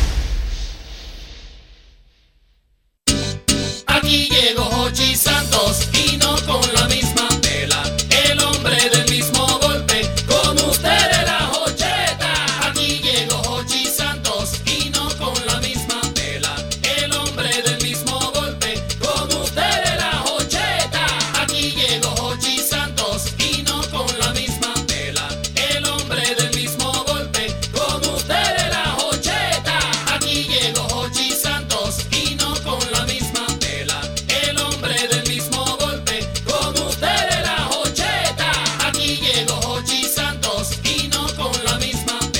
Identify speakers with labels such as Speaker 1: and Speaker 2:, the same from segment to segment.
Speaker 1: Aquí llegó Hochi Santos y no con la misma tela. El hombre del mismo golpe, como usted de la Hocheta. Aquí llegó Hochi Santos y no con la misma tela. El hombre del mismo golpe, como usted de la Hocheta. Aquí llegó Hochi Santos y no con la misma tela. El hombre del mismo golpe, como usted de la Hocheta. Aquí llegó Hochi Santos y no con la misma tela. El hombre del mismo golpe, como usted de la Hocheta. Aquí llegó Hochi Santos y no con la misma tela.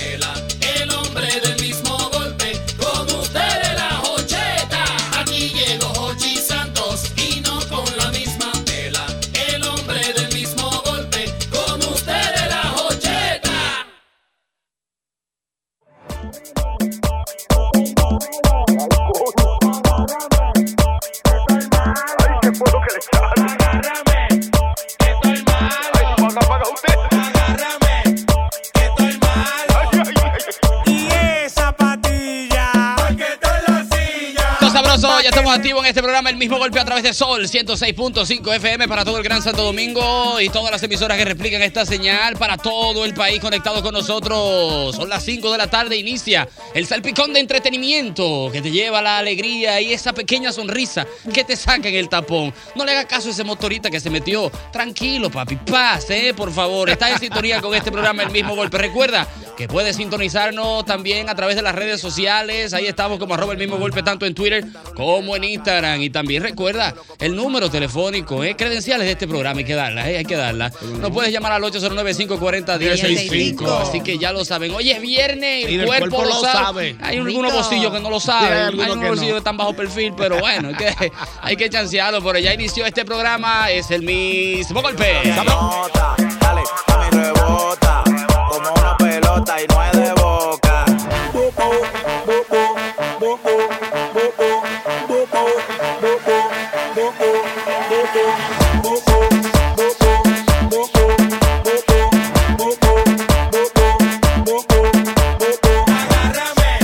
Speaker 1: El hombre del mismo golpe, como usted de la Hocheta. Aquí llegó Hochi Santos y no con la misma tela. El hombre del mismo golpe, como usted de la Hocheta.
Speaker 2: Y esa patilla.
Speaker 3: Todo sabroso, ya estamos activos en este programa El mismo golpe a través de Sol 106.5 FM para todo el Gran Santo Domingo y todas las emisoras que replican esta señal para todo el país conectados con nosotros. Son las 5 de la tarde, inicia el salpicón de entretenimiento que te lleva la alegría y esa pequeña sonrisa que te saca en el tapón. No le hagas caso a ese motorista que se metió. Tranquilo, papi, pase, eh, por favor. Estás en sintonía con este programa El mismo golpe. Recuerda que puedes sintonizarnos también a través de las redes sociales. Ahí estamos como arroba el mismo golpe tanto en Twitter como en Instagram. Y también recuerda el número telefónico, ¿eh? credenciales de este programa. Hay que darlas, ¿eh? hay que darlas. Nos puedes llamar al 809-540-1065. Así que ya lo saben. Hoy es viernes y el, cuerpo, lo sabe. Hay algunos bolsillos que no lo saben. hay algunos bolsillos que están bajo perfil, pero bueno, hay que, hay que chancearlo. Pero ya inició este programa, es el mismo golpe.
Speaker 4: Nota, dale, a mi rebota, como una pelota y no es de boca.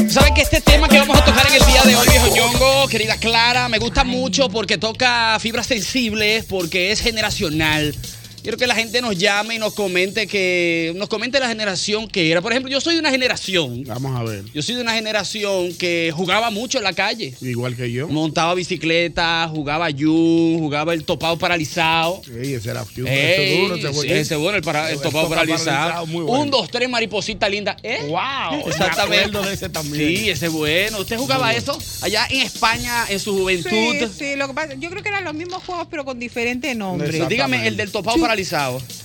Speaker 3: ¿Saben que este tema que vamos a tocar en el día de hoy, viejo Ñongo, querida Clara, me gusta mucho porque toca fibras sensibles, porque es generacional. Quiero que la gente nos llame y nos comente que nos comente la generación que era. Por ejemplo, yo soy de una generación.
Speaker 5: Vamos a ver.
Speaker 3: Yo soy de una generación que jugaba mucho en la calle.
Speaker 5: Igual que yo.
Speaker 3: Montaba bicicleta, jugaba yun, jugaba el topado paralizado.
Speaker 5: Ey, ese era fiu-
Speaker 3: Ey,
Speaker 5: eso duro, ese güey.
Speaker 3: ese bueno, el, para- el
Speaker 5: El
Speaker 3: topado
Speaker 5: topado
Speaker 3: paralizado. Uh,
Speaker 5: paralizado, muy bueno.
Speaker 3: Un, dos, tres, mariposita linda. ¿Eh?
Speaker 5: Wow.
Speaker 3: Exactamente.
Speaker 5: Me acuerdo de ese también.
Speaker 3: Sí, ese bueno. ¿Usted jugaba eso allá en España en su juventud?
Speaker 6: Sí, sí, lo que pasa, yo creo que eran los mismos juegos, pero con diferente nombre.
Speaker 5: Exacto.
Speaker 3: Dígame, el del topado
Speaker 6: Sí.
Speaker 3: paralizado.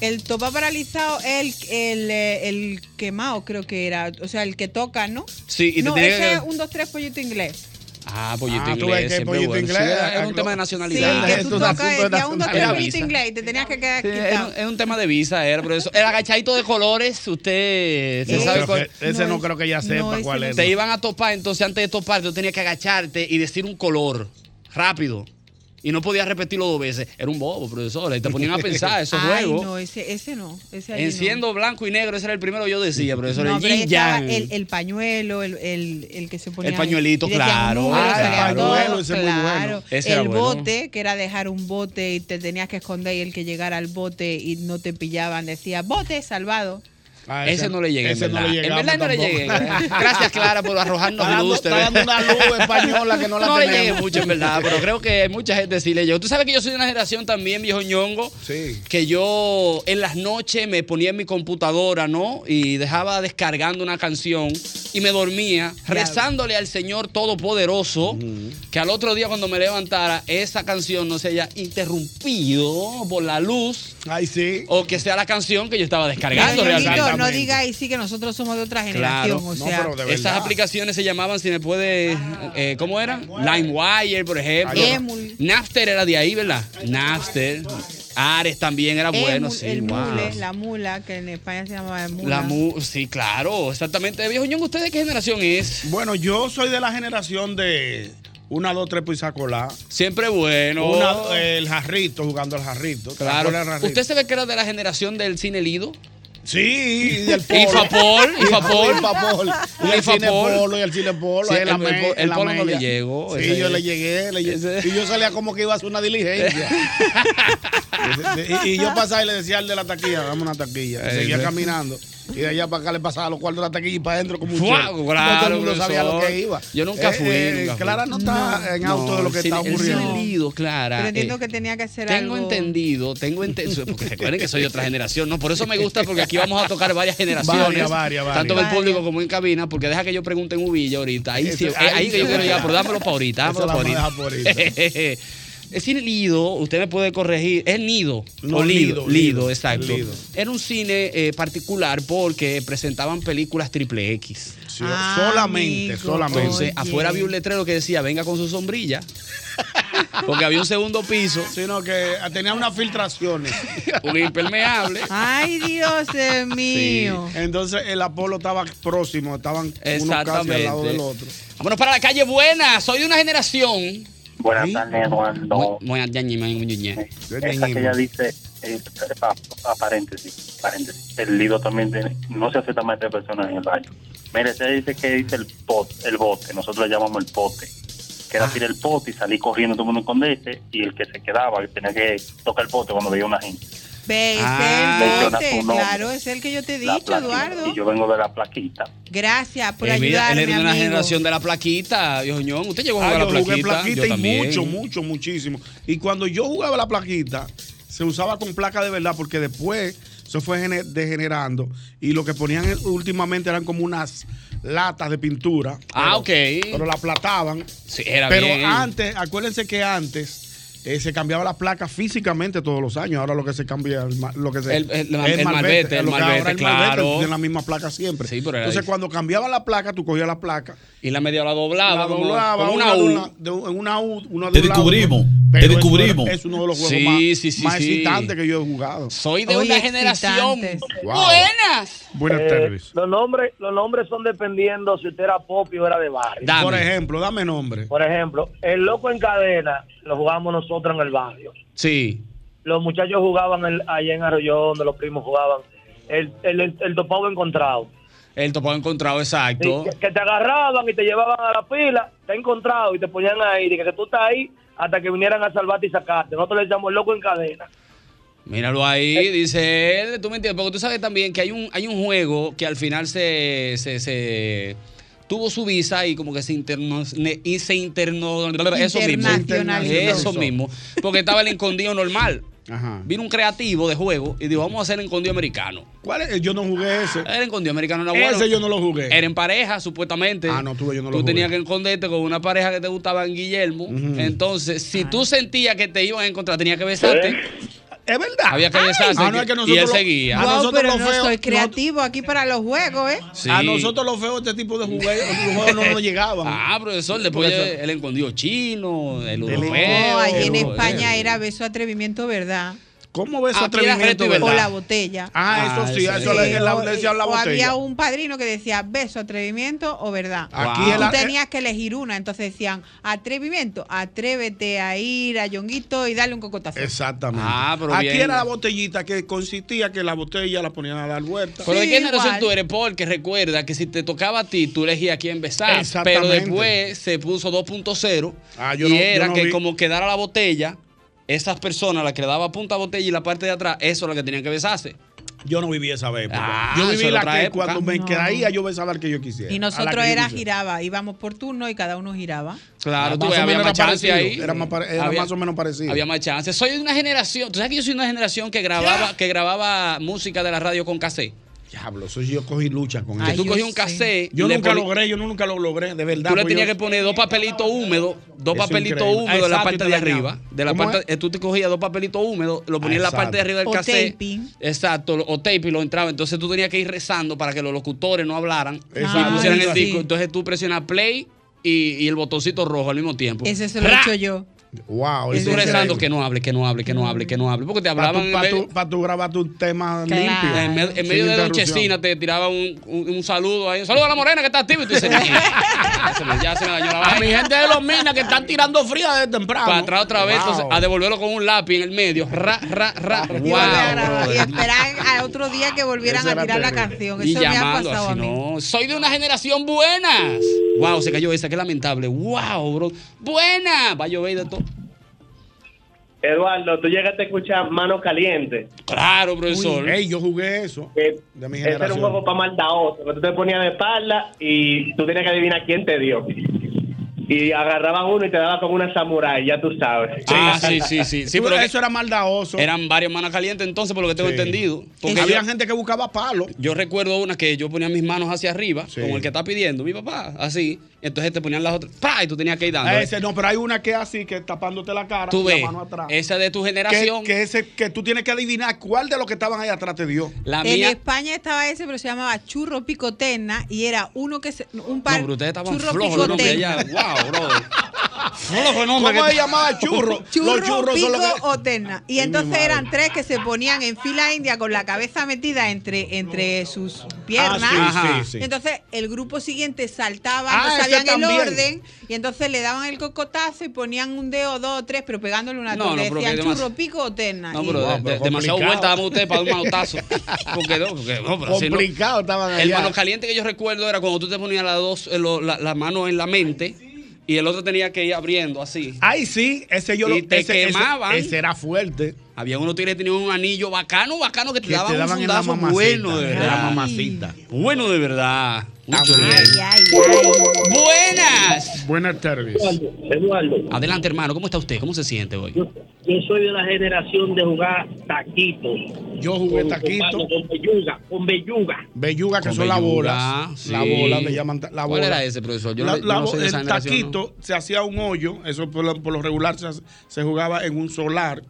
Speaker 6: El topa paralizado, el, el, eh, el quemado, creo que era. O sea, el que toca, ¿no?
Speaker 3: Sí, y
Speaker 6: no,
Speaker 3: te tenía
Speaker 6: ese
Speaker 3: que-
Speaker 6: es un, dos, tres pollito inglés.
Speaker 3: Ah, pollito
Speaker 5: Ah, tú ves
Speaker 3: inglés.
Speaker 5: que
Speaker 3: siempre
Speaker 5: pollito
Speaker 3: bueno.
Speaker 5: inglés,
Speaker 3: Sí, era- era
Speaker 5: ah,
Speaker 3: un tema de
Speaker 6: Sí,
Speaker 3: nacionalidad.
Speaker 6: el que
Speaker 5: es
Speaker 6: tú
Speaker 5: un
Speaker 6: tocas,
Speaker 5: asunto
Speaker 6: el
Speaker 5: de
Speaker 6: que un, dos, tres
Speaker 3: nacionalidad.
Speaker 6: pollito
Speaker 3: Era
Speaker 6: inglés y te tenías que quedar
Speaker 3: Era,
Speaker 6: quitado.
Speaker 3: un- era un tema de visa, era por eso. El agachadito de colores, usted se
Speaker 5: No,
Speaker 3: sabe
Speaker 5: creo
Speaker 3: cuál.
Speaker 5: que- ese no,
Speaker 6: No,
Speaker 5: creo que ya
Speaker 6: ese-
Speaker 5: sepa
Speaker 6: no, ese
Speaker 5: cuál
Speaker 6: no
Speaker 5: es.
Speaker 3: Te iban a topar, entonces antes de topar, tú tenías que agacharte y decir un color rápido. Y no podías repetirlo dos veces. Era un bobo, profesor. Y te ponían a pensar esos
Speaker 6: Ay,
Speaker 3: juegos.
Speaker 6: no, ese, ese no. Ese ahí no.
Speaker 3: Enciendo blanco y negro, ese era el primero que yo decía, profesor.
Speaker 6: No,
Speaker 3: el
Speaker 6: pero ahí
Speaker 3: yin
Speaker 6: estaba
Speaker 3: yang.
Speaker 6: el, el pañuelo, el, el, el que se ponía.
Speaker 3: El pañuelito,
Speaker 6: y decían
Speaker 3: claro,
Speaker 6: números,
Speaker 3: ah,
Speaker 6: salían
Speaker 3: el
Speaker 6: todos,
Speaker 5: pañuelo, ese es muy bueno.
Speaker 3: Ese era
Speaker 6: el
Speaker 3: bueno.
Speaker 6: bote, que era dejar un bote y te tenías que esconder y el que llegara al bote y no te pillaban decía, bote salvado.
Speaker 5: Ah,
Speaker 3: ese, no le llegué,
Speaker 5: ese
Speaker 3: en
Speaker 5: no
Speaker 3: verdad.
Speaker 5: le
Speaker 3: en verdad no le llegué.
Speaker 5: llegamos tampoco.
Speaker 3: Gracias, Clara, por arrojarnos
Speaker 5: Está dando-
Speaker 3: luz. te
Speaker 5: está
Speaker 3: ves.
Speaker 5: dando una luz española que no la
Speaker 3: le
Speaker 5: tenemos.
Speaker 3: llegué mucho, en verdad, pero creo que mucha gente sí le llegó. Tú sabes que yo soy de una generación también, viejo ñongo, que yo en las noches me ponía en mi computadora, ¿no? Y dejaba descargando una canción y me dormía rezándole al Señor Todopoderoso que al otro día cuando me levantara esa canción no se haya interrumpido por la luz.
Speaker 5: Ay, sí.
Speaker 3: O que sea la canción que yo estaba descargando
Speaker 6: Pero, Ñonguito,
Speaker 3: realmente.
Speaker 6: no diga ahí sí que nosotros somos de otra generación.
Speaker 3: Claro.
Speaker 6: O sea,
Speaker 3: Esas aplicaciones se llamaban, si me puede, eh, ¿cómo era? LimeWire, por ejemplo.
Speaker 6: Emul.
Speaker 3: Napster era de ahí, ¿verdad? Napster. Ares también era bueno,
Speaker 6: el,
Speaker 3: sí.
Speaker 6: el
Speaker 3: wow.
Speaker 6: mule, la mula, que en España se llamaba el mula.
Speaker 3: La mu- sí, claro, exactamente. Viejo Ñongo, ¿usted de qué generación es?
Speaker 5: Bueno, yo soy de la generación de una, dos, tres pues, pisacolá.
Speaker 3: Siempre bueno.
Speaker 5: Una- el jarrito, jugando al jarrito. ¿Te
Speaker 3: Claro.
Speaker 5: acuerdas del jarrito?
Speaker 3: ¿Usted se ve que era de la generación del cine lido?
Speaker 5: Sí, y del
Speaker 3: Y Fapol, y Fapol.
Speaker 5: Y Fapol. Y
Speaker 3: Y
Speaker 5: el cine
Speaker 3: Fapol.
Speaker 5: polo, y el cine polo.
Speaker 3: Sí,
Speaker 5: ahí en la
Speaker 3: el- el
Speaker 5: me-
Speaker 3: pol- el
Speaker 5: en la
Speaker 3: polo no le
Speaker 5: mella.
Speaker 3: llegó,
Speaker 5: Sí,
Speaker 3: ese-
Speaker 5: yo le llegué, le llegué. Y yo salía como que iba a hacer una diligencia. y, y yo pasaba y le decía al de la taquilla, dame una taquilla. Y
Speaker 3: Ey,
Speaker 5: seguía
Speaker 3: ve.
Speaker 5: caminando. Y de allá para acá le pasaba los cuartos de la taquilla y para adentro como un
Speaker 3: ¡Fua!
Speaker 5: chef. No todo el
Speaker 3: Claro,
Speaker 5: mundo sabía lo
Speaker 3: profesor.
Speaker 5: que iba. Eh,
Speaker 3: Yo nunca fui, nunca fui.
Speaker 5: Clara no está en auto de lo que
Speaker 3: el
Speaker 5: está
Speaker 3: cine- El
Speaker 5: ocurriendo.
Speaker 3: cine lido, Clara.
Speaker 6: Pero entiendo
Speaker 3: eh,
Speaker 6: que tenía que ser
Speaker 3: Tengo
Speaker 6: algo.
Speaker 3: entendido, tengo entendido, porque recuerden que soy de otra generación, ¿no? Por eso me gusta, porque aquí vamos a tocar varias generaciones.
Speaker 5: Varias, varias, varias.
Speaker 3: Tanto del público como en cabina, porque deja que yo pregunte en Ubilla ahorita. Ahí, sí,
Speaker 5: Eso-
Speaker 3: ahí,
Speaker 5: ahí
Speaker 3: que yo
Speaker 5: sí.
Speaker 3: quiero llegar, pero dámelo para ahorita,
Speaker 5: Eso
Speaker 3: dámelo
Speaker 5: la
Speaker 3: para
Speaker 5: vamos a
Speaker 3: ahorita. Es cine Lido, usted me puede corregir, es Nido,
Speaker 5: No,
Speaker 3: o Lido, Lido,
Speaker 5: Lido, Lido,
Speaker 3: exacto.
Speaker 5: Lido.
Speaker 3: Era un cine eh, particular porque presentaban películas triple X.
Speaker 5: Ah, solamente, amigo, solamente.
Speaker 3: Entonces,
Speaker 5: oye.
Speaker 3: afuera había un letrero que decía, venga con su sombrilla, porque había un segundo piso,
Speaker 5: Sino que tenía unas filtraciones.
Speaker 3: un impermeable.
Speaker 6: Ay, Dios eh, mío.
Speaker 5: Entonces el Apolo estaba próximo, estaban uno casi al lado
Speaker 3: Exactamente.
Speaker 5: del otro.
Speaker 3: Vámonos para la calle buena. Soy de una generación.
Speaker 7: Buenas tardes, Eduardo.
Speaker 3: Voy a ñañi, man, un ñuñe.
Speaker 7: Esa que ella dice, eh, pa- pa- paréntesis, paréntesis, el lido también tiene- no se acepta más de personas en el baño. Mire, ella dice que dice el pot, el bote, nosotros le llamamos el pote, que
Speaker 3: Ah.
Speaker 7: era tirar el pote y salir corriendo todo el mundo con este, y el que se quedaba, que tenía que tocar el pote cuando veía una gente.
Speaker 6: Ve, es
Speaker 7: Ah.
Speaker 6: el
Speaker 7: Menciona
Speaker 6: bote,
Speaker 7: tu nombre.
Speaker 6: claro, es el que yo te he
Speaker 7: La
Speaker 6: dicho,
Speaker 7: plaquita.
Speaker 6: Eduardo.
Speaker 7: Y yo vengo de la plaquita.
Speaker 6: Gracias por
Speaker 3: Eh, mira, él
Speaker 6: ayudarme,
Speaker 3: era de una
Speaker 6: amigo.
Speaker 3: generación de la plaquita, viejo ñón. Usted llegó a
Speaker 5: Ah,
Speaker 3: jugar a
Speaker 5: yo
Speaker 3: la
Speaker 5: jugué
Speaker 3: plaquita.
Speaker 5: plaquita
Speaker 3: Yo
Speaker 5: y
Speaker 3: también.
Speaker 5: mucho, mucho, muchísimo. Y cuando yo jugaba la plaquita, se usaba con placa de verdad, porque después se fue gene- degenerando. Y lo que ponían en- últimamente eran como unas latas de pintura.
Speaker 3: Ah, ok.
Speaker 5: Pero la plataban.
Speaker 3: Sí, era
Speaker 5: pero
Speaker 3: bien.
Speaker 5: antes, acuérdense que antes. eh, se cambiaba la placa físicamente todos los años. Ahora lo que se cambia el, ma- lo que se,
Speaker 3: El- el- el malvete, el
Speaker 5: lo que ahora
Speaker 3: malvete, claro.
Speaker 5: tiene la misma placa siempre.
Speaker 3: pero era
Speaker 5: Entonces,
Speaker 3: ahí.
Speaker 5: cuando cambiaba la placa, tú cogías la placa
Speaker 3: Y la media la doblaba.
Speaker 5: la
Speaker 3: como-
Speaker 5: doblaba,
Speaker 3: como
Speaker 5: una,
Speaker 3: una
Speaker 5: de
Speaker 3: U.
Speaker 5: una- de un- en una U, una
Speaker 3: Te
Speaker 5: doblaba,
Speaker 3: descubrimos,
Speaker 5: pero
Speaker 3: te
Speaker 5: eso era-
Speaker 3: descubrimos.
Speaker 5: Es uno de los juegos
Speaker 3: Sí,
Speaker 5: más,
Speaker 3: sí, sí,
Speaker 5: más
Speaker 3: sí.
Speaker 5: excitantes que yo he jugado.
Speaker 3: Soy de una generación.
Speaker 5: Wow.
Speaker 3: Buenas.
Speaker 5: Buenas
Speaker 8: Eh,
Speaker 5: tardes.
Speaker 8: Los nombres, los nombres son dependiendo si usted era pop o era de barrio.
Speaker 5: Por ejemplo, dame nombre.
Speaker 8: Por ejemplo, el loco en cadena lo jugamos nosotros en el barrio.
Speaker 3: Sí.
Speaker 8: Los muchachos jugaban el, allá en Arroyón, los primos jugaban. El, el, el, el topado encontrado.
Speaker 3: El topado encontrado,
Speaker 8: Sí,
Speaker 3: exacto.
Speaker 8: que, que te agarraban y te llevaban a la pila, te encontrado y te ponían ahí. De que tú estás ahí hasta que vinieran a salvarte y sacarte. Nosotros le llamamos el loco en cadena.
Speaker 3: Míralo ahí, dice él. Tú me entiendes, porque tú sabes también que hay un, hay un juego que al final se, se, se- tuvo su visa y como que se interno, ne- y se interno, eso mismo,
Speaker 6: Internacionalizó.
Speaker 3: eso mismo, porque estaba el encondido normal. Vino un creativo de juego y dijo, vamos a hacer el encondido americano.
Speaker 5: ¿Cuál es? Yo no jugué ese.
Speaker 3: El encondido americano era
Speaker 5: Ese
Speaker 3: bueno.
Speaker 5: yo no lo jugué.
Speaker 3: Era en pareja, supuestamente.
Speaker 5: Ah, no, tú, yo no
Speaker 3: tú
Speaker 5: lo jugué.
Speaker 3: tenías que esconderte con una pareja que te gustaba en Guillermo. Entonces, si
Speaker 6: Ah.
Speaker 3: tú sentías que te iban a encontrar, tenías que besarte.
Speaker 5: ¿Eh? Es verdad.
Speaker 3: Había que besarse.
Speaker 5: Ah, no, es
Speaker 3: y
Speaker 5: que
Speaker 3: él
Speaker 5: nosotros lo-
Speaker 3: seguía.
Speaker 5: a
Speaker 6: Wow,
Speaker 5: nosotros
Speaker 6: pero
Speaker 5: lo
Speaker 6: no
Speaker 5: feo-
Speaker 6: soy creativo aquí para los juegos, ¿eh?
Speaker 3: Sí.
Speaker 5: A nosotros lo feo este tipo de jugué- los juegos no nos llegaban.
Speaker 3: Ah, profesor, después
Speaker 5: Porque
Speaker 3: el encondido chino, el europeo.
Speaker 6: No, allí en
Speaker 3: el-
Speaker 6: España era beso atrevimiento, ¿verdad?
Speaker 5: ¿Cómo beso
Speaker 6: Ah, aquí era
Speaker 5: atrevimiento,
Speaker 6: reto y
Speaker 5: verdad?
Speaker 6: O la botella.
Speaker 5: Ah, eso sí,
Speaker 3: Ah,
Speaker 5: eso le le- le decían la
Speaker 6: o había
Speaker 5: botella.
Speaker 6: un padrino que decía beso, atrevimiento o verdad.
Speaker 5: Aquí eh.
Speaker 6: Tú
Speaker 5: era-
Speaker 6: tenías que elegir una, entonces decían atrevimiento, atrévete a ir a Yonguito y darle un cocotazo.
Speaker 5: Exactamente.
Speaker 3: Ah, pero
Speaker 5: Aquí
Speaker 3: bien.
Speaker 5: era la botellita que consistía que la botella la ponían a dar vuelta.
Speaker 3: Pero de qué generación
Speaker 5: igual.
Speaker 3: tú eres, porque recuerda que si te tocaba a ti, tú elegías a quién besar. Pero
Speaker 5: Exactamente. Ah,
Speaker 3: después se puso 2.0
Speaker 5: yo
Speaker 3: y
Speaker 5: no- yo
Speaker 3: era
Speaker 5: no
Speaker 3: que
Speaker 5: vi.
Speaker 3: como quedara la botella, esas personas, las que le daba punta a botella y la parte de atrás, eso es la que tenían que besarse.
Speaker 5: Yo no viví esa vez.
Speaker 3: Ah,
Speaker 5: yo
Speaker 3: eso
Speaker 5: viví
Speaker 3: era
Speaker 5: la
Speaker 3: otra
Speaker 5: que
Speaker 3: época.
Speaker 5: cuando me
Speaker 3: No.
Speaker 5: creía yo besaba al que yo quisiera.
Speaker 6: Y
Speaker 5: a
Speaker 6: nosotros
Speaker 5: la que yo
Speaker 6: era
Speaker 5: quisiera.
Speaker 6: giraba, íbamos por turno y cada uno giraba.
Speaker 3: Claro, Ah, tú
Speaker 5: Más
Speaker 3: ves,
Speaker 5: o
Speaker 3: había
Speaker 5: menos
Speaker 3: más
Speaker 5: era
Speaker 3: chance
Speaker 5: parecido,
Speaker 3: ahí.
Speaker 5: Era, más, pare- era
Speaker 3: Había-
Speaker 5: más o menos parecido.
Speaker 3: Había más chance. Soy de una generación, tú sabes que yo soy de una generación que grababa, que grababa música de la radio con cassette.
Speaker 5: Diablo, eso yo cogí lucha con
Speaker 3: Que
Speaker 5: eso.
Speaker 3: tú cogías un cassette.
Speaker 5: Yo
Speaker 3: le
Speaker 5: nunca
Speaker 3: poni-
Speaker 5: logré, yo nunca lo logré, de verdad.
Speaker 3: Tú le
Speaker 5: porque
Speaker 3: tenías
Speaker 5: yo-
Speaker 3: que poner dos papelitos húmedos, dos
Speaker 5: Eso es
Speaker 3: papelitos
Speaker 5: increíble.
Speaker 3: húmedos en la
Speaker 5: Exacto,
Speaker 3: parte
Speaker 5: y
Speaker 3: de
Speaker 5: te
Speaker 3: arriba.
Speaker 5: dañaba.
Speaker 3: De la
Speaker 5: ¿Cómo
Speaker 3: parte, eh, tú te cogías dos papelitos húmedos, lo ponías en la
Speaker 5: Exacto.
Speaker 3: parte de arriba del
Speaker 6: O
Speaker 3: cassette.
Speaker 6: taping.
Speaker 3: Exacto, lo- o tape y lo entraba. Entonces tú tenías que ir rezando para que los locutores no hablaran
Speaker 6: Exacto.
Speaker 3: y pusieran el
Speaker 6: Ay, Ah, sí.
Speaker 3: disco. Entonces tú presionas play y, y el botoncito rojo al mismo tiempo.
Speaker 6: Ese se lo he
Speaker 3: ¡Ra!
Speaker 6: hecho yo.
Speaker 5: Wow,
Speaker 3: Y tú
Speaker 5: eso es
Speaker 3: rezando
Speaker 5: increíble.
Speaker 3: que no hable, que no hable, que no hable, que no hable. Porque te
Speaker 5: Para
Speaker 3: hablaban
Speaker 5: tú,
Speaker 3: en
Speaker 5: pa'
Speaker 3: medio-
Speaker 5: tú- pa' tú grabar tus temas
Speaker 3: Claro.
Speaker 5: limpios.
Speaker 3: En, me- en
Speaker 5: sin
Speaker 3: medio de Don
Speaker 5: interrupción.
Speaker 3: Chesina te tiraba un, un- un saludo ahí. Un saludo a la morena que está activa y tú dices, ya se me, ya se me dañó la
Speaker 5: A mi
Speaker 3: vaina.
Speaker 5: gente de los minas que están tirando fría desde temprano.
Speaker 3: Para atrás otra vez,
Speaker 5: Wow.
Speaker 3: entonces, a devolverlo con un lápiz en el medio. Ra, ra, ra.
Speaker 6: Y,
Speaker 3: wow,
Speaker 6: volver a grabar.
Speaker 3: brother.
Speaker 6: y esperar a otro día que volvieran
Speaker 3: Eso
Speaker 6: a
Speaker 3: era
Speaker 6: tirar la
Speaker 3: terrible.
Speaker 6: canción.
Speaker 3: Y
Speaker 6: Eso me ha
Speaker 3: llamando
Speaker 6: pasado
Speaker 3: así,
Speaker 6: a mí.
Speaker 3: no. Soy de una generación buenas. Wow, se cayó esa, qué lamentable. Wow, bro. Buena. Va a llover de todo.
Speaker 9: Eduardo, tú llegaste a escuchar Mano Caliente.
Speaker 3: Claro,
Speaker 5: Uy, ey, yo jugué eso. De mi
Speaker 9: Ese era
Speaker 5: generación.
Speaker 9: un juego para maldadoso, que tú te ponías de espalda y tú tenías que adivinar quién te dio. Y agarraban uno y te daba como una samurái, ya tú sabes.
Speaker 3: Ah, sí, sí, sí. sí
Speaker 5: Tú-
Speaker 3: pero
Speaker 5: eso era maldadoso.
Speaker 3: Eran varios manos calientes entonces, por lo que tengo
Speaker 5: Sí.
Speaker 3: entendido. Porque
Speaker 5: Había
Speaker 3: yo-
Speaker 5: gente que buscaba palo.
Speaker 3: Yo recuerdo una que yo ponía mis manos hacia arriba, como el que está pidiendo, mi papá, así. Entonces te ponían las otras. ¡Pra! Y tú tenías que ir dando. ¿eh?
Speaker 5: A ese, no, pero hay una que es así, que es tapándote la cara,
Speaker 3: Tú
Speaker 5: la
Speaker 3: ves,
Speaker 5: mano atrás.
Speaker 3: esa de tu
Speaker 5: Que,
Speaker 3: generación.
Speaker 5: que ese, que tú tienes que adivinar cuál de los que estaban ahí atrás te dio.
Speaker 3: La
Speaker 6: En España estaba ese, pero se llamaba churro picotena y era uno que se, un par
Speaker 3: No, pero ustedes estaban
Speaker 6: churro
Speaker 3: flojos los nombres
Speaker 6: picotena.
Speaker 3: allá. ¡Wow, bro! Flojos nombres.
Speaker 5: ¿Cómo
Speaker 3: que-
Speaker 5: se llamaba churro?
Speaker 6: Churro,
Speaker 5: Los churros
Speaker 6: pico
Speaker 5: son los que.
Speaker 6: o terna. Y
Speaker 5: Ay, mi
Speaker 6: entonces
Speaker 5: madre.
Speaker 6: eran tres que se ponían en fila india con la cabeza metida entre, entre sus piernas.
Speaker 5: Ah, sí, sí, sí.
Speaker 6: Y entonces el grupo siguiente saltaba,
Speaker 5: Ah,
Speaker 6: no
Speaker 5: ese
Speaker 6: sabían el
Speaker 5: también.
Speaker 6: orden. Y entonces le daban el cocotazo y ponían un dedo, dos o tres, pero pegándole una
Speaker 3: No,
Speaker 6: torre.
Speaker 3: no, pero que
Speaker 6: Decían
Speaker 3: demasi-
Speaker 6: churro pico o terna.
Speaker 3: No,
Speaker 6: Y-
Speaker 3: pero, de- de- demasiado
Speaker 5: complicado.
Speaker 3: vuelta damos ustedes para un manotazo. Porque no, porque no, pero así no.
Speaker 5: Complicado estaban
Speaker 3: El
Speaker 5: allá.
Speaker 3: mano caliente que yo recuerdo era cuando tú te ponías las dos, eh, lo- la, la mano en la mente y el otro tenía que ir abriendo así.
Speaker 5: Ay, sí, ese yo
Speaker 3: Y
Speaker 5: lo
Speaker 3: te
Speaker 5: ese, ese-
Speaker 3: quemaban.
Speaker 5: Ese, era fuerte.
Speaker 3: Había unos tigres que tenían un anillo bacano, bacano, que te
Speaker 5: Que
Speaker 3: daban
Speaker 5: te daban
Speaker 3: un
Speaker 5: en la
Speaker 3: fundazo
Speaker 5: mamacita.
Speaker 3: bueno de
Speaker 5: en
Speaker 3: verdad.
Speaker 5: la mamacita.
Speaker 3: Bueno de verdad. Mucho
Speaker 5: Ah, Ay,
Speaker 3: bien.
Speaker 6: ay,
Speaker 3: Buenas.
Speaker 5: Buenas tardes.
Speaker 3: Adelante, hermano. ¿Cómo está usted? ¿Cómo se siente hoy?
Speaker 10: Yo soy de la generación de jugar taquitos.
Speaker 5: Yo jugué
Speaker 10: Con-
Speaker 5: taquito.
Speaker 10: Con, con belluga, con belluga.
Speaker 5: Belluga, que
Speaker 3: Con
Speaker 5: son las
Speaker 3: belluga,
Speaker 5: bolas.
Speaker 3: sí.
Speaker 5: La bola, le llaman ta- la
Speaker 3: ¿Cuál
Speaker 5: bola.
Speaker 3: era ese, profesor? Yo
Speaker 5: La-
Speaker 3: no- yo
Speaker 5: la
Speaker 3: no soy
Speaker 5: bo-
Speaker 3: de esa
Speaker 5: el
Speaker 3: generación,
Speaker 5: taquito se hacía un hoyo, eso por lo, por lo regular se, hace- se jugaba en un solar,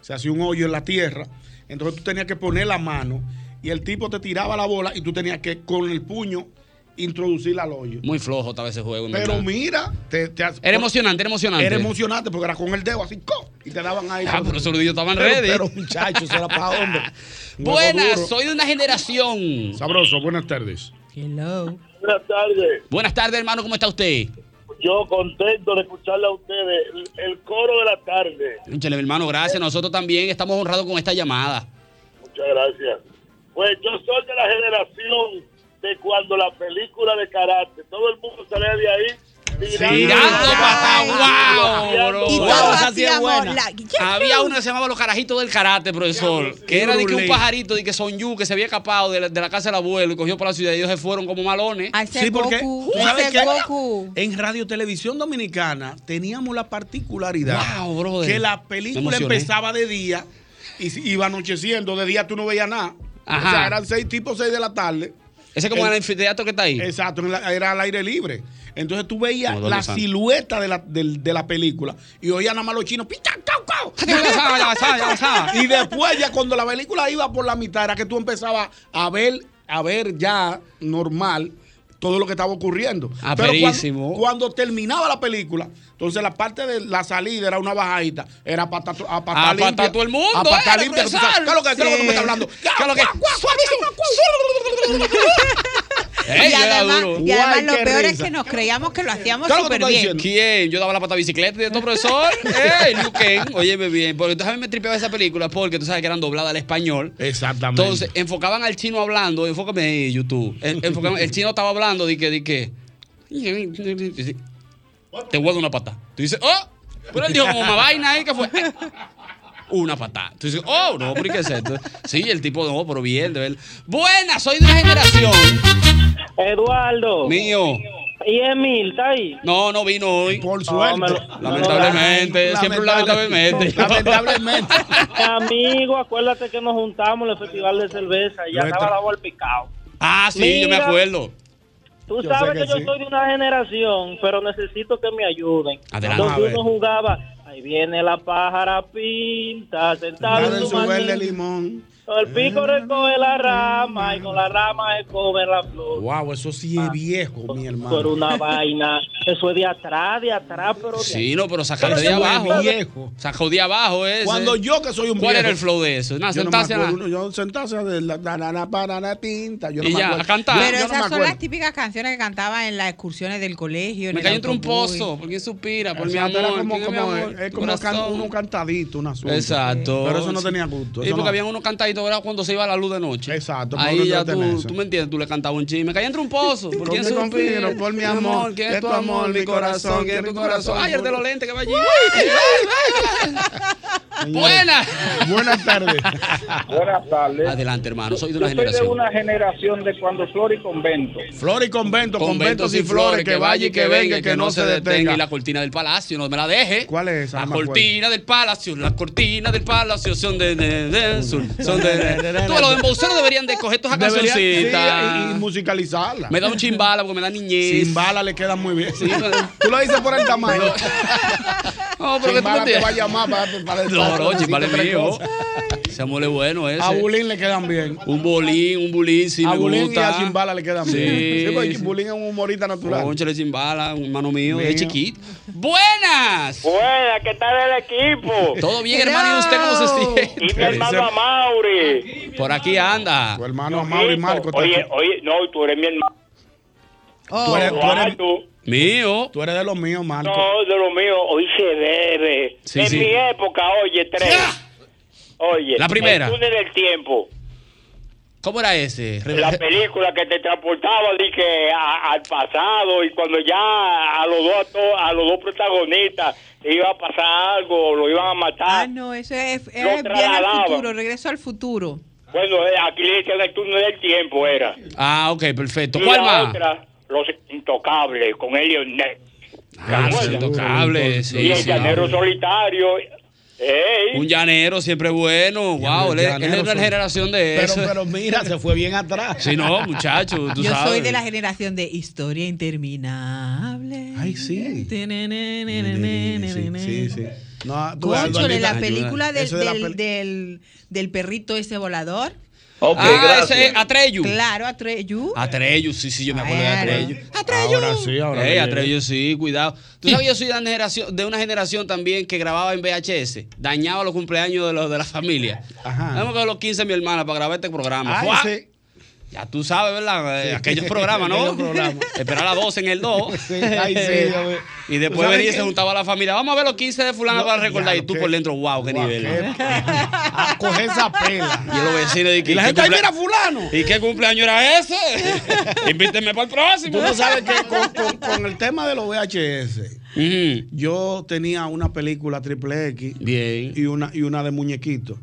Speaker 5: se hacía un hoyo en la tierra. Entonces tú tenías que poner la mano y el tipo te tiraba la bola y tú tenías que con el puño introducirla al hoyo.
Speaker 3: Muy flojo estaba ese juego. en
Speaker 5: Pero
Speaker 3: verdad.
Speaker 5: mira, te, te hace-
Speaker 3: Era emocionante, era emocionante.
Speaker 5: Era emocionante porque era con el dedo así, ¡co! y te daban ahí.
Speaker 3: Ah, pero esos nudillos estaban
Speaker 5: Pero-
Speaker 3: ready.
Speaker 5: Pero muchachos, eso era para hombres.
Speaker 3: Buenas, soy de una generación.
Speaker 5: Sabroso, buenas tardes.
Speaker 6: Hello.
Speaker 11: Buenas tardes.
Speaker 3: Buenas tardes, hermano. ¿Cómo está usted?
Speaker 11: Yo contento de escucharle a ustedes. El, el coro de la tarde.
Speaker 3: Cónchale, mi hermano, gracias. Nosotros también estamos honrados con esta llamada.
Speaker 11: Muchas gracias. Pues yo soy de la generación de cuando la película de karate, todo el mundo salía de ahí. Tirando,
Speaker 3: Tirando pata,
Speaker 11: Tirando
Speaker 3: wow, bro.
Speaker 11: pata.
Speaker 3: Wow, esa sí es
Speaker 6: hacíamos
Speaker 3: buena.
Speaker 6: la-
Speaker 3: Había uno que se llamaba Los Carajitos del Karate, profesor. Que era de que un
Speaker 5: Brulé.
Speaker 3: pajarito, de que son yu, que se había escapado de la, de la casa del abuelo y cogió para la ciudad y ellos se fueron como malones.
Speaker 5: Sí, porque ¿tú sabes qué? en Radio Televisión Dominicana teníamos la particularidad
Speaker 3: Wow, brother.
Speaker 5: que la
Speaker 3: Me
Speaker 5: película
Speaker 3: emocioné.
Speaker 5: empezaba de día y si- iba anocheciendo, de día tú no veías nada.
Speaker 3: Ajá.
Speaker 5: O sea, eran seis tipos seis de la tarde.
Speaker 3: Ese como el anfiteatro que está ahí.
Speaker 5: Exacto, en la- era al aire libre. Entonces tú veías
Speaker 3: Como Doña
Speaker 5: la
Speaker 3: Santa.
Speaker 5: silueta de la, del- de la película y oías nada más los chinos. "Pita, cau, cau".
Speaker 3: Ya pasaba, ya pasaba, ya pasaba.
Speaker 5: y después ya cuando la película iba por la mitad era que tú empezabas a ver, a ver ya normal todo lo que estaba ocurriendo.
Speaker 3: Ah,
Speaker 5: cuando,
Speaker 3: perísimo.
Speaker 5: cuando terminaba la película, entonces la parte de la salida era una bajadita, era para a patar
Speaker 3: Ah, A
Speaker 5: limpia,
Speaker 3: patar todo el mundo,
Speaker 5: a patar
Speaker 3: era,
Speaker 5: limpia, que tú
Speaker 3: profesor.
Speaker 5: sabes, ¿Qué es lo que, qué es lo que tú me estás
Speaker 3: Sí.
Speaker 5: hablando?
Speaker 3: ¿Qué es lo que- Ey,
Speaker 6: y
Speaker 3: yo era
Speaker 6: además,
Speaker 3: duro.
Speaker 6: y además
Speaker 3: Guay,
Speaker 6: lo
Speaker 3: qué
Speaker 6: peor es
Speaker 3: risa.
Speaker 6: que nos creíamos que lo hacíamos
Speaker 3: ¿Qué es lo que
Speaker 6: súper
Speaker 3: tú estás
Speaker 6: bien.
Speaker 3: diciendo? ¿Quién? Yo daba la pata a bicicleta y de todo, profesor. ¡Ey, Luquen! Óyeme bien. Porque entonces a mí me tripeaba esa película porque tú sabes que eran dobladas al español.
Speaker 5: Exactamente.
Speaker 3: Entonces enfocaban al chino hablando. Enfócame ahí, YouTube. En- enfocaban- el chino estaba hablando de que, de que. Te voy a dar una pata. Tú dices, ¡oh! Pero él dijo como una vaina ahí que fue. una patada. Tú dices, oh, no, pero ¿y ¿qué es esto? Sí, el tipo, no, pero bien, de verdad. Buena, soy de una generación.
Speaker 10: Eduardo.
Speaker 3: Mío.
Speaker 10: Y Emil, ¿está ahí?
Speaker 3: No, no vino hoy. Por
Speaker 10: suerte.
Speaker 3: lamentablemente, siempre un lamentablemente.
Speaker 10: Lamentablemente. Amigo, acuérdate que nos juntamos en el festival de cerveza y ya
Speaker 3: Nuestra-
Speaker 10: estaba la bola picado.
Speaker 3: Ah, sí, yo me
Speaker 10: Mira,
Speaker 3: acuerdo.
Speaker 10: Tú
Speaker 3: Yo
Speaker 10: sabes
Speaker 3: sé
Speaker 10: que,
Speaker 3: que
Speaker 10: yo
Speaker 3: sí.
Speaker 10: soy de una generación, pero necesito que me ayuden.
Speaker 3: Adelante. A
Speaker 10: Donde
Speaker 3: ver.
Speaker 10: uno jugaba, ahí viene la pájara pinta, sentada en su
Speaker 5: verde
Speaker 10: manita.
Speaker 5: limón.
Speaker 10: El pico recoge la rama y con la rama recoge la flor.
Speaker 5: Wow, eso sí es viejo, mi hermano.
Speaker 10: Eso era una vaina. Eso es de atrás, de atrás, pero de
Speaker 3: Sí, no, pero
Speaker 10: Pero
Speaker 3: sacaste
Speaker 10: ese
Speaker 3: de
Speaker 10: fue
Speaker 3: abajo.
Speaker 10: viejo.
Speaker 3: Sacó de abajo ese.
Speaker 5: Cuando yo que soy un
Speaker 3: ¿Cuál
Speaker 5: viejo.
Speaker 3: era el flow de eso? Nada,
Speaker 5: yo no me
Speaker 3: sentarse a-
Speaker 5: acuerdo, yo sentarse a de la banana, banana, tinta. Yo no
Speaker 3: Y
Speaker 5: me
Speaker 3: ya,
Speaker 5: acuerdo.
Speaker 3: a cantar.
Speaker 5: Yo-
Speaker 6: Pero
Speaker 5: yo no me
Speaker 6: esas son
Speaker 5: acuerdo.
Speaker 6: las típicas canciones que cantaba en las excursiones del colegio. en
Speaker 3: Me
Speaker 6: el
Speaker 3: cayó entre un
Speaker 6: autobús.
Speaker 3: pozo. ¿Por quién suspira? Por mi
Speaker 5: Exacto, era
Speaker 3: amor.
Speaker 5: como,
Speaker 3: ¿quién es mi
Speaker 5: como-
Speaker 3: amor?
Speaker 5: es
Speaker 3: Tu
Speaker 5: como
Speaker 3: corazón.
Speaker 5: can- uno cantadito, un asunto.
Speaker 3: Exacto.
Speaker 5: Pero eso no
Speaker 3: Sí.
Speaker 5: tenía gusto.
Speaker 3: Sí,
Speaker 5: eso
Speaker 3: porque
Speaker 5: no-
Speaker 3: habían unos cantaditos ¿verdad? cuando se iba la luz de noche. Exacto.
Speaker 5: para uno
Speaker 3: Ahí ya
Speaker 5: entretener
Speaker 3: tú,
Speaker 5: eso.
Speaker 3: tú me entiendes, tú le cantabas un chisme. Me caí entre un pozo. ¿Por
Speaker 5: ¿Con
Speaker 3: quién
Speaker 5: qué
Speaker 3: suspiro?
Speaker 5: suspiro? Por mi amor,
Speaker 3: ¿Quién
Speaker 5: que
Speaker 3: es tu amor? Mi corazón. ¿Quién es tu corazón? Ay, el de los lentes que va allí. Buenas.
Speaker 5: Buenas tardes.
Speaker 12: Buenas tardes.
Speaker 3: Adelante, hermano. Soy de
Speaker 12: Yo
Speaker 3: una
Speaker 12: soy de
Speaker 3: generación.
Speaker 12: una generación de cuando Flor y Convento.
Speaker 5: Flor y convento, conventos y flores, que vaya y que venga, y que no se detenga.
Speaker 3: Y la cortina del palacio, no me la deje.
Speaker 5: ¿Cuál es esa?
Speaker 3: La
Speaker 5: No me acuerdo.
Speaker 3: cortina del palacio, la cortina del palacio son de, de- de- son son de, Todos los embauceros deberían de coger todas esas
Speaker 5: Debería-
Speaker 3: cancioncitas.
Speaker 5: sí, y, y musicalizarla.
Speaker 3: Me da un chimbala porque me da niñez.
Speaker 5: Chimbala le queda muy bien.
Speaker 3: Sí, pero-
Speaker 5: Tú lo dices por el tamaño.
Speaker 3: No, pero que tú me
Speaker 5: Chimbala te
Speaker 3: entiendes.
Speaker 5: va a llamar para, para el
Speaker 3: No, no, chimbala es
Speaker 5: para-
Speaker 3: mío. Ese amor es bueno ese.
Speaker 5: A Bulín le quedan bien.
Speaker 3: Un bolín, un bulín, sí
Speaker 5: a
Speaker 3: me
Speaker 5: Bulín
Speaker 3: gusta.
Speaker 5: y a Chimbala le quedan
Speaker 3: Sí,
Speaker 5: bien. Sí, porque
Speaker 3: sí.
Speaker 5: Bulín es un humorista natural.
Speaker 3: Pónchale chimbala, un hermano mío,
Speaker 5: Mío.
Speaker 3: es chiquito. ¡Buenas!
Speaker 12: Buenas, ¿qué tal el equipo?
Speaker 3: Todo bien, hermano, ¿y usted cómo se siente?
Speaker 12: Y mi hermano Amauri.
Speaker 3: Por aquí anda. Tu
Speaker 5: hermano
Speaker 3: Mauri
Speaker 12: Oye, oye, no, tú eres mi hermano.
Speaker 3: Oh.
Speaker 5: Tú eres- tú eres-
Speaker 12: Eduardo.
Speaker 3: Mío.
Speaker 5: Tú eres de los míos, Marco.
Speaker 12: No, de lo mío, hoy se bebe.
Speaker 5: Sí,
Speaker 12: en
Speaker 5: sí.
Speaker 12: mi época, oye, tres. Oye,
Speaker 3: La primera.
Speaker 12: El túnel del tiempo.
Speaker 3: ¿Cómo era ese? Re-
Speaker 12: La película que te transportaba dije, a- al pasado y cuando ya a los dos acto- a los dos protagonistas le iba a pasar algo, lo iban a
Speaker 6: Ah,
Speaker 12: matar.
Speaker 6: no, eso es, es
Speaker 12: Lo
Speaker 6: viaje al
Speaker 12: trasladaba.
Speaker 6: futuro, regreso al futuro.
Speaker 12: Bueno, eh, aquí le decían el turno del tiempo era.
Speaker 3: Ah, ok, perfecto.
Speaker 12: Y
Speaker 3: ¿Cuál
Speaker 12: la
Speaker 3: más?
Speaker 12: otra, los intocables con Elliot Ness.
Speaker 3: Ah, los intocables,
Speaker 12: y
Speaker 3: sí,
Speaker 12: el
Speaker 3: sí.
Speaker 12: llanero solitario. Ey.
Speaker 3: Un llanero siempre bueno. Wow, él, es- él es de la generación de
Speaker 5: pero,
Speaker 3: eso.
Speaker 5: Pero mira, se fue bien atrás.
Speaker 3: Sí, no, muchacho, tú
Speaker 6: Yo
Speaker 3: sabes.
Speaker 6: soy de la generación de historia interminable.
Speaker 5: Ay, sí. Sí, sí. No, tú,
Speaker 6: Cónchole,
Speaker 5: Eduardo,
Speaker 6: la
Speaker 5: ayuda.
Speaker 6: película del,
Speaker 5: Eso de la
Speaker 6: del,
Speaker 5: pel-
Speaker 6: del, del perrito ese volador.
Speaker 3: Ok, Ah, gracias. ese es Atreyu.
Speaker 6: Claro, Atreyu.
Speaker 3: Atreyu, sí, sí, yo me acuerdo
Speaker 6: Claro.
Speaker 3: de Atreyu. Atreyu. Ahora sí,
Speaker 5: ahora
Speaker 3: Ey,
Speaker 5: que
Speaker 3: Atreyu, sí, cuidado. Tú sabes, yo soy de una, generación, de una generación también que grababa en VHS. Dañaba los cumpleaños de, los, de la familia. Ajá. Vamos a los 15 de mi hermana para grabar este programa.
Speaker 5: Ay,
Speaker 3: ¡Fua!
Speaker 5: sí.
Speaker 3: Ya tú sabes, ¿verdad? Eh,
Speaker 5: Ah, Sí.
Speaker 3: Aquellos programas, ¿no?
Speaker 5: Aquellos programas.
Speaker 3: Esperar a las 12 en el 2.
Speaker 5: Sí, ay, sí, yo ve-
Speaker 3: y
Speaker 5: ¿Tú
Speaker 3: después
Speaker 5: sabes
Speaker 3: venía y
Speaker 5: qué?
Speaker 3: se juntaba la familia. Vamos a ver los 15 de fulana
Speaker 5: No,
Speaker 3: para recordar.
Speaker 5: ya,
Speaker 3: Y tú
Speaker 5: qué-
Speaker 3: por dentro, wow, qué nivel.
Speaker 5: A coger esa pela.
Speaker 3: Y los vecinos de que,
Speaker 5: Y la
Speaker 3: ¿qué
Speaker 5: gente, ay,
Speaker 3: cumplea-
Speaker 5: mira, fulano.
Speaker 3: ¿Y qué cumpleaños era ese? Invíteme para el próximo.
Speaker 5: Tú no sabes que con, con- con el tema de los VHS, yo tenía una película triple X y una, y una de muñequitos.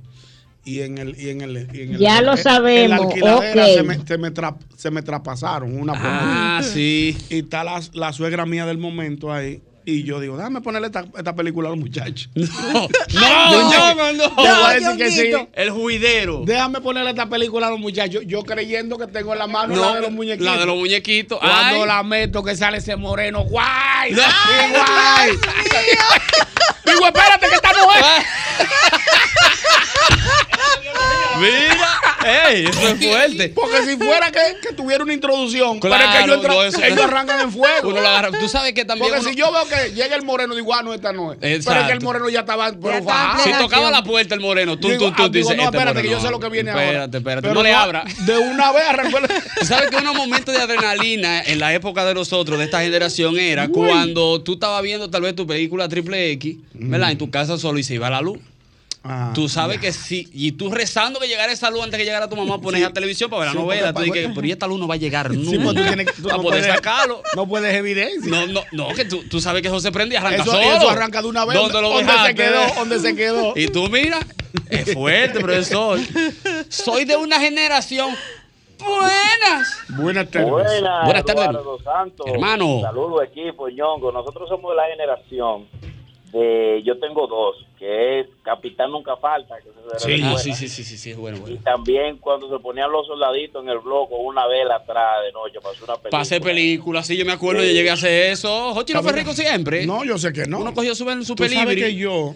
Speaker 5: Y en el, y en el, y en el-
Speaker 13: Ya lo
Speaker 5: en- en
Speaker 13: sabemos,
Speaker 5: la alquiladera
Speaker 13: ok.
Speaker 5: se me, se me, tra- se me traspasaron una por
Speaker 3: Ah,
Speaker 5: una.
Speaker 3: sí.
Speaker 5: Y está la, la suegra mía del momento ahí. Y yo digo, déjame ponerle esta, esta película a los muchachos.
Speaker 3: No, no, no, no.
Speaker 5: Yo voy a decir que sí.
Speaker 3: Ñonguito. El juidero.
Speaker 5: Déjame ponerle esta película a los muchachos. Yo creyendo que tengo en la mano la de los muñequitos.
Speaker 3: La de los muñequitos.
Speaker 5: Cuando
Speaker 3: Ay.
Speaker 5: la meto que sale ese moreno, guay.
Speaker 3: No.
Speaker 5: ¡Ay, guay! Digo, espérate que esta mujer.
Speaker 3: Mira, ey, eso es fuerte.
Speaker 5: Porque si fuera que, que tuviera una introducción, pero es que
Speaker 3: Claro,
Speaker 5: ellos, entra-
Speaker 3: no, eso-
Speaker 5: ellos arrancan en fuego.
Speaker 3: Uno lo agarra. Tú sabes que también
Speaker 5: Porque
Speaker 3: uno-
Speaker 5: si yo veo que llega el moreno, digo, ah, no, esta no es. Pero es
Speaker 3: Exacto.
Speaker 5: que el moreno ya estaba. Pero
Speaker 3: Si
Speaker 5: fajado.
Speaker 3: tocaba la puerta el moreno, tú,
Speaker 5: Digo,
Speaker 3: tú, tú
Speaker 5: ah, digo,
Speaker 3: dices, este
Speaker 5: no, espérate,
Speaker 3: moreno,
Speaker 5: que yo sé lo que viene ahora.
Speaker 3: Espérate, espérate,
Speaker 5: Pero
Speaker 3: no le
Speaker 5: no,
Speaker 3: abra.
Speaker 5: De una vez arrancó el...
Speaker 3: Tú sabes que uno momentos de adrenalina en la época de nosotros, de esta generación, era cuando tú estabas viendo tal vez tu película triple X, ¿verdad? En tu casa solo y se iba la luz.
Speaker 5: Ah,
Speaker 3: Tú sabes que sí, y tú rezando que llegara esa luz antes que llegara tu mamá, pones la televisión para ver la
Speaker 5: Sí, porque
Speaker 3: novela. Tú
Speaker 5: pa-
Speaker 3: dices, pero ¿y esta luz no va a llegar nunca.
Speaker 5: Sí, pues tú tienes que- tú
Speaker 3: para
Speaker 5: no
Speaker 3: poder
Speaker 5: puedes-
Speaker 3: sacarlo.
Speaker 5: No puedes evidencia.
Speaker 3: No, no, no, que tú, tú sabes que eso se prende y arranca
Speaker 5: Eso,
Speaker 3: solo.
Speaker 5: eso arranca de una vez.
Speaker 3: ¿Dónde lo
Speaker 5: se
Speaker 3: dejaste?
Speaker 5: quedó? ¿Dónde se quedó?
Speaker 3: Y tú mira, es fuerte, profesor. Soy de una generación. Buenas.
Speaker 5: Buenas
Speaker 3: tardes.
Speaker 13: Buenas,
Speaker 3: Buenas tardes.
Speaker 13: Eduardo Santos.
Speaker 3: Hermano.
Speaker 13: Saludos, equipo, ñongo. Nosotros somos de la generación de. Yo tengo dos, que es Capitán Nunca Falta. Que se
Speaker 3: Sí,
Speaker 13: recuerda,
Speaker 3: sí, sí, sí, sí, sí, es bueno,
Speaker 13: Y
Speaker 3: bueno.
Speaker 13: también cuando se ponían los soldaditos en el blog con una vela atrás de noche, pasó una película.
Speaker 3: Pasé películas, sí, yo me acuerdo, yo llegué a hacer eso. Jochi no fue rico siempre.
Speaker 5: No, yo sé que no.
Speaker 3: Uno cogió su, su
Speaker 5: Tú sabes
Speaker 3: pelibri.
Speaker 5: que yo,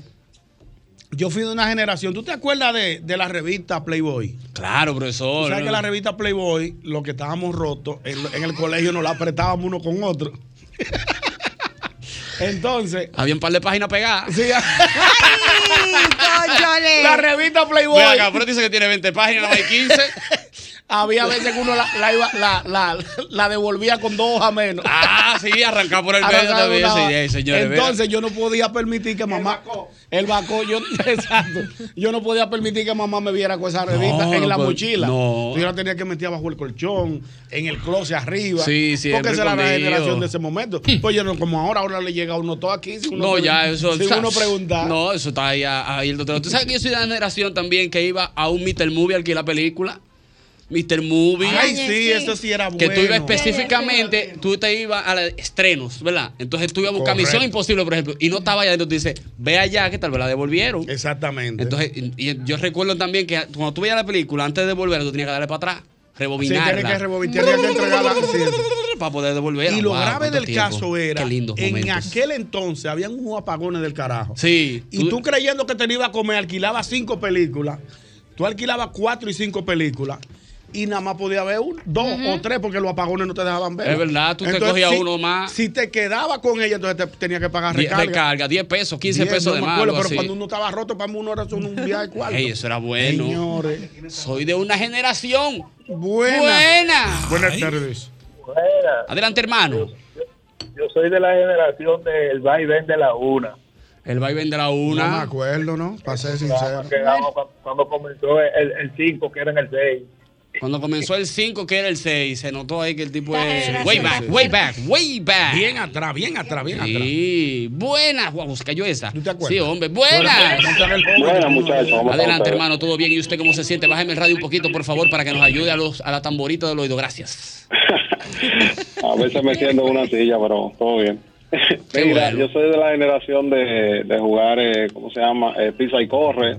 Speaker 5: yo fui de una generación. ¿Tú te acuerdas de, de la revista Playboy?
Speaker 3: Claro, profesor.
Speaker 5: Tú sabes que la revista Playboy, lo que estábamos rotos, en, en el colegio nos la apretábamos uno con otro. Entonces.
Speaker 3: Había un par de páginas pegadas.
Speaker 5: Sí.
Speaker 6: cónchale!
Speaker 5: La revista Playboy.
Speaker 3: Ve acá, pero dice que tiene 20 páginas, no hay 15.
Speaker 5: Había veces que uno la, la iba- la- la- la devolvía con dos hojas menos.
Speaker 3: Ah, sí, arrancar por el medio
Speaker 5: Arrancaba
Speaker 3: también.
Speaker 5: una
Speaker 3: Sí,
Speaker 5: hoja.
Speaker 3: eh, señores, vea.
Speaker 5: Entonces yo no podía permitir que mamá. El vacó, yo, exacto. Yo no podía permitir que mamá me viera con esa revista en
Speaker 3: no
Speaker 5: la
Speaker 3: pod-
Speaker 5: mochila.
Speaker 3: no.
Speaker 5: Yo la tenía que meter abajo el colchón, en el closet arriba.
Speaker 3: Sí, siempre
Speaker 5: Porque esa era la
Speaker 3: escondido.
Speaker 5: generación de ese momento. Pues yo no, como ahora, ahora le llega a uno todo aquí. si uno
Speaker 3: no,
Speaker 5: pregun-
Speaker 3: ya, eso.
Speaker 5: Si
Speaker 3: o sea,
Speaker 5: uno pregunta.
Speaker 3: No, eso está ahí, a- ahí el doctor. Tú sabes que yo soy de la generación también que iba a un Mr. Movie a alquilar película. Mr. Movie.
Speaker 5: Ay, sí, eso sí era bueno.
Speaker 3: Que tú ibas específicamente, tú te ibas a la- estrenos, ¿verdad? Entonces tú ibas a buscar
Speaker 5: Correcto.
Speaker 3: Misión Imposible, por ejemplo, y no estaba allá. Entonces tú dices, ve allá, que tal vez la devolvieron.
Speaker 5: Exactamente.
Speaker 3: Entonces, y, y yo recuerdo también que cuando tú veías la película, antes de devolverla, tú tenías que darle para atrás,
Speaker 5: Sí, tiene
Speaker 3: rebobinarla.
Speaker 5: que rebobinar, tiene que entregarla. sí.
Speaker 3: Para poder devolverla.
Speaker 5: Y lo
Speaker 3: Wow,
Speaker 5: grave
Speaker 3: cuánto
Speaker 5: del
Speaker 3: tiempo.
Speaker 5: caso era,
Speaker 3: Qué lindos
Speaker 5: en
Speaker 3: momentos.
Speaker 5: aquel entonces habían unos apagones del carajo.
Speaker 3: Sí.
Speaker 5: Y tú, creyendo que te lo iba a comer, alquilabas cinco películas. Tú alquilabas cuatro y cinco películas. Y nada más podía ver un, dos o tres porque los apagones no te dejaban ver.
Speaker 3: Es verdad, tú te cogías uno más.
Speaker 5: Si te quedabas con ella, entonces te tenías que pagar
Speaker 3: Die-
Speaker 5: recarga.
Speaker 3: recarga, 10 pesos, 15
Speaker 5: Diez,
Speaker 3: pesos
Speaker 5: no
Speaker 3: de
Speaker 5: me
Speaker 3: más.
Speaker 5: acuerdo,
Speaker 3: algo
Speaker 5: pero
Speaker 3: así.
Speaker 5: cuando uno estaba roto, para mí uno era solo un viaje de cuarto.
Speaker 3: Ey, eso era bueno.
Speaker 5: Señores.
Speaker 3: Soy de una generación.
Speaker 5: Buena.
Speaker 3: Buena.
Speaker 5: Buenas tardes.
Speaker 3: Adelante, hermano.
Speaker 7: Yo soy de la generación del va y ven de la una.
Speaker 3: El va y ven de la
Speaker 5: No me
Speaker 3: una.
Speaker 5: acuerdo, ¿no? Para ser
Speaker 7: Ah,
Speaker 5: sincero.
Speaker 7: cuando comenzó el 5, que era en el 6.
Speaker 3: Cuando comenzó el 5, que era el 6, se notó ahí que el tipo
Speaker 5: La
Speaker 3: es.
Speaker 5: generación
Speaker 3: Way back,
Speaker 5: pasada.
Speaker 3: way back, way back.
Speaker 5: Bien atrás, bien atrás, bien atrás.
Speaker 3: Sí, buenas. Guau, se cayó esa. ¿Tú te
Speaker 5: acuerdas?
Speaker 3: Sí, hombre, buenas.
Speaker 5: Buenas, Buenas, muchachos, vamos a
Speaker 3: Adelante,
Speaker 5: ver.
Speaker 3: hermano, todo bien. ¿Y usted cómo se siente? Bájeme el radio un poquito, por favor, para que nos ayude a, los, a la tamborita del oído. Gracias.
Speaker 14: A veces me siento en una silla, pero todo bien. Mira, yo soy de la generación de, de jugar, eh, ¿cómo se llama? Eh, pisa y corre.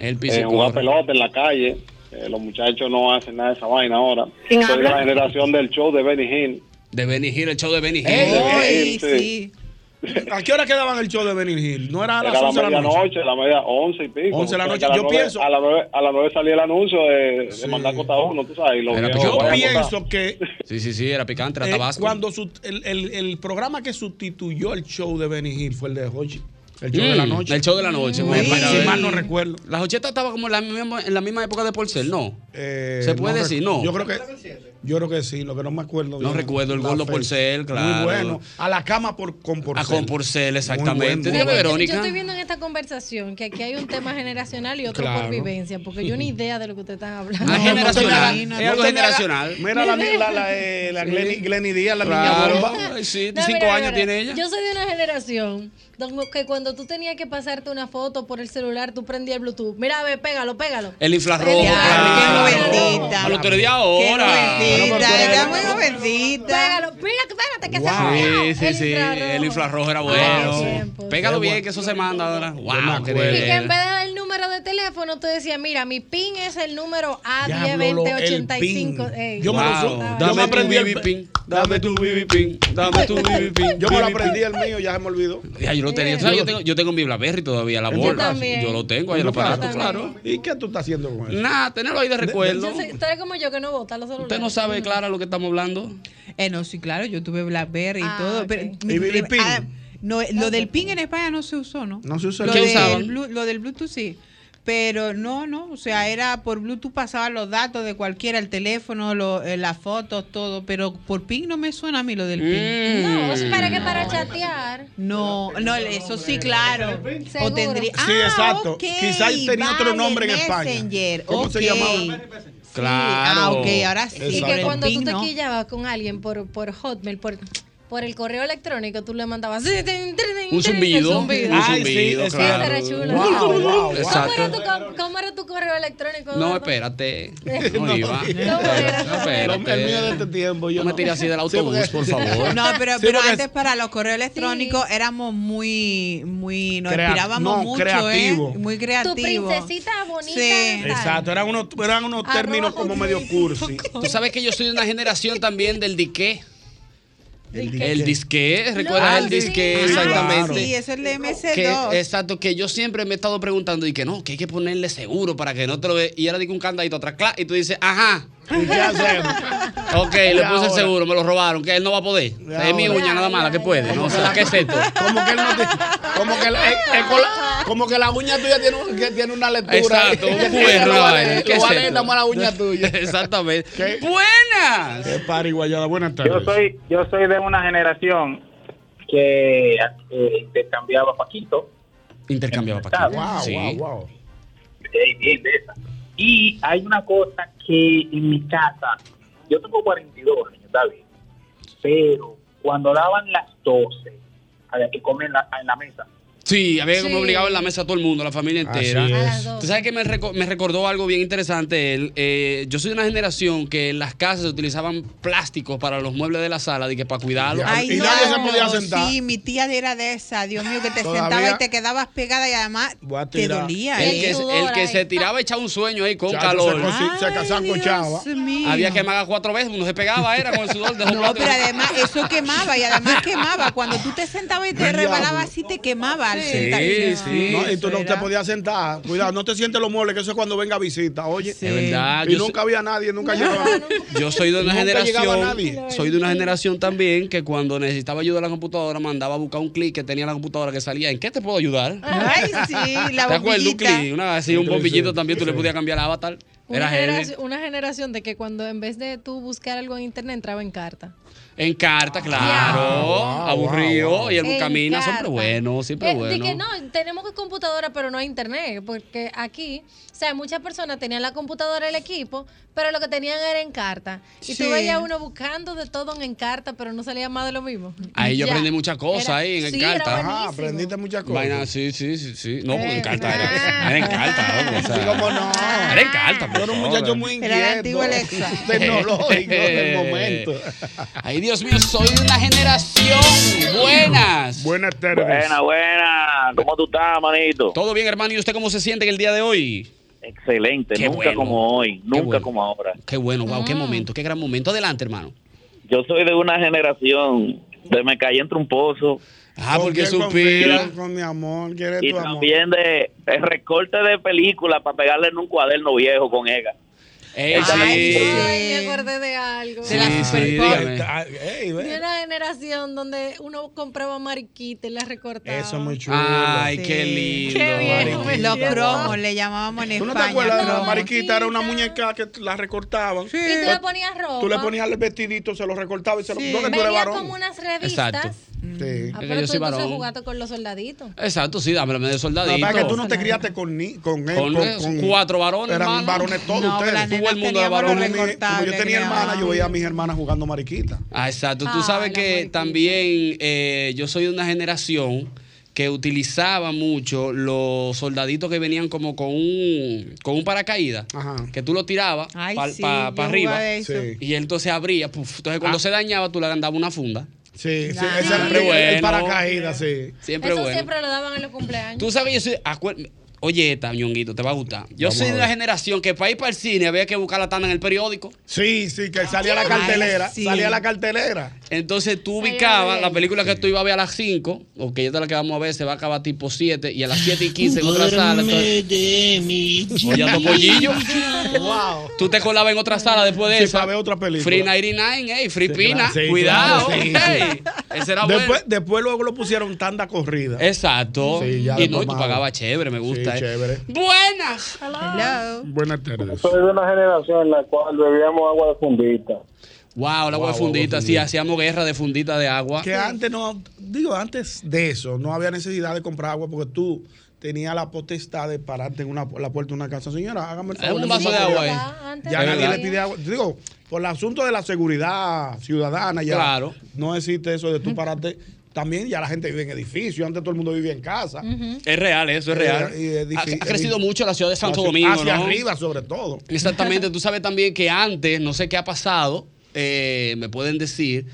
Speaker 3: El
Speaker 14: Eh, jugar pelota en la calle. Eh, los muchachos no hacen nada de esa vaina ahora.
Speaker 3: ¿Quién
Speaker 14: soy de
Speaker 3: habla?
Speaker 14: la generación del show de Benny Hill.
Speaker 3: De Benny Hill, el show de Benny Hill.
Speaker 14: Ey, sí.
Speaker 5: Este, ¿A qué hora quedaban el show de Benny Hill? No era a
Speaker 14: Era
Speaker 5: las
Speaker 14: la
Speaker 5: 11 de la noche.
Speaker 14: medianoche, la media once y pico.
Speaker 5: 11 de la
Speaker 14: O sea,
Speaker 5: noche.
Speaker 14: que a las
Speaker 5: Yo
Speaker 14: nueve-
Speaker 5: pienso-
Speaker 14: A las nueve, a las nueve salía el anuncio de, de mandar cota uno, tú sabes. y los viejos
Speaker 5: Yo
Speaker 14: vayan a contar.
Speaker 5: pienso que
Speaker 3: Sí, sí, sí, era picante, era
Speaker 5: eh,
Speaker 3: tabasco.
Speaker 5: cuando su- el, el- el programa que sustituyó el show de Benny Hill fue el de Hochi. El show
Speaker 3: Mm,
Speaker 5: de la noche.
Speaker 3: El show de la noche.
Speaker 5: Me-
Speaker 3: bueno,
Speaker 5: si
Speaker 3: mira,
Speaker 5: mal no
Speaker 3: eh.
Speaker 5: recuerdo.
Speaker 3: La Jocheta estaba como en la misma, en la misma época de Porcel, ¿no?
Speaker 5: Eh,
Speaker 3: Se puede
Speaker 5: rec-
Speaker 3: decir, no.
Speaker 5: Yo creo que yo creo que sí, lo que no me acuerdo.
Speaker 3: No
Speaker 5: bien,
Speaker 3: recuerdo, el
Speaker 5: la
Speaker 3: gordo
Speaker 5: fecha.
Speaker 3: Porcel, claro.
Speaker 5: Muy bueno. A la cama por, con Porcel.
Speaker 3: Ah, con Porcel, exactamente.
Speaker 5: Muy bueno, muy
Speaker 3: Dígame,
Speaker 5: bueno.
Speaker 3: Verónica.
Speaker 15: Yo estoy viendo en esta conversación que aquí hay un tema generacional y otro
Speaker 5: Claro.
Speaker 15: por vivencia, porque yo ni idea de lo que ustedes están hablando.
Speaker 3: Ah, generacional.
Speaker 5: No
Speaker 3: es algo
Speaker 5: tenía-
Speaker 3: generacional.
Speaker 5: Mira la, la, la, eh, la Glenny, Glenny Díaz, la
Speaker 3: Claro.
Speaker 5: niña bomba.
Speaker 3: Ay, sí,
Speaker 15: No, mira, mira, Yo soy de una generación donde- que cuando tú tenías que pasarte una foto por el celular, tú prendías el Bluetooth. Mira, ve, pégalo, pégalo.
Speaker 3: El infrarrojo.
Speaker 15: Claro,
Speaker 3: claro.
Speaker 15: qué
Speaker 6: jovencita.
Speaker 3: A los tres de ahora.
Speaker 6: Era muy jovencita.
Speaker 15: Pégalo, mira, espérate que se
Speaker 3: Wow. Sí,
Speaker 15: dañó.
Speaker 3: sí, sí. El infrarrojo era bueno. Pégalo bien, que eso se manda ahora. Wow, qué
Speaker 15: Y que
Speaker 5: Eh.
Speaker 15: en
Speaker 3: bien.
Speaker 15: vez de dar el número de teléfono, tú decías, mira, mi PIN es el número
Speaker 5: Ya, Lolo, el
Speaker 15: A102085.
Speaker 5: pin.
Speaker 15: Ey.
Speaker 5: Yo me lo uso.
Speaker 3: Wow.
Speaker 5: Yo me
Speaker 3: Dame tu
Speaker 5: aprendí el
Speaker 3: BB pin, dame tu BB pin, dame tu BB pin.
Speaker 5: Yo me lo
Speaker 3: BB pin.
Speaker 5: aprendí el mío, ya se me olvidó.
Speaker 3: Ya, yo lo tenía. Tú sabes, Yo tengo, yo tengo mi Blaberry todavía, la
Speaker 5: ¿En tu
Speaker 3: bola.
Speaker 5: caso?
Speaker 3: Yo lo tengo ahí en
Speaker 5: Yo
Speaker 3: el aparato,
Speaker 5: también.
Speaker 3: claro.
Speaker 5: ¿Y qué tú estás haciendo con eso?
Speaker 3: Nada, tenerlo ahí de recuerdo.
Speaker 15: Yo soy- tú eres como yo que no vota los celulares.
Speaker 3: Usted no sabe, Clara, lo que estamos hablando.
Speaker 6: Eh, no, sí, claro, yo tuve Blackberry
Speaker 15: Ah,
Speaker 6: y todo. Pero,
Speaker 15: ok.
Speaker 6: mi
Speaker 3: ¿Y BB
Speaker 6: prim-
Speaker 3: pin?
Speaker 6: ah, no, lo del ping en España no se usó, ¿no?
Speaker 5: No se usa
Speaker 6: Lo,
Speaker 5: el
Speaker 6: del
Speaker 5: usaban?
Speaker 6: blu- lo del Bluetooth sí. Pero no, no, o sea, era por Bluetooth pasaban los datos de cualquiera, el teléfono, lo- eh, las fotos, todo, pero por PIN no me suena a mí lo del
Speaker 5: Mm.
Speaker 6: PIN.
Speaker 15: No, es para que para chatear.
Speaker 6: No, no, eso sí, claro. O
Speaker 15: Seguro.
Speaker 6: tendría.
Speaker 5: Sí,
Speaker 6: ah,
Speaker 5: exacto.
Speaker 6: ok,
Speaker 5: Quizá él tenía otro
Speaker 6: vale,
Speaker 5: nombre en España.
Speaker 6: Messenger,
Speaker 5: ¿Cómo se
Speaker 6: ok.
Speaker 5: llamaba?
Speaker 6: Claro. ah, ok, ahora sí.
Speaker 15: Y que
Speaker 6: Exacto.
Speaker 15: cuando tú
Speaker 6: Ping,
Speaker 15: te
Speaker 6: ¿no?
Speaker 15: quillabas con alguien por, por Hotmail, por, por el correo electrónico, tú le mandabas tin, tin, tin, tin,
Speaker 3: Un zumbido.
Speaker 15: el
Speaker 3: Un
Speaker 15: Ay,
Speaker 3: zumbido,
Speaker 15: sí,
Speaker 3: claro.
Speaker 15: Eso era chulo.
Speaker 3: Ah, Wow, wow,
Speaker 15: ¿Cómo, era
Speaker 3: Exacto.
Speaker 15: tu, co- cómo era tu correo electrónico?
Speaker 3: No, pues,
Speaker 15: Eduardo?
Speaker 3: espérate.
Speaker 15: No,
Speaker 3: No iba. No, espérate.
Speaker 5: El mío de este tiempo. Yo
Speaker 3: No me tires así del autobús, por favor.
Speaker 6: No, pero,
Speaker 5: Sí,
Speaker 6: pero
Speaker 5: porque-
Speaker 6: antes para los correos electrónicos éramos muy, muy, nos
Speaker 5: Crea-
Speaker 6: inspirábamos
Speaker 5: no,
Speaker 6: mucho,
Speaker 5: creativo.
Speaker 6: ¿eh? Muy
Speaker 15: Tu
Speaker 6: creativos.
Speaker 15: princesita bonita.
Speaker 6: Sí.
Speaker 5: Exacto, eran unos, eran unos términos como medio cursi.
Speaker 3: Tú sabes que yo soy de una generación también del diqué. El disqué,
Speaker 6: Ah,
Speaker 3: ¿recuerdas el
Speaker 6: sí.
Speaker 3: disqué?
Speaker 6: Ah,
Speaker 3: Exactamente.
Speaker 6: Sí, es el de
Speaker 3: Que-
Speaker 6: MC2.
Speaker 3: exacto, que yo siempre me he estado preguntando y que no, que hay que ponerle seguro para que no te lo ve. Y ahora digo un candadito atrás, clac, y tú dices, ajá. Ok,
Speaker 5: Y
Speaker 3: le puse
Speaker 5: ahora.
Speaker 3: el seguro, me lo robaron, que él no va a poder. Es mi
Speaker 5: ahora.
Speaker 3: uña nada más la que puede. No, o sea, ¿qué es esto?
Speaker 5: Como que él no te- como que, la- eh, eh, con la- como que la uña tuya tiene, un- que tiene una lectura.
Speaker 3: Exacto, un
Speaker 5: Que
Speaker 3: QR,
Speaker 5: lo
Speaker 3: una
Speaker 5: va a
Speaker 3: vaina.
Speaker 5: leer-
Speaker 3: ¿Qué
Speaker 5: lo
Speaker 3: es
Speaker 5: va a leer
Speaker 3: esto?
Speaker 5: nada más la uña tuya.
Speaker 3: Exactamente.
Speaker 5: ¡Buenas! Qué pari guayada. Buenas tardes.
Speaker 13: Yo soy, yo soy de una generación que eh, intercambiaba paquito.
Speaker 3: Intercambiaba para
Speaker 13: ¿sabes?
Speaker 3: aquí. Sí.
Speaker 13: Ey, bien de esa. Y hay una cosa que en mi casa, yo tengo 42 años, está bien, pero cuando daban las 12, había que comer en la, en la mesa.
Speaker 3: Sí, había como
Speaker 13: Sí.
Speaker 3: obligado en la mesa a todo el mundo, la familia
Speaker 13: Así
Speaker 3: entera.
Speaker 13: es. A las dos.
Speaker 3: Tú sabes que me, reco- me recordó algo bien interesante. él. Eh, yo soy de una generación que en las casas utilizaban plásticos para los muebles de la sala, de que para cuidarlos.
Speaker 6: Ay, no, Sí, mi tía era de esa, Dios mío, que te
Speaker 3: Todavía-
Speaker 6: sentaba y te quedabas pegada y además
Speaker 5: a
Speaker 6: te
Speaker 5: tirar.
Speaker 6: dolía.
Speaker 3: El
Speaker 6: ¿eh?
Speaker 3: que, el que se tiraba echaba un sueño ahí con
Speaker 5: Ya,
Speaker 3: calor.
Speaker 5: Se, cosi- se casaban con Chava.
Speaker 3: Había que amagar cuatro veces, uno se pegaba, era con el sudor de los
Speaker 6: No,
Speaker 3: platos.
Speaker 6: pero además eso quemaba y además quemaba. Cuando tú te sentabas y te
Speaker 5: Diablo.
Speaker 6: rebalabas así, te quemaba al sentarse.
Speaker 5: No, y tú no te podías sentar. Cuidado, no te sientes los muebles, que eso es cuando venga visita, oye.
Speaker 3: Es verdad,
Speaker 5: Y
Speaker 3: yo
Speaker 5: nunca había nadie, nunca llegaba.
Speaker 3: Yo soy de una
Speaker 5: Nunca llegaba nadie.
Speaker 3: generación. Soy de una generación también que cuando necesitaba ayuda a la computadora mandaba a buscar un clic que tenía la computadora que salía. ¿En qué te puedo ayudar?
Speaker 6: Ay, sí, la
Speaker 3: ¿Te acuerdas? Un
Speaker 6: bombillita.
Speaker 3: clic, una, así, un bombillito también, tú le podías cambiar el avatar.
Speaker 15: Una
Speaker 3: Era heavy.
Speaker 15: generación, una generación de que cuando en vez de tú buscar algo en internet entraba en carta.
Speaker 3: En carta, claro.
Speaker 5: Wow,
Speaker 3: aburrido.
Speaker 5: wow, wow.
Speaker 3: Y el
Speaker 15: En
Speaker 3: Bucamina siempre
Speaker 15: carta.
Speaker 3: bueno, siempre
Speaker 15: Eh, de
Speaker 3: bueno.
Speaker 15: que no, tenemos computadora, pero no hay internet. Porque aquí, o sea, muchas personas tenían la computadora, el equipo, pero lo que tenían era Encarta. Y
Speaker 3: Sí.
Speaker 15: tú veías uno buscando de todo en Encarta, pero no salía más de lo mismo.
Speaker 3: Ahí yo
Speaker 15: Ya.
Speaker 3: aprendí muchas cosas
Speaker 15: Era-
Speaker 3: ahí en
Speaker 15: sí, era
Speaker 3: Encarta.
Speaker 15: buenísimo.
Speaker 5: aprendiste muchas cosas.
Speaker 3: Vaina, sí, sí, sí, sí. No,
Speaker 5: Eh,
Speaker 3: en carta era. Era en carta, loco, o sea,
Speaker 5: no.
Speaker 3: Era en carta, por
Speaker 5: Yo era un
Speaker 3: favor.
Speaker 5: muchacho muy inquieto. Tecnológico en el momento.
Speaker 3: Ay, Dios mío, soy de una generación. Buenas.
Speaker 5: Buenas tardes.
Speaker 3: Buenas,
Speaker 13: buenas. ¿Cómo tú estás, manito?
Speaker 3: Todo bien, hermano. ¿Y usted cómo se siente en el día de hoy?
Speaker 13: Excelente,
Speaker 3: Qué
Speaker 13: nunca
Speaker 3: bueno.
Speaker 13: como hoy, nunca
Speaker 3: bueno.
Speaker 13: como ahora.
Speaker 3: Qué bueno, wow, qué momento, qué gran momento. Adelante, hermano.
Speaker 13: Yo soy de una generación de me caí entre un pozo.
Speaker 3: Ah,
Speaker 5: porque
Speaker 13: supieron.
Speaker 5: Con mi amor, quiere
Speaker 13: Y
Speaker 5: tu amor.
Speaker 13: también de, de recorte de película para pegarle en un cuaderno viejo con ella.
Speaker 3: Ey,
Speaker 13: Esa
Speaker 3: Eh, sí.
Speaker 13: es la-
Speaker 15: Ay, me acordé de algo.
Speaker 3: Sí, sí, Ah, dígame.
Speaker 15: De una generación donde uno compraba mariquita y la recortaba.
Speaker 5: Eso es muy chulo.
Speaker 3: Ay, qué lindo.
Speaker 15: Qué viejo,
Speaker 3: Mariquita.
Speaker 15: me
Speaker 6: Los
Speaker 15: siento.
Speaker 6: cromos le llamábamos en
Speaker 5: ¿Tú no
Speaker 6: España.
Speaker 5: te acuerdas de la
Speaker 6: cromos.
Speaker 5: mariquita? Era una muñeca que la recortaban. Sí.
Speaker 15: Y tú le ponías ropa.
Speaker 5: Tú le ponías el vestidito, se lo recortaba y se lo.
Speaker 15: Sí.
Speaker 5: ¿Dónde tú
Speaker 15: Venía
Speaker 5: eres varón?
Speaker 15: como unas revistas.
Speaker 3: Exacto.
Speaker 5: Sí.
Speaker 3: Es
Speaker 15: Ah,
Speaker 3: que
Speaker 15: pero
Speaker 3: yo
Speaker 15: tú
Speaker 3: soy
Speaker 15: entonces
Speaker 3: varón.
Speaker 15: jugaste con los soldaditos.
Speaker 3: Exacto, sí, dámelo de soldadito.
Speaker 5: Papá, que tú no te criaste con ni, con él,
Speaker 3: Con
Speaker 5: con,
Speaker 3: esos cuatro varones,
Speaker 5: Eran
Speaker 3: hermano.
Speaker 5: varones todos
Speaker 3: No,
Speaker 5: ustedes.
Speaker 3: la nena Tuvo el mundo de teníamos varones. los
Speaker 5: Como mi- como yo
Speaker 3: recortables,
Speaker 5: tenía hermanas, yo
Speaker 3: criaban.
Speaker 5: veía a mis hermanas jugando mariquita.
Speaker 3: Ah, exacto.
Speaker 5: Ah,
Speaker 3: Tú sabes que también eh, yo soy de una generación que utilizaba mucho los soldaditos que venían como con un, con un paracaídas, que tú lo tirabas
Speaker 6: Ay,
Speaker 3: para
Speaker 6: sí, yo
Speaker 3: arriba
Speaker 6: jugaba eso. Sí.
Speaker 3: y él entonces abría. puf. entonces cuando
Speaker 5: Ah.
Speaker 3: se dañaba tú le andabas una funda.
Speaker 5: Sí, sí,
Speaker 3: Ah.
Speaker 5: ese era
Speaker 3: Siempre
Speaker 5: el,
Speaker 3: bueno.
Speaker 5: el paracaídas, sí.
Speaker 3: Siempre
Speaker 15: Eso
Speaker 3: bueno.
Speaker 15: siempre lo daban en los cumpleaños.
Speaker 3: Tú sabes que yo soy... acuer- Oye, esta, ñonguito, te va a gustar. Yo
Speaker 5: Vamos
Speaker 3: soy
Speaker 5: a
Speaker 3: de
Speaker 5: ver.
Speaker 3: la generación que para ir para el cine había que buscar la tanda en el periódico.
Speaker 5: Sí, sí, que salía la
Speaker 3: Ay,
Speaker 5: cartelera.
Speaker 3: sí.
Speaker 5: Salía la cartelera.
Speaker 3: Entonces tú
Speaker 5: Ay,
Speaker 3: ubicabas
Speaker 5: ay,
Speaker 3: la
Speaker 5: ay.
Speaker 3: película que tú ibas a ver a las 5, o que esta es la que vamos a ver, se va a acabar tipo 7, y a las 7 y 15 en otra sala. entonces- Oye, a tu pollillo.
Speaker 5: wow.
Speaker 3: Tú te colabas en otra sala después de
Speaker 5: Sí,
Speaker 3: esa.
Speaker 5: para ver otra película.
Speaker 3: Free 99, ey, Free
Speaker 5: Sí,
Speaker 3: Pina.
Speaker 5: claro, sí,
Speaker 3: Cuidado.
Speaker 5: claro, sí, sí.
Speaker 3: ey. Ese era bueno.
Speaker 5: después, después luego lo pusieron tanda corrida.
Speaker 3: Exacto.
Speaker 5: Sí, ya
Speaker 3: y
Speaker 5: lo
Speaker 3: no, y tú
Speaker 5: mamaron.
Speaker 3: pagabas chévere, me gusta.
Speaker 5: Sí,
Speaker 3: eh.
Speaker 5: chévere.
Speaker 3: Buenas.
Speaker 5: Buenas tardes.
Speaker 16: Soy de una generación en la cual bebíamos agua de fundita.
Speaker 3: Wow, el agua de fundita, sí, hacíamos guerra de fundita de agua.
Speaker 5: Que antes no, digo, antes de eso, no había necesidad de comprar agua porque tú tenías la potestad de pararte en una, la puerta de una casa. Señora, hágame el
Speaker 3: Ah,
Speaker 5: favor.
Speaker 3: un
Speaker 5: le
Speaker 3: vaso
Speaker 5: pido
Speaker 3: de agua
Speaker 5: agua.
Speaker 3: ahí.
Speaker 5: Ya
Speaker 3: Es
Speaker 5: nadie
Speaker 3: verdad.
Speaker 5: le pide agua. Digo, por el asunto de la seguridad ciudadana, ya
Speaker 3: Claro.
Speaker 5: no existe eso de tú pararte. También ya la gente vive en edificios, antes todo el mundo vivía en casa.
Speaker 3: Es real, eso es
Speaker 5: Eh,
Speaker 3: real.
Speaker 5: y es
Speaker 3: Ha-
Speaker 5: difícil- eh,
Speaker 3: ha, crecido mucho la ciudad de Santo
Speaker 5: Hacia-
Speaker 3: Domingo.
Speaker 5: Hacia
Speaker 3: ¿no?
Speaker 5: arriba, sobre todo.
Speaker 3: Exactamente, tú sabes también que antes, no sé qué ha pasado, eh, me pueden decir.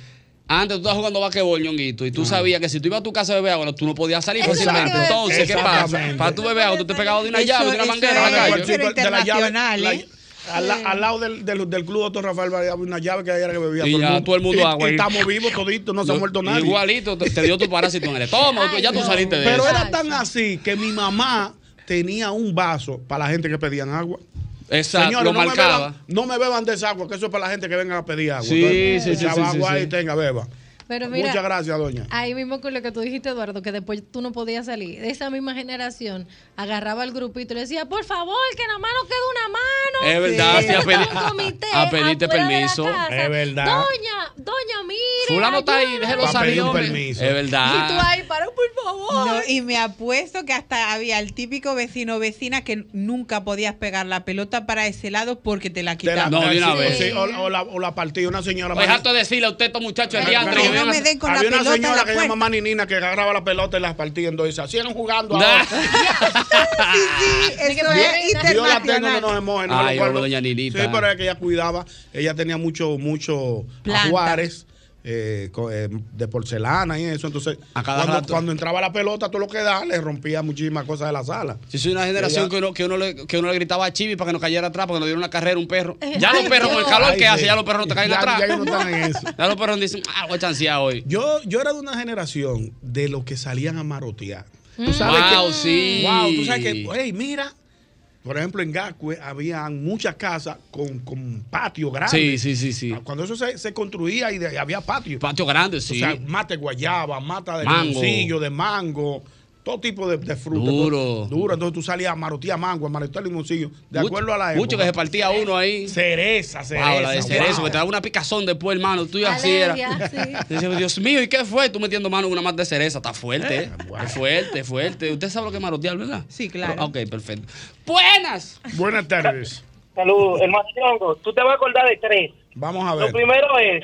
Speaker 3: Antes tú estabas jugando basquetbol, ñonguito, y tú sabías que si tú ibas a tu casa a beber agua, no, tú no podías salir
Speaker 5: Eso es lo que
Speaker 3: fácilmente.
Speaker 5: iba a decir.
Speaker 3: Entonces, ¿qué pasa?
Speaker 5: Exactamente.
Speaker 3: Para tu beber agua, tú te pegabas de una llave, de una manguera,
Speaker 5: Acá,
Speaker 3: acá,
Speaker 5: yo-
Speaker 3: yo-
Speaker 5: de la llave, la- al, la- al lado del, del, del club Otto Rafael Vargas había una llave que era que bebía
Speaker 3: Y
Speaker 5: todo, el
Speaker 3: ya
Speaker 5: mundo.
Speaker 3: todo el mundo
Speaker 5: Y-
Speaker 3: agua ahí.
Speaker 5: y estamos vivos toditos, no se ha muerto nadie.
Speaker 3: Igualito, te, te dio tu parásito en el estómago, tú- ya tú saliste de
Speaker 5: Pero
Speaker 3: eso.
Speaker 5: era tan así que mi mamá tenía un vaso para la gente que pedían agua.
Speaker 3: Exacto, lo
Speaker 5: no, me
Speaker 3: marcaba.
Speaker 5: beban, no me beban de esa agua, que eso es para la gente que venga a pedir agua.
Speaker 3: Sí,
Speaker 5: Entonces,
Speaker 3: sí, sí,
Speaker 5: echaba
Speaker 3: sí, sí,
Speaker 5: agua
Speaker 3: sí.
Speaker 5: ahí, tenga, beba.
Speaker 15: Pero mira,
Speaker 5: Muchas gracias, doña.
Speaker 15: Ahí mismo con lo que tú dijiste, Eduardo, que después tú no podías salir. De esa misma generación, agarraba al grupito y le decía, por favor, que nada más nos queda una mano.
Speaker 3: Es verdad, sí, a
Speaker 15: Hacía
Speaker 3: pedi-
Speaker 15: un comité
Speaker 3: a pedirte
Speaker 15: afuera de la
Speaker 3: permiso.
Speaker 15: casa.
Speaker 3: Es verdad.
Speaker 15: Doña, doña, mire.
Speaker 3: Fulano está ahí,
Speaker 15: ayúdame".
Speaker 3: déjelo
Speaker 6: Pa' pedir
Speaker 3: salir.
Speaker 6: un
Speaker 3: hombre. Es
Speaker 6: permiso.
Speaker 3: verdad.
Speaker 6: Y tú
Speaker 15: Ay, para, por favor.
Speaker 6: No, y me apuesto que hasta había el típico vecino o vecina que nunca podías pegar la pelota para ese lado porque te la
Speaker 5: Te la-
Speaker 6: quitaban.
Speaker 5: sí, sí, o, o la, o la partida, una señora.
Speaker 3: Pues harto decirle a usted, estos muchachos, el día antes.
Speaker 5: había una, había una señora que
Speaker 3: llama
Speaker 5: llama Maninina que agarraba la pelota y las partía en dos y se hacían jugando
Speaker 3: Nah.
Speaker 5: ahora.
Speaker 6: eso
Speaker 5: Yo-
Speaker 6: es
Speaker 5: Yo la tengo
Speaker 6: internacional.
Speaker 5: que no se moje, no
Speaker 3: Ay,
Speaker 5: lo cual-
Speaker 3: pobre doña Ninita.
Speaker 5: Sí, pero es que ella cuidaba, ella tenía muchos mucho
Speaker 6: Planta.
Speaker 5: ajuares eh, co- eh, de porcelana y eso. Entonces, cuando,
Speaker 3: rato.
Speaker 5: cuando entraba la pelota, todo lo que da, le rompía muchísimas cosas de la sala.
Speaker 3: Si soy una generación que uno, que, uno le, que uno le gritaba a Chibi para que no cayera atrás, para que nos diera una carrera, un perro.
Speaker 6: Eh.
Speaker 3: Ya los perros, con el calor
Speaker 5: Ay,
Speaker 3: que hace,
Speaker 5: sí.
Speaker 3: ya los perros no te caen
Speaker 5: Ya-
Speaker 3: atrás.
Speaker 5: ya ellos no están en eso.
Speaker 3: Ya los perros dicen, ah, voy a chancear hoy.
Speaker 5: Yo, yo era de una generación de los que salían a marotear.
Speaker 3: Mm.
Speaker 5: Tú sabes
Speaker 3: Wow,
Speaker 5: que,
Speaker 3: sí.
Speaker 5: Wow, tú sabes que, hey, mira. Por ejemplo, en Gascue había muchas casas con, con patio grande.
Speaker 3: Sí, sí, sí, sí.
Speaker 5: Ah, Cuando eso se, se construía y de- había patio.
Speaker 3: Patio grande, sí.
Speaker 5: O sea, mate guayaba, mata de
Speaker 3: Mango.
Speaker 5: limoncillo, de mango, todo tipo de, de fruta.
Speaker 3: Duro.
Speaker 5: Duro. Entonces tú salías a marotear mango, a marotear limoncillo. De acuerdo a la época.
Speaker 3: Mucho que se partía uno ahí.
Speaker 5: Cereza, cereza.
Speaker 3: Wow, la de cerezo,
Speaker 5: wow.
Speaker 3: que te daba una picazón después, hermano. Tú y así era.
Speaker 5: Alergia,
Speaker 3: Yo decía, Dios mío, ¿y qué fue? Tú metiendo mano en una mata de cereza. Está fuerte, eh. Es fuerte, es fuerte. Usted sabe lo que es marotear, ¿verdad? Sí,
Speaker 6: claro.
Speaker 3: ok, perfecto.
Speaker 17: Buenas.
Speaker 5: Buenas tardes.
Speaker 17: Saludos. El Maciongo, tú te vas a acordar de tres.
Speaker 5: Vamos a
Speaker 17: Lo primero es,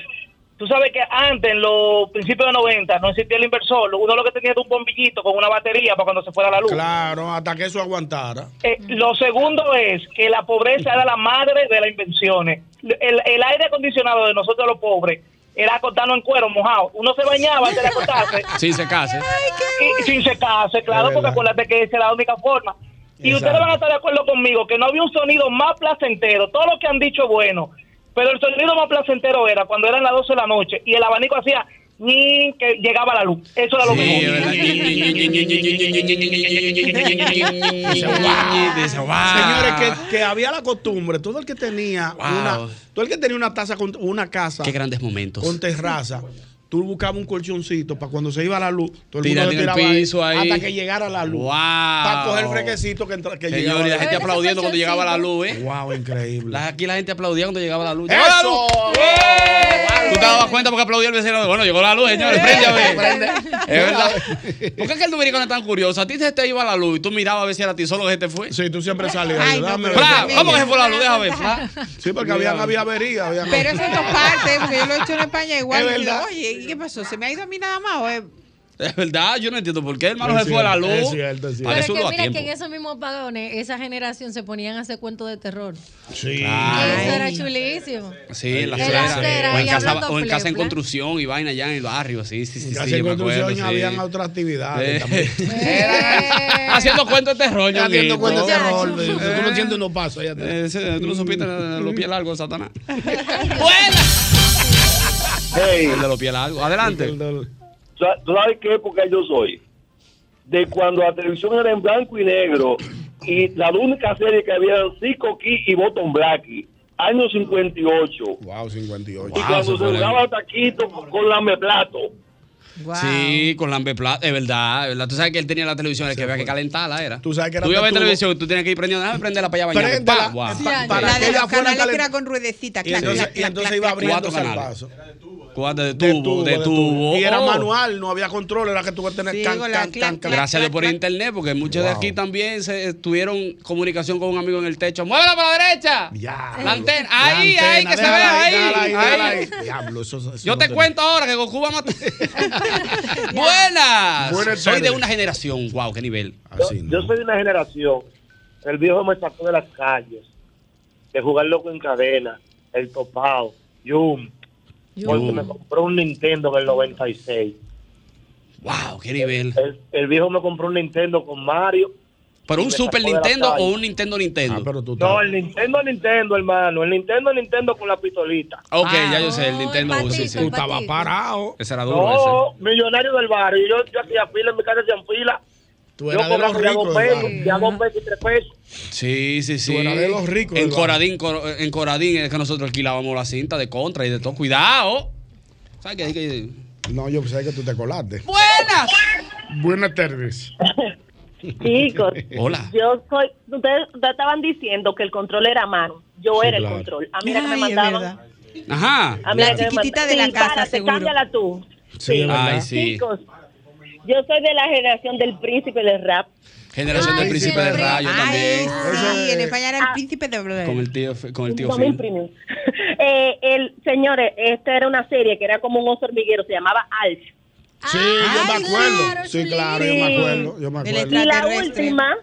Speaker 17: tú sabes que antes, en los principios de 90, no existía el inversor. Uno lo que tenía era un bombillito con una batería para cuando se fuera la luz.
Speaker 5: Claro, hasta que eso aguantara.
Speaker 17: Eh, lo segundo es que la pobreza era la madre de las invenciones. El, el aire acondicionado de nosotros los pobres era acostarnos en cuero mojado. Uno se bañaba antes de acostarse
Speaker 3: Sí, se case.
Speaker 17: y, sin secarse, claro, porque acuérdate que esa es la única forma. Y
Speaker 3: Exacto.
Speaker 17: ustedes van a estar de acuerdo conmigo que no había un sonido más placentero. Todo lo que han dicho es bueno, pero el sonido más placentero era cuando eran las 12 de la noche y el abanico hacía ni que llegaba la luz. Eso era lo mejor.
Speaker 5: Dice, "Wow". Señores, que, que había la costumbre, todo el que tenía una, todo el que tenía una taza con una casa
Speaker 3: Qué grandes momentos.
Speaker 5: con terraza, tú buscabas un colchoncito para cuando se iba la luz, todo el
Speaker 3: Tira
Speaker 5: mundo
Speaker 3: en
Speaker 5: lo
Speaker 3: el
Speaker 5: tiraba
Speaker 3: piso ahí.
Speaker 5: hasta que llegara la luz.
Speaker 3: Wow.
Speaker 5: Para coger el frequecito que, entra- que
Speaker 3: Señores,
Speaker 5: llegaba.
Speaker 3: la gente
Speaker 5: luz.
Speaker 3: aplaudiendo cuando llegaba la luz, ¿eh?
Speaker 5: Wow, increíble.
Speaker 3: aquí la gente aplaudía cuando llegaba la luz.
Speaker 5: ¡Eso!
Speaker 3: ¡Llegó la luz! Tú te dabas cuenta porque aplaudía el vecino. Bueno, llegó la luz, señores, préndame. Es verdad. ¿Por qué es que el dominicano es tan curioso? A ti se te iba la luz y tú mirabas a ver si era a ti solo que se te fue.
Speaker 5: Sí, tú siempre salías.
Speaker 3: Ay,
Speaker 5: ayúdame,
Speaker 3: no,
Speaker 5: ven.
Speaker 3: Fra, ¿Cómo que se fue la luz? Déjame ver, Fra.
Speaker 5: Sí, porque había, había avería. había-
Speaker 6: Pero eso en todas partes, porque yo lo he hecho en España igual.
Speaker 5: Es
Speaker 6: y yo,
Speaker 5: verdad.
Speaker 6: Oye, ¿y qué pasó? ¿Se me ha ido a mí nada más? o es-
Speaker 3: Es verdad, yo no entiendo por qué, hermano,
Speaker 5: Es
Speaker 3: se fue la
Speaker 5: cierto,
Speaker 3: luz.
Speaker 5: es cierto, es cierto.
Speaker 3: Para
Speaker 15: Pero
Speaker 3: eso
Speaker 15: que
Speaker 3: lo da
Speaker 15: mira
Speaker 3: tiempo.
Speaker 15: que en esos mismos apagones, esa generación se ponían a hacer cuentos de terror.
Speaker 5: Sí.
Speaker 15: Eso era chulísimo.
Speaker 3: Sí, en la
Speaker 15: El
Speaker 3: acera.
Speaker 15: acera
Speaker 3: O en
Speaker 15: y
Speaker 3: casa,
Speaker 15: hablando
Speaker 3: o en, casa en
Speaker 15: flepla.
Speaker 3: construcción y vaina allá en el barrio. Sí, sí, sí.
Speaker 5: Casi
Speaker 3: sí, yo
Speaker 5: ¿eh? en
Speaker 3: me acuerdo,
Speaker 5: construcción
Speaker 3: sí. Eh,
Speaker 5: habían otras actividades.
Speaker 3: Sí.
Speaker 5: también.
Speaker 3: Eh, Haciendo cuentos de terror, ñonguito.
Speaker 5: Haciendo cuentos de terror, baby. Tú no
Speaker 3: entiendes unos pasos. Tú no supiste la- los pies largos, Satanás. El de los pies largos. Adelante.
Speaker 18: O sea, ¿Tú sabes qué época yo soy? De cuando la televisión era en blanco y negro y la única serie que había era Psycho Key y Bottom Blackie, año 58.
Speaker 5: Wow, 58.
Speaker 18: y cuando se jugaba taquito con, con lameplato.
Speaker 6: Wow.
Speaker 3: Sí, con la plata, es verdad, es verdad. Tú sabes que él tenía la televisión, el que había que calentarla era. Tú sabes
Speaker 5: que era
Speaker 3: Tú ibas a ver
Speaker 5: tetudo.
Speaker 3: televisión, tú tenías que ir prendiendo, déjame prenderla para allá bañar.
Speaker 5: Préndela,
Speaker 3: Ah,
Speaker 6: Sí, la- la de los canales que era con ruedecita.
Speaker 5: Y
Speaker 6: clac,
Speaker 5: entonces,
Speaker 6: clac,
Speaker 5: y
Speaker 6: clac,
Speaker 5: entonces
Speaker 6: clac,
Speaker 5: iba
Speaker 6: clac.
Speaker 5: abriendo
Speaker 3: Cuatro
Speaker 5: el
Speaker 3: canales.
Speaker 5: vaso.
Speaker 3: Cuatro de tubo, de tubo.
Speaker 5: Y era
Speaker 3: Oh.
Speaker 5: manual, no había control, era que tú tenías
Speaker 3: Sí,
Speaker 5: can,
Speaker 3: con la
Speaker 5: can,
Speaker 3: clac,
Speaker 5: can, can.
Speaker 3: Gracias a Dios por internet, porque muchos de
Speaker 5: Wow.
Speaker 3: aquí también se, eh, tuvieron comunicación con un amigo en el techo. ¡Muévela para la derecha! La antena.
Speaker 5: La
Speaker 3: Ahí,
Speaker 5: antena,
Speaker 3: ahí, que se
Speaker 5: déjala
Speaker 3: vea ahí.
Speaker 5: déjala déjala
Speaker 3: ahí.
Speaker 5: ahí. Diablo, eso, eso
Speaker 3: Yo
Speaker 5: no
Speaker 3: te
Speaker 5: tenía.
Speaker 3: cuento ahora que Goku va a matar. Buenas.
Speaker 4: Buenas
Speaker 3: Soy de
Speaker 4: tardes.
Speaker 3: una generación. Wow, qué nivel.
Speaker 4: Yo, yo soy de una generación. El viejo me sacó de las calles. De jugar loco en cadena. El topado. Yum. Porque me compró un Nintendo en el 96.
Speaker 3: Wow, qué nivel.
Speaker 4: El, el viejo me compró un Nintendo con Mario.
Speaker 3: ¿Pero
Speaker 4: y
Speaker 3: un
Speaker 4: me
Speaker 3: Super
Speaker 4: sacó de la
Speaker 3: Nintendo
Speaker 4: calle.
Speaker 3: o un Nintendo
Speaker 5: Ah,
Speaker 3: Nintendo?
Speaker 4: No, el Nintendo, el Nintendo, hermano. El Nintendo, el Nintendo con la pistolita.
Speaker 3: Ok,
Speaker 6: Ah,
Speaker 3: ya yo sé, el Nintendo. sí, sí.
Speaker 4: el Tú estabas patito.
Speaker 5: parado.
Speaker 3: Ese era duro.
Speaker 4: No, millonario del barrio. Yo, yo hacía fila, en mi casa hacían fila. yo
Speaker 5: Tú eras de los
Speaker 4: cobraba ya dos
Speaker 5: ricos del
Speaker 4: pesos,
Speaker 5: barrio.
Speaker 4: ya dos pesos y tres pesos.
Speaker 3: ese. Sí, sí, sí.
Speaker 5: Tú eras de los ricos
Speaker 3: En
Speaker 5: del barrio.
Speaker 3: Coradín, Cor- en Coradín es que nosotros alquilábamos la cinta de contra y de todo. Cuidado. ¿Sabes qué? Hay que-
Speaker 5: No, yo pensé que tú te colaste.
Speaker 3: Buenas.
Speaker 5: Buenas tardes.
Speaker 2: Chicos,
Speaker 5: Hola.
Speaker 2: yo soy, ustedes, ustedes estaban diciendo que el control era a mano. Yo
Speaker 5: Sí,
Speaker 2: era
Speaker 5: claro.
Speaker 2: el control. A mí era que me
Speaker 6: Ay, es
Speaker 2: mandaban.
Speaker 3: Ajá.
Speaker 2: A mí era que me
Speaker 6: chiquitita
Speaker 2: mandaban,
Speaker 6: de la
Speaker 2: "Sí,
Speaker 6: casa,
Speaker 2: párate,
Speaker 6: seguro".
Speaker 2: cámbiala tú.
Speaker 3: Sí,
Speaker 4: Ah,
Speaker 3: Ay, sí.
Speaker 2: Chicos, yo soy de la generación del príncipe del rap.
Speaker 3: Generación del príncipe del rayo también.
Speaker 2: Sí, en España era el príncipe del rap.
Speaker 3: Con el tío, con el tío
Speaker 2: No me
Speaker 3: Phil.
Speaker 2: imprimen. Eh, el, señores, esta era una serie que era como un oso hormiguero, se llamaba Alf.
Speaker 5: Sí, yo me acuerdo. sí, claro, yo me
Speaker 2: Sí.
Speaker 5: acuerdo. Yo me acuerdo.
Speaker 2: Y la última.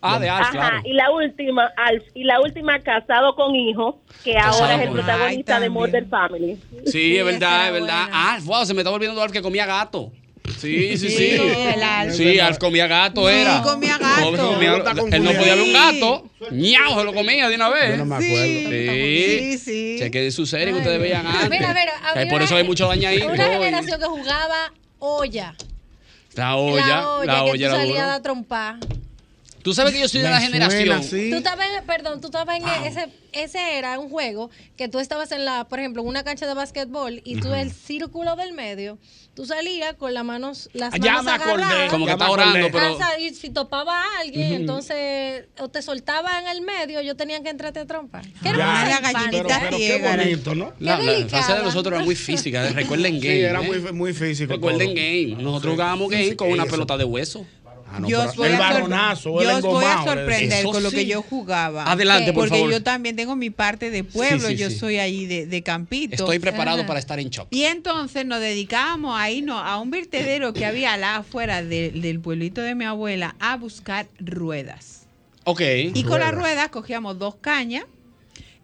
Speaker 3: Ah, de Alf,
Speaker 2: Ajá,
Speaker 3: claro.
Speaker 2: y la última, Alf, y la última, Casado con Hijo, que
Speaker 3: Casado
Speaker 2: ahora es el
Speaker 3: con Hijo.
Speaker 2: protagonista de Murder Family.
Speaker 3: Sí, es verdad, es verdad. Alf, wow, se me está volviendo Alf que comía gato. Sí, sí, sí.
Speaker 2: Sí,
Speaker 3: Sí,
Speaker 2: el Alf.
Speaker 3: Alf comía gato, era.
Speaker 2: Sí, comía gato.
Speaker 3: Comía- comía- él no podía ver un gato. Ñao, se lo comía de una vez. Yo no me acuerdo. Sí, sí. Chequen su serie que ustedes veían antes.
Speaker 15: Mira, mira, había
Speaker 3: Eh, por
Speaker 15: una-
Speaker 3: eso hay mucho dañadito.
Speaker 15: Una
Speaker 3: hoy.
Speaker 15: generación que jugaba olla.
Speaker 3: La olla, la
Speaker 15: que
Speaker 3: olla,
Speaker 15: tú
Speaker 3: la
Speaker 15: salías a
Speaker 3: olla.
Speaker 15: dar trompa.
Speaker 3: Tú sabes que yo soy de
Speaker 5: Me
Speaker 3: la
Speaker 5: suena,
Speaker 3: generación.
Speaker 5: sí.
Speaker 15: Tú estabas, en- perdón, tú estabas en ese, ese era un juego que tú estabas en la, por ejemplo, en una cancha de basquetbol y tú
Speaker 3: Ajá.
Speaker 15: el círculo del medio, tú salías con las manos, las
Speaker 3: Ah,
Speaker 15: manos
Speaker 3: ya me acordé,
Speaker 15: agarradas.
Speaker 3: como que Ya me está orando, acordé. pero-
Speaker 15: Ah, sa- y si topaba a alguien,
Speaker 3: Ujú.
Speaker 15: entonces o te soltaba en el medio, yo tenía que entrarte a trompa. ¿Qué
Speaker 3: Ya.
Speaker 15: era
Speaker 6: La gallinita ciega. era.
Speaker 5: ¿no?
Speaker 3: La, la
Speaker 15: delicada.
Speaker 3: fase de nosotros era muy física. eh, Recuerden
Speaker 5: Sí,
Speaker 3: game.
Speaker 5: era
Speaker 3: eh.
Speaker 5: muy, muy físico.
Speaker 3: Recuerden
Speaker 5: todo.
Speaker 3: game. Nosotros jugábamos game con una pelota de hueso.
Speaker 5: Ah, no,
Speaker 6: Yo
Speaker 5: pero
Speaker 6: os voy
Speaker 5: el
Speaker 6: a sor-
Speaker 5: varonazo, el
Speaker 6: yo os voy a
Speaker 5: engomado, el-
Speaker 6: sorprender
Speaker 5: Eso
Speaker 6: con lo que
Speaker 5: sí.
Speaker 6: yo jugaba.
Speaker 3: Adelante, por
Speaker 6: Porque
Speaker 3: favor.
Speaker 6: yo también tengo mi parte de pueblo,
Speaker 3: Sí, sí,
Speaker 6: yo
Speaker 3: sí.
Speaker 6: soy ahí de, de campito.
Speaker 3: Estoy preparado para estar en shock.
Speaker 6: Y entonces nos dedicábamos a irnos a un vertedero que había allá afuera de- del pueblito de mi abuela a buscar ruedas.
Speaker 3: Ok.
Speaker 6: Y con las ruedas cogíamos dos cañas,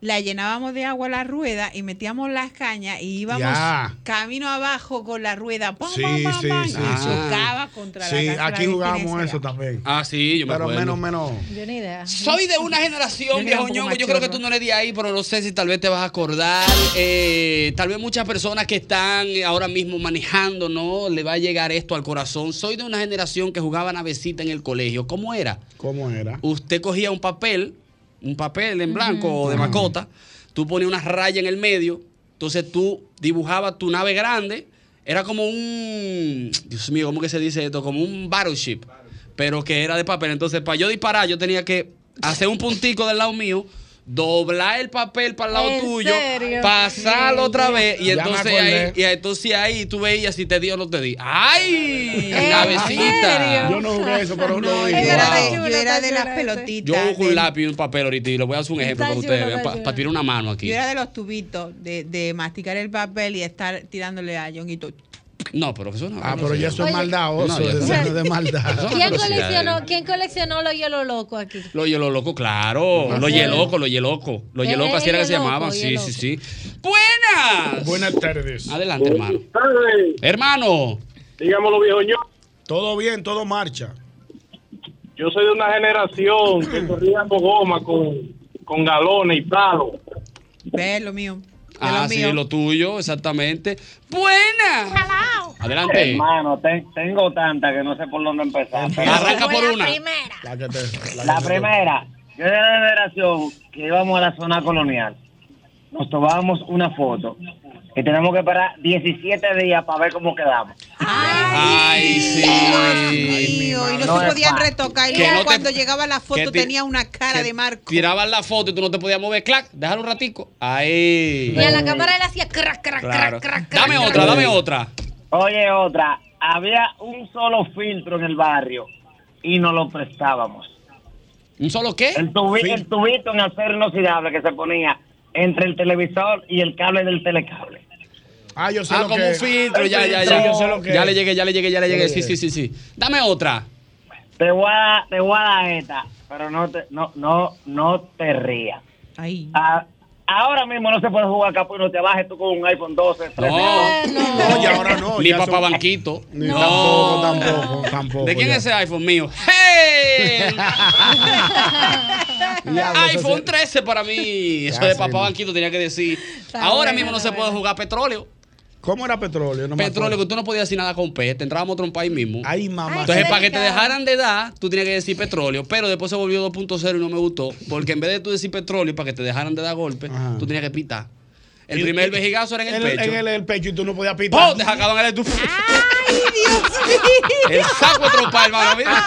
Speaker 6: la llenábamos de agua la rueda y metíamos las cañas y íbamos
Speaker 5: Ya.
Speaker 6: camino abajo con la rueda. ¡pam,
Speaker 5: Sí,
Speaker 6: pam, pam,
Speaker 5: sí,
Speaker 6: pam!
Speaker 5: sí,
Speaker 6: y
Speaker 5: sí.
Speaker 6: chocaba contra la
Speaker 5: Sí,
Speaker 6: casa de
Speaker 5: aquí
Speaker 6: la
Speaker 5: jugábamos
Speaker 6: vecina.
Speaker 5: eso también.
Speaker 3: Ah, sí, yo me
Speaker 5: Pero
Speaker 3: acuerdo.
Speaker 5: menos, menos.
Speaker 15: Yo ni idea.
Speaker 3: Soy de una
Speaker 5: Yo
Speaker 3: generación,
Speaker 5: era
Speaker 3: viejo
Speaker 5: un poco
Speaker 3: ñongo.
Speaker 5: más
Speaker 3: Yo creo que
Speaker 5: chorra.
Speaker 3: tú no eres de ahí, pero no sé si tal vez te vas a acordar. Eh, tal vez muchas personas que están ahora mismo manejando, ¿no? Le va a llegar esto al corazón. Soy de una generación que jugaba navecita en el colegio. ¿Cómo era?
Speaker 5: ¿Cómo era?
Speaker 3: Usted cogía un papel, un papel en blanco o de macota. Tú ponías una raya en el medio. Entonces tú dibujabas tu nave grande. Era como un. Dios mío, ¿cómo que se dice esto? Como un battleship. Pero que era de papel. Entonces, para yo disparar, yo tenía que hacer un puntico del lado mío. Doblar el papel para el lado
Speaker 19: ¿En
Speaker 3: tuyo,
Speaker 19: serio?
Speaker 3: pasarlo
Speaker 19: Sí.
Speaker 3: otra vez, y
Speaker 19: Ya me
Speaker 3: entonces,
Speaker 19: acordé.
Speaker 3: ahí, y entonces ahí tú veías si te di o no te di. ¡Ay!
Speaker 19: ¿En
Speaker 3: ¡Navecita!
Speaker 19: serio?
Speaker 5: Yo no jugué eso, pero
Speaker 6: Ah, No,
Speaker 5: lo
Speaker 6: yo
Speaker 5: vi.
Speaker 6: era
Speaker 3: Wow.
Speaker 6: de, yo era de las pelotitas.
Speaker 3: Yo busco un lápiz y un papel ahorita y les voy a hacer un ejemplo
Speaker 6: Está
Speaker 3: para que ustedes
Speaker 6: chulo,
Speaker 3: vean,
Speaker 6: está
Speaker 3: para
Speaker 6: chulo.
Speaker 3: tirar una mano aquí.
Speaker 6: Yo era de los tubitos, de, de masticar el papel y estar tirándole a Jonguito.
Speaker 3: No, pero eso no.
Speaker 5: Ah, pero ya eso es
Speaker 6: Oye.
Speaker 5: maldadoso.
Speaker 3: No, ya
Speaker 5: eso
Speaker 3: está.
Speaker 5: no es de maldad.
Speaker 15: ¿Quién coleccionó, ¿Quién coleccionó los hielo loco aquí?
Speaker 3: Lo hielo loco, claro. Lo hielo loco, lo hielo loco. Lo
Speaker 15: Eh,
Speaker 3: hielo loco, así era que se
Speaker 15: hielo loco,
Speaker 3: llamaban. Sí,
Speaker 15: hielo
Speaker 3: sí, sí. ¡Buenas!
Speaker 5: Buenas tardes.
Speaker 3: Adelante, hermano. Hermano.
Speaker 4: Digámoslo, viejo ño.
Speaker 5: Todo bien, todo marcha.
Speaker 4: Yo soy de una generación que corríamos goma con, con galones y palos.
Speaker 6: Ve lo mío.
Speaker 3: Ah, sí, lo tuyo, exactamente. ¡Buena! Adelante.
Speaker 20: Hermano, te- tengo tantas que no sé por dónde empezar. pero-
Speaker 3: Arranca por una.
Speaker 5: La, que te- la
Speaker 20: La
Speaker 5: que te-
Speaker 20: primera, yo era de la generación que íbamos a la zona colonial. Nos tomábamos una foto que tenemos que esperar 17 días para ver cómo quedamos.
Speaker 3: Ay, sí.
Speaker 6: Y no, se podían retocar. Y
Speaker 3: Que no te-
Speaker 6: cuando llegaba la
Speaker 3: que
Speaker 6: foto
Speaker 3: ti-
Speaker 6: tenía una cara
Speaker 3: que
Speaker 6: de marco.
Speaker 3: Tiraban la foto y tú no te podías mover. Clac, déjalo un ratico. Ahí.
Speaker 15: Y a la cámara él hacía crack, crack,
Speaker 3: Claro.
Speaker 15: crack, crack, crack.
Speaker 3: Dame otra, dame otra.
Speaker 20: Oye, otra. Había un solo filtro en el barrio y nos lo prestábamos.
Speaker 3: ¿Un solo qué?
Speaker 20: El, tubi- el tubito en acero inoxidable que se ponía entre el televisor y el cable del telecable.
Speaker 5: Ah, yo
Speaker 20: sé
Speaker 3: ah,
Speaker 20: lo
Speaker 3: como
Speaker 20: que
Speaker 3: un
Speaker 20: es.
Speaker 3: filtro,
Speaker 20: El
Speaker 3: ya, ya,
Speaker 20: filtro,
Speaker 3: ya.
Speaker 20: yo sé lo que
Speaker 3: ya
Speaker 20: es.
Speaker 3: le llegué, ya le llegué, ya le
Speaker 20: Ya le
Speaker 3: llegué. Sí, sí,
Speaker 20: llegué.
Speaker 3: sí, sí. Dame otra.
Speaker 20: Te voy a, dar- te voy a dar esta, pero no te, no, no, no te rías. Ah, ahora mismo no se puede jugar capo y no te bajes tú con un iPhone 12. 13,
Speaker 5: No, ya ahora no.
Speaker 3: Ni
Speaker 5: ya
Speaker 3: papá
Speaker 5: son-
Speaker 3: banquito.
Speaker 5: Ni
Speaker 3: No.
Speaker 5: Tampoco, tampoco, tampoco.
Speaker 3: ¿De quién
Speaker 5: ya.
Speaker 3: es ese iPhone mío? ¡Hey!
Speaker 5: Diablo, eso
Speaker 3: iPhone
Speaker 5: sí.
Speaker 3: 13 para mí. Eso
Speaker 5: Ya
Speaker 3: de
Speaker 5: sé,
Speaker 3: papá
Speaker 5: ¿no?
Speaker 3: banquito tenía que decir.
Speaker 5: Está
Speaker 3: Ahora
Speaker 5: bueno,
Speaker 3: mismo no
Speaker 5: está
Speaker 3: se puede jugar petróleo.
Speaker 5: ¿Cómo era petróleo? No me
Speaker 3: Petróleo,
Speaker 5: acuerdo.
Speaker 3: que tú no podías decir nada con P, te entrábamos a trompar ahí mismo.
Speaker 5: Ay, mamá.
Speaker 3: Entonces,
Speaker 5: Ay,
Speaker 3: para que te
Speaker 5: delicado.
Speaker 3: dejaran de dar, tú tenías que decir petróleo, pero después se volvió 2.0 y no me gustó, porque en vez de tú decir petróleo, para que te dejaran de dar golpe, tú tenías que pitar. El
Speaker 5: Y-
Speaker 3: primer
Speaker 5: y-
Speaker 3: vejigazo era en el, pecho.
Speaker 5: En el, el pecho y tú no podías pitar.
Speaker 3: ¡Pum! Te sacaban el estufa. El saco de trompar, hermano. Mira.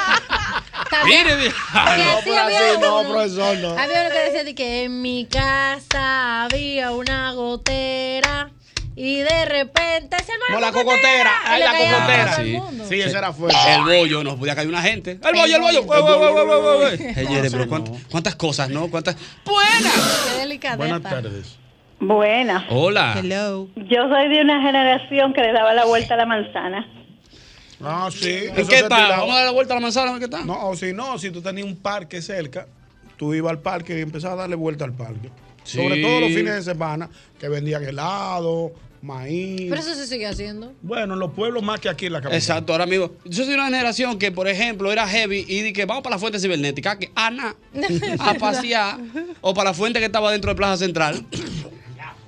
Speaker 3: Mire, mira.
Speaker 15: no,
Speaker 5: por así no, profesor, no.
Speaker 15: Había uno que decía de que en mi casa había una gotera y de repente se armó
Speaker 3: No, la cocotera.
Speaker 15: Y
Speaker 3: Ay,
Speaker 15: le
Speaker 3: la
Speaker 15: caía a
Speaker 3: cocotera.
Speaker 15: todo el
Speaker 3: Sí,
Speaker 15: mundo.
Speaker 5: Sí, eso era fuerte.
Speaker 3: El bollo, no podía caer una gente. El bollo, el bollo.
Speaker 5: El
Speaker 3: Ué, ué, ué, ué, ué, ué, ué.
Speaker 5: bollo.
Speaker 3: Señores, pero cuánt- cuántas cosas, ¿no? Cuántas. Buenas.
Speaker 15: Qué delicadeza.
Speaker 5: tardes.
Speaker 2: Buena.
Speaker 3: Hola.
Speaker 2: Yo soy de una generación que le daba la vuelta a la manzana.
Speaker 5: Ah, sí.
Speaker 3: ¿En qué está? Vamos a dar la vuelta a la manzana, ¿en qué está?
Speaker 5: No, o si no, si tú tenías un parque cerca, tú ibas al parque y empezabas a darle vuelta al parque.
Speaker 3: Sí.
Speaker 5: Sobre todo los fines de semana, que vendían helado, maíz.
Speaker 15: Pero eso se sigue haciendo.
Speaker 5: Bueno, en los pueblos más que aquí en la capital.
Speaker 3: Exacto, ahora mismo. Yo soy de una generación que, por ejemplo, era heavy y dije, vamos para la fuente cibernética, que Ana, a pasear, o para la fuente que estaba dentro de Plaza Central.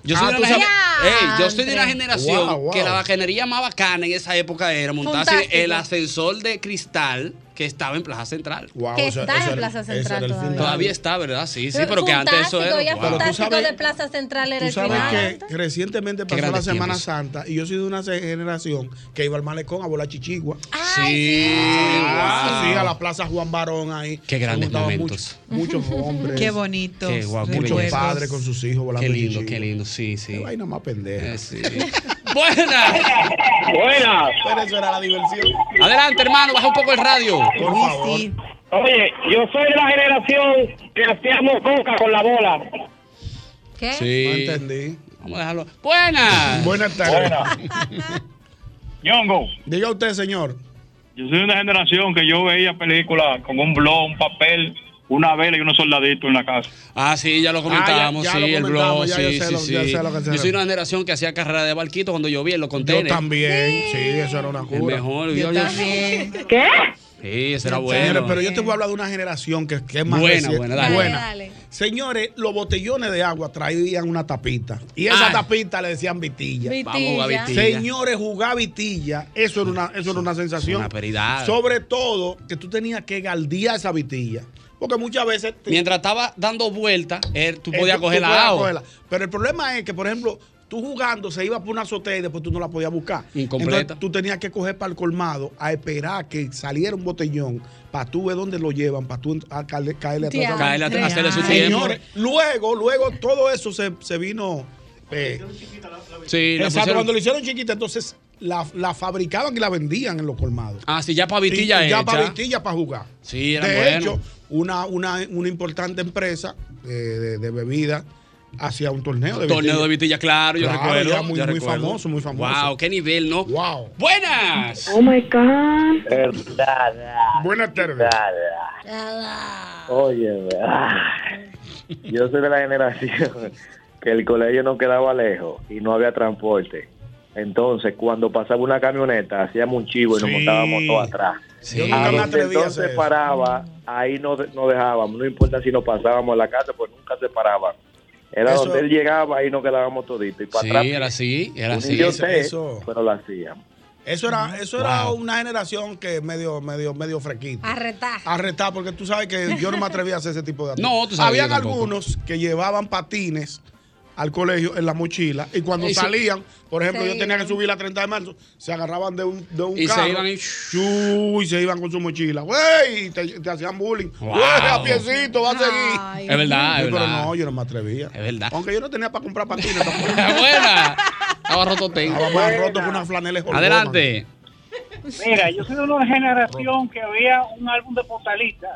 Speaker 3: Yo soy,
Speaker 21: Ah,
Speaker 3: de,
Speaker 21: tú
Speaker 3: una
Speaker 21: sabes.
Speaker 3: gener- Ey, yo soy de una
Speaker 21: Diantre.
Speaker 3: generación
Speaker 21: Wow, wow.
Speaker 3: que la bacanería más bacana en esa época era montarse
Speaker 21: Fantástico.
Speaker 3: el ascensor de cristal que estaba en Plaza Central.
Speaker 15: Que o sea, está eso en era- Plaza eso era Central el todavía. final.
Speaker 3: Todavía está, ¿verdad? Sí, sí,
Speaker 15: Pero
Speaker 3: pero que antes eso
Speaker 15: Funtástico,
Speaker 3: era.
Speaker 15: ya
Speaker 3: wow.
Speaker 15: Funtástico de Plaza Central era
Speaker 5: Tú
Speaker 15: el
Speaker 5: sabes
Speaker 15: final.
Speaker 5: que recientemente pasó la
Speaker 3: grandes
Speaker 5: Semana
Speaker 3: tiempos.
Speaker 5: Santa y yo soy de una se- generación que iba al malecón a volar chichigua.
Speaker 3: Sí.
Speaker 5: Ah,
Speaker 3: wow.
Speaker 5: sí, a la Plaza Juan Barón ahí.
Speaker 3: Qué grandes
Speaker 5: Se juntaban
Speaker 3: momentos.
Speaker 5: Muchos, muchos hombres.
Speaker 6: Qué bonitos
Speaker 3: Qué guau, qué
Speaker 5: Muchos
Speaker 3: belleza.
Speaker 5: padres con sus hijos volando
Speaker 3: Qué lindo,
Speaker 5: chichigua.
Speaker 3: qué lindo, sí, sí.
Speaker 5: Qué vaina más pendeja.
Speaker 3: Eh, sí. Buenas. Buenas.
Speaker 5: Pero eso era la diversión.
Speaker 3: Adelante, hermano, baja un poco el radio.
Speaker 5: Por favor.
Speaker 22: Oye, yo soy de la generación que hacíamos coca con la bola.
Speaker 15: ¿Qué?
Speaker 3: Sí. Ah.
Speaker 5: No entendí.
Speaker 3: Vamos a dejarlo. Buenas.
Speaker 5: Buenas tardes.
Speaker 23: Yongo.
Speaker 5: Diga usted, señor.
Speaker 23: Yo soy de una generación que yo veía películas con un blog, un papel, una vela y unos soldaditos en la casa.
Speaker 3: Ah, sí, ya lo comentábamos,
Speaker 23: ya
Speaker 5: Ah,
Speaker 3: sí,
Speaker 23: lo
Speaker 3: el
Speaker 23: comentamos,
Speaker 3: blog,
Speaker 23: ya yo
Speaker 3: sí,
Speaker 23: sé
Speaker 3: sí,
Speaker 23: lo-
Speaker 3: sí.
Speaker 23: ya sé lo que se
Speaker 3: Yo soy
Speaker 23: refiere.
Speaker 3: una generación que hacía carrera de barquito cuando llovía en los contenedores.
Speaker 5: también, sí, eso era una
Speaker 3: El
Speaker 5: cura.
Speaker 3: mejor,
Speaker 5: Yo
Speaker 3: yo, yo-
Speaker 5: también.
Speaker 2: ¿Qué?
Speaker 3: Sí, eso era
Speaker 5: Señores,
Speaker 3: bueno.
Speaker 5: pero yo te voy a hablar de una generación que, que es más
Speaker 3: Buena,
Speaker 5: reciente.
Speaker 3: buena, dale.
Speaker 5: buena.
Speaker 3: Dale,
Speaker 5: Señores, los botellones de agua traían una tapita. Y esa
Speaker 3: Ay.
Speaker 5: tapita le decían vitilla.
Speaker 3: Vitilla. Ah. Vamos a jugar vitilla.
Speaker 5: Señores, jugar vitilla, eso era una, eso era una sensación.
Speaker 3: una peridad.
Speaker 5: Sobre todo que tú tenías que galdear esa vitilla. Porque muchas veces. te-
Speaker 3: Mientras estaba dando vueltas, eh, tú
Speaker 5: eh,
Speaker 3: podías coger
Speaker 5: podías
Speaker 3: la agua.
Speaker 5: cogerla. Pero el problema es que, por ejemplo, tú jugando se iba por una azotea y después tú no la podías buscar.
Speaker 3: Incompleta.
Speaker 5: Entonces, tú tenías que coger para el colmado a esperar que saliera un botellón para tú ver dónde lo llevan, para tú a caerle, caerle atrás.
Speaker 3: Diablo. Caerle atrás, hacerle su
Speaker 5: Señores, luego, luego todo eso se, se vino. eh,
Speaker 3: Sí, la
Speaker 5: exacto,
Speaker 3: pusieron-
Speaker 5: cuando lo hicieron chiquita, entonces la, la fabricaban y la vendían en los colmados.
Speaker 3: Ah, sí, ya para
Speaker 5: Y-
Speaker 3: vitilla
Speaker 5: y ya
Speaker 3: hecha.
Speaker 5: para vitilla para jugar.
Speaker 3: Sí, era
Speaker 5: de
Speaker 3: bueno.
Speaker 5: hecho, una, una, una importante empresa eh, de, de bebida hacía un torneo de
Speaker 3: Torneo de
Speaker 5: vitilla.
Speaker 3: vitilla, claro, yo
Speaker 5: Claro,
Speaker 3: recuerdo.
Speaker 5: ya muy-
Speaker 3: yo
Speaker 5: muy
Speaker 3: recuerdo.
Speaker 5: famoso, muy famoso.
Speaker 3: Wow, qué nivel, ¿no?
Speaker 5: Wow.
Speaker 3: Buenas.
Speaker 2: Oh my God.
Speaker 5: Buenas tardes.
Speaker 4: Oye, yo soy de la generación que el colegio no quedaba lejos y no había transporte. Entonces, cuando pasaba una camioneta, hacíamos un chivo y nos
Speaker 5: Sí.
Speaker 4: montábamos todos atrás.
Speaker 5: Yo nunca
Speaker 4: A
Speaker 5: me
Speaker 4: donde
Speaker 5: atreví a hacer
Speaker 4: entonces
Speaker 5: eso.
Speaker 4: paraba, ahí no, no dejábamos, no importa si nos pasábamos a la casa, pues nunca se paraban. Era
Speaker 3: Eso-
Speaker 4: donde él llegaba y nos quedábamos toditos. Y para
Speaker 3: Sí,
Speaker 4: atrás,
Speaker 3: era así, era
Speaker 4: un
Speaker 3: así.
Speaker 4: idiotez,
Speaker 5: Eso-
Speaker 4: pero lo hacíamos.
Speaker 5: Eso era, eso era
Speaker 4: Wow.
Speaker 5: una generación que medio, medio, medio fresquita.
Speaker 15: Arretá.
Speaker 5: Arretar, porque tú sabes que yo no me atreví a hacer ese tipo de
Speaker 3: No, tú sabes,
Speaker 5: Habían
Speaker 3: yo tampoco.
Speaker 5: algunos que llevaban patines al colegio en la mochila y cuando
Speaker 3: Y se-
Speaker 5: salían, por ejemplo,
Speaker 3: Se
Speaker 5: yo tenía que
Speaker 3: iban.
Speaker 5: subir la 30 de marzo, se agarraban de un, de un
Speaker 3: Y se
Speaker 5: carro,
Speaker 3: iban y-
Speaker 5: chu, y se iban con su mochila. ¡Wey! Y te, te hacían bullying.
Speaker 3: Wow.
Speaker 5: ¡Wey! A piecito, va a seguir.
Speaker 3: Es verdad,
Speaker 5: Sí,
Speaker 3: es
Speaker 5: Pero
Speaker 3: verdad.
Speaker 5: no, yo no me atrevía. Es verdad. Aunque yo no tenía para comprar patines tampoco.
Speaker 3: Buena. Estaba roto tengo.
Speaker 5: Estaba más roto que una flanela. de Holgoman.
Speaker 3: Adelante.
Speaker 2: Mira, yo soy de una generación que había un álbum de postalistas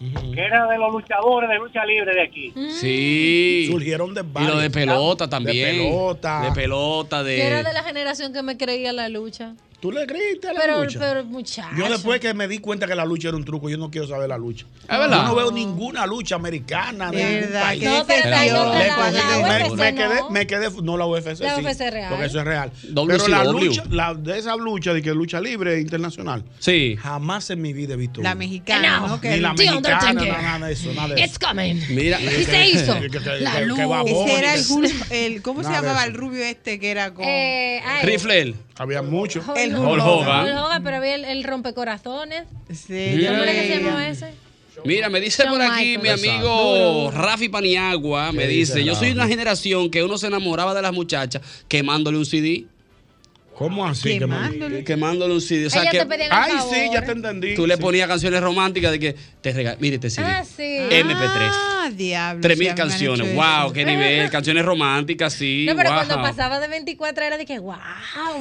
Speaker 2: que era de los luchadores de lucha libre de aquí.
Speaker 3: Sí.
Speaker 5: Surgieron de
Speaker 3: Y lo de pelota también.
Speaker 5: De pelota.
Speaker 3: De pelota,
Speaker 15: Yo era de
Speaker 3: de.
Speaker 15: la generación que me creía la lucha.
Speaker 5: Tú le creíste a la
Speaker 15: pero,
Speaker 5: lucha.
Speaker 15: Pero muchacho.
Speaker 5: Yo después que me di cuenta que la lucha era un truco, yo no quiero saber la lucha.
Speaker 15: Es verdad.
Speaker 5: Yo no veo ninguna lucha americana de ningún
Speaker 6: Verdad,
Speaker 5: país.
Speaker 6: qué No, pero decepción. la-
Speaker 5: Le
Speaker 6: la-
Speaker 5: cogí-
Speaker 6: la
Speaker 5: me-
Speaker 6: UFC
Speaker 5: me, quedé,
Speaker 6: no.
Speaker 5: me quedé, no la UFC,
Speaker 6: La
Speaker 5: sí,
Speaker 6: UFC real.
Speaker 5: porque eso es real. Pero la
Speaker 3: WCW.
Speaker 5: lucha, la- de esa lucha de que lucha libre internacional,
Speaker 3: sí.
Speaker 5: jamás en mi vida he visto
Speaker 6: La
Speaker 5: una.
Speaker 6: mexicana, ¿no? Que
Speaker 5: Ni la
Speaker 6: The
Speaker 5: mexicana,
Speaker 6: Undertaker.
Speaker 5: nada, nada de eso, nada de eso.
Speaker 6: It's coming.
Speaker 3: Mira.
Speaker 5: Y que- que- que- que- que babón,
Speaker 6: Ese era el,
Speaker 5: que-
Speaker 6: Hulk- el- ¿Cómo se
Speaker 5: Nada de
Speaker 6: llamaba
Speaker 5: eso.
Speaker 6: el rubio este que era con.
Speaker 15: Eh, ay.
Speaker 3: Rifle.
Speaker 5: Había mucho.
Speaker 15: El
Speaker 3: Hulk Hogan.
Speaker 15: Hulk Hogan, pero había el, el rompecorazones.
Speaker 6: Sí,
Speaker 3: yo
Speaker 15: ¿Cómo era que se
Speaker 3: veía.
Speaker 15: llamaba ese?
Speaker 3: Mira, me dice por aquí mi
Speaker 15: Michaels.
Speaker 3: amigo Rafi Paniagua, me
Speaker 5: ¿Qué
Speaker 3: dice,
Speaker 5: dice
Speaker 3: yo soy de una
Speaker 5: Rafi?
Speaker 3: generación que uno se enamoraba de las muchachas quemándole un CD.
Speaker 5: ¿Cómo así?
Speaker 3: Quemándole, quemándole un CD. O sea,
Speaker 15: Ellas
Speaker 3: que,
Speaker 15: te pedían el
Speaker 5: Ay,
Speaker 15: favor.
Speaker 5: sí, ya te entendí.
Speaker 3: Tú le
Speaker 5: Sí.
Speaker 3: ponías canciones románticas de que te regalé. Mire este CD.
Speaker 15: Ah, sí.
Speaker 3: MP3.
Speaker 6: Ah, diablo.
Speaker 3: 3000
Speaker 6: sí,
Speaker 3: canciones. Wow, qué nivel. Canciones románticas, sí.
Speaker 15: no, pero
Speaker 3: wow.
Speaker 15: cuando pasaba de 24 era de que, wow,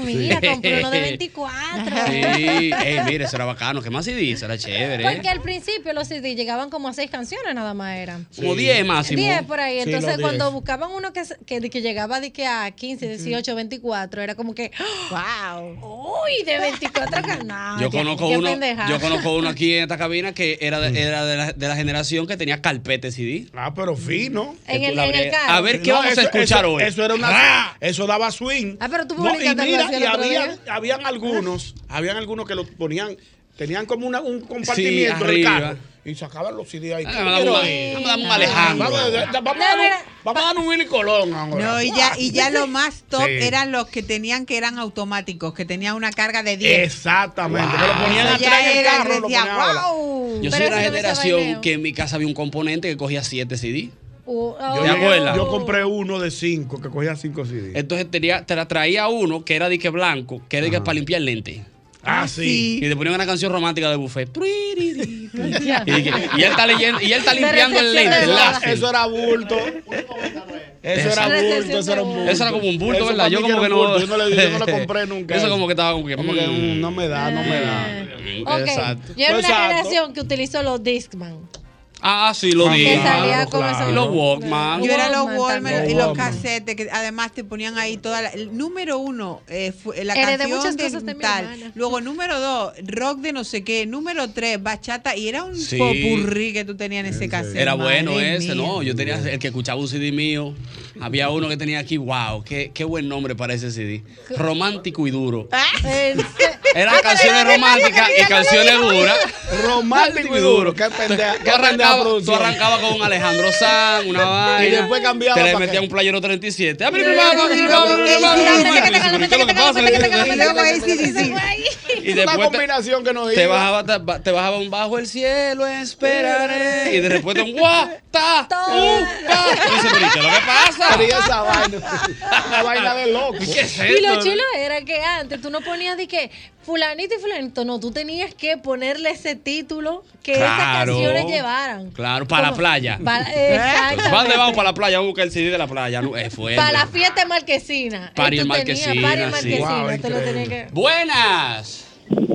Speaker 15: mira,
Speaker 3: Sí.
Speaker 15: compré uno de 24.
Speaker 3: Sí, ey, mire, eso era bacano. ¿Qué más CD? Eso era chévere. ¿eh?
Speaker 15: Porque al principio los CD llegaban como a seis canciones nada más eran.
Speaker 3: Como 10 máximo.
Speaker 15: 10 por ahí.
Speaker 3: Sí,
Speaker 15: Entonces,
Speaker 3: los 10.
Speaker 15: cuando buscaban uno que, que, que llegaba de que a 15, 18, 24, era como que, ¡Wow! ¡Uy! De 24 canales.
Speaker 3: Yo conozco, uno, yo conozco uno aquí en esta cabina que era de, era de, la, de la generación que tenía carpete CD.
Speaker 5: Mm. Ah, pero fino.
Speaker 15: En el- en el carro.
Speaker 3: A ver qué
Speaker 5: No,
Speaker 3: vamos
Speaker 5: eso-
Speaker 3: a escuchar
Speaker 5: eso-
Speaker 3: hoy. Ah.
Speaker 5: Eso era una. Ah. Eso daba swing.
Speaker 15: Ah, pero tú
Speaker 5: No, y
Speaker 15: publicaste algo
Speaker 5: mira,
Speaker 15: así el
Speaker 5: y
Speaker 15: otro
Speaker 5: había,
Speaker 15: día.
Speaker 5: habían algunos, habían algunos que lo ponían, tenían como una- un compartimiento del
Speaker 3: arriba.
Speaker 5: carro. Y sacaban los CD ahí.
Speaker 3: Ah,
Speaker 5: Eh, ¿Qué
Speaker 3: vamos a
Speaker 5: quiero
Speaker 3: dar un-
Speaker 5: ahí?
Speaker 3: vamos a dar un Alejandro.
Speaker 5: Vamos a dar- vamos a dar un- vamos a dar un Willy Colón ahora.
Speaker 6: No, y ya, y ya lo más top
Speaker 5: Sí.
Speaker 6: eran los que tenían que eran automáticos, que tenían una carga de 10.
Speaker 5: Exactamente. Que lo ponían
Speaker 6: Eso ya
Speaker 5: atrás en el
Speaker 6: era,
Speaker 5: carro.
Speaker 6: yo
Speaker 5: lo
Speaker 6: decía,
Speaker 5: ponían ahora.
Speaker 6: wow.
Speaker 3: Yo soy de una generación que en mi casa había un componente que cogía 7 CD.
Speaker 15: Uh, oh,
Speaker 5: Yo,
Speaker 3: ¿Te
Speaker 5: llegué-
Speaker 3: acuerdas?
Speaker 5: yo compré uno de cinco que cogía cinco CD.
Speaker 3: Entonces tenía, te la traía uno que era dique blanco, que era dique para limpiar lente.
Speaker 5: Ah, sí.
Speaker 3: Y le ponían una canción romántica de buffet. Y, dije, y él está leyendo, y él está limpiando el lente. el láser.
Speaker 5: Eso era bulto. Eso era bulto, eso era un bulto.
Speaker 3: Eso era como un bulto,
Speaker 5: Eso
Speaker 3: ¿verdad?
Speaker 5: para
Speaker 3: Yo
Speaker 5: mí
Speaker 3: como que
Speaker 5: que era
Speaker 3: no.
Speaker 5: un bulto, Yo no le- yo no lo compré nunca.
Speaker 3: Eso como que estaba como que.
Speaker 5: Como que, mm, no me da, no me da.
Speaker 15: Ok,
Speaker 3: Exacto.
Speaker 15: Yo era una
Speaker 3: Exacto.
Speaker 15: generación que utilizó los Discman.
Speaker 3: Ah, sí, lo
Speaker 15: Que
Speaker 3: dije.
Speaker 15: salía con esa-
Speaker 3: Y los Walkman.
Speaker 6: Yo era los
Speaker 15: Walkman
Speaker 6: Walmart
Speaker 3: también.
Speaker 6: y los
Speaker 3: Walkman.
Speaker 6: cassettes que además te ponían ahí toda la, el número uno eh, fue la
Speaker 15: Heredé
Speaker 6: canción
Speaker 15: muchas
Speaker 6: de
Speaker 15: cosas de mi
Speaker 6: tal.
Speaker 15: hermana.
Speaker 6: luego número dos rock de no sé qué número tres bachata y era un
Speaker 3: Sí.
Speaker 6: popurrí que tú tenías en ese cassette
Speaker 3: Era
Speaker 6: madre
Speaker 3: bueno ese,
Speaker 6: mía.
Speaker 3: ¿no? Yo tenía el que escuchaba un CD mío. Había uno que tenía aquí, wow, qué, qué buen nombre para ese CD. Romántico y duro.
Speaker 6: Ah,
Speaker 3: Eran canciones románticas y canciones duras.
Speaker 5: Romántico y duro. Qué pendeja.
Speaker 3: Tú
Speaker 5: Qué pendeja
Speaker 3: arrancabas tú
Speaker 5: producción.
Speaker 3: arrancabas con un Alejandro San, una vaina.
Speaker 5: después cambiaba
Speaker 3: Te le
Speaker 5: pa'
Speaker 3: metía
Speaker 5: qué.
Speaker 3: un playero 37. Ah, mira,
Speaker 5: Yo-
Speaker 3: mira, mira, mira, mira, mira, mira, mira, mira, mira, mira, mira, ¿qué es lo que pasa?
Speaker 6: Y luego ACDC.
Speaker 3: Y
Speaker 5: Una
Speaker 3: después te-
Speaker 5: combinación que nos
Speaker 3: te
Speaker 5: iba.
Speaker 3: bajaba, te, ba- te bajaba un bajo el cielo, esperaré. Y de repente un Pues, guata, uca. Y dice, pero ¿y ¿qué es lo que pasa?
Speaker 5: Pero ¿y esa vaina? Una vaina de loco.
Speaker 3: Ah, ¿Qué es
Speaker 15: Y lo
Speaker 3: esto?
Speaker 15: chulo era que antes tú no ponías de que fulanito y fulanito, no, tú tenías que ponerle ese título que
Speaker 3: Claro.
Speaker 15: esas canciones llevaran.
Speaker 3: Claro, para la
Speaker 15: Como-
Speaker 3: playa.
Speaker 15: Para- exactamente.
Speaker 3: ¿Dónde vamos para la playa? Vamos a buscar el CD de la playa. No, eh, fue.
Speaker 15: Para la fiesta de Marquesina.
Speaker 3: Party
Speaker 15: Tú
Speaker 3: en
Speaker 15: tenías
Speaker 3: Marquesina,
Speaker 15: party en
Speaker 3: sí.
Speaker 15: Marquesina,
Speaker 3: Wow,
Speaker 15: tú lo tenías que-
Speaker 3: Buenas.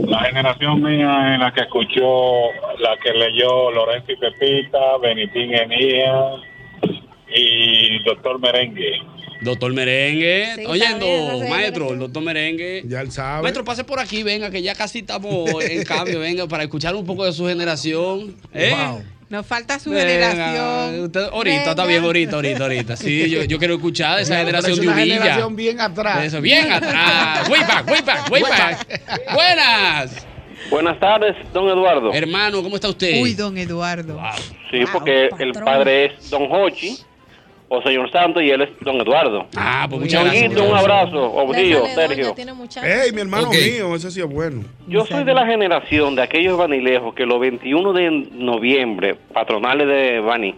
Speaker 2: La generación mía en la que escuchó, la que leyó Lorenzo y Pepita, Benitín Enías y Doctor Merengue.
Speaker 3: Doctor Merengue.
Speaker 2: Sí,
Speaker 3: ¿está oyendo,
Speaker 2: está bien, esa es la
Speaker 3: maestro, el doctor Merengue.
Speaker 5: Ya él sabe.
Speaker 3: Maestro, pase por aquí, venga, que ya casi estamos en cambio, venga, para escuchar un poco de su generación. ¿Eh?
Speaker 6: Wow. nos falta su
Speaker 3: Venga,
Speaker 6: generación
Speaker 3: usted- ahorita, está
Speaker 6: Venga.
Speaker 3: bien, ahorita, ahorita, ahorita. Sí, yo, yo quiero escuchar de esa generación de
Speaker 5: una
Speaker 3: Uvilla.
Speaker 5: generación bien atrás.
Speaker 3: Eso, bien atrás. Way back, way back, way back. Buenas.
Speaker 4: Buenas tardes, don Eduardo.
Speaker 3: Hermano, ¿cómo está usted?
Speaker 6: uy don Eduardo
Speaker 4: Sí, porque el padre es don Hochi, o señor Santo, y él es don Eduardo.
Speaker 3: Ah, pues
Speaker 5: muchas gracias,
Speaker 4: Un
Speaker 5: gracias.
Speaker 4: abrazo, obrío, Sergio.
Speaker 5: Ey, mi hermano
Speaker 4: Ok.
Speaker 5: mío, ese sí es bueno.
Speaker 4: Yo soy de la generación de aquellos vanilejos que los 21 de noviembre, patronales de Bani,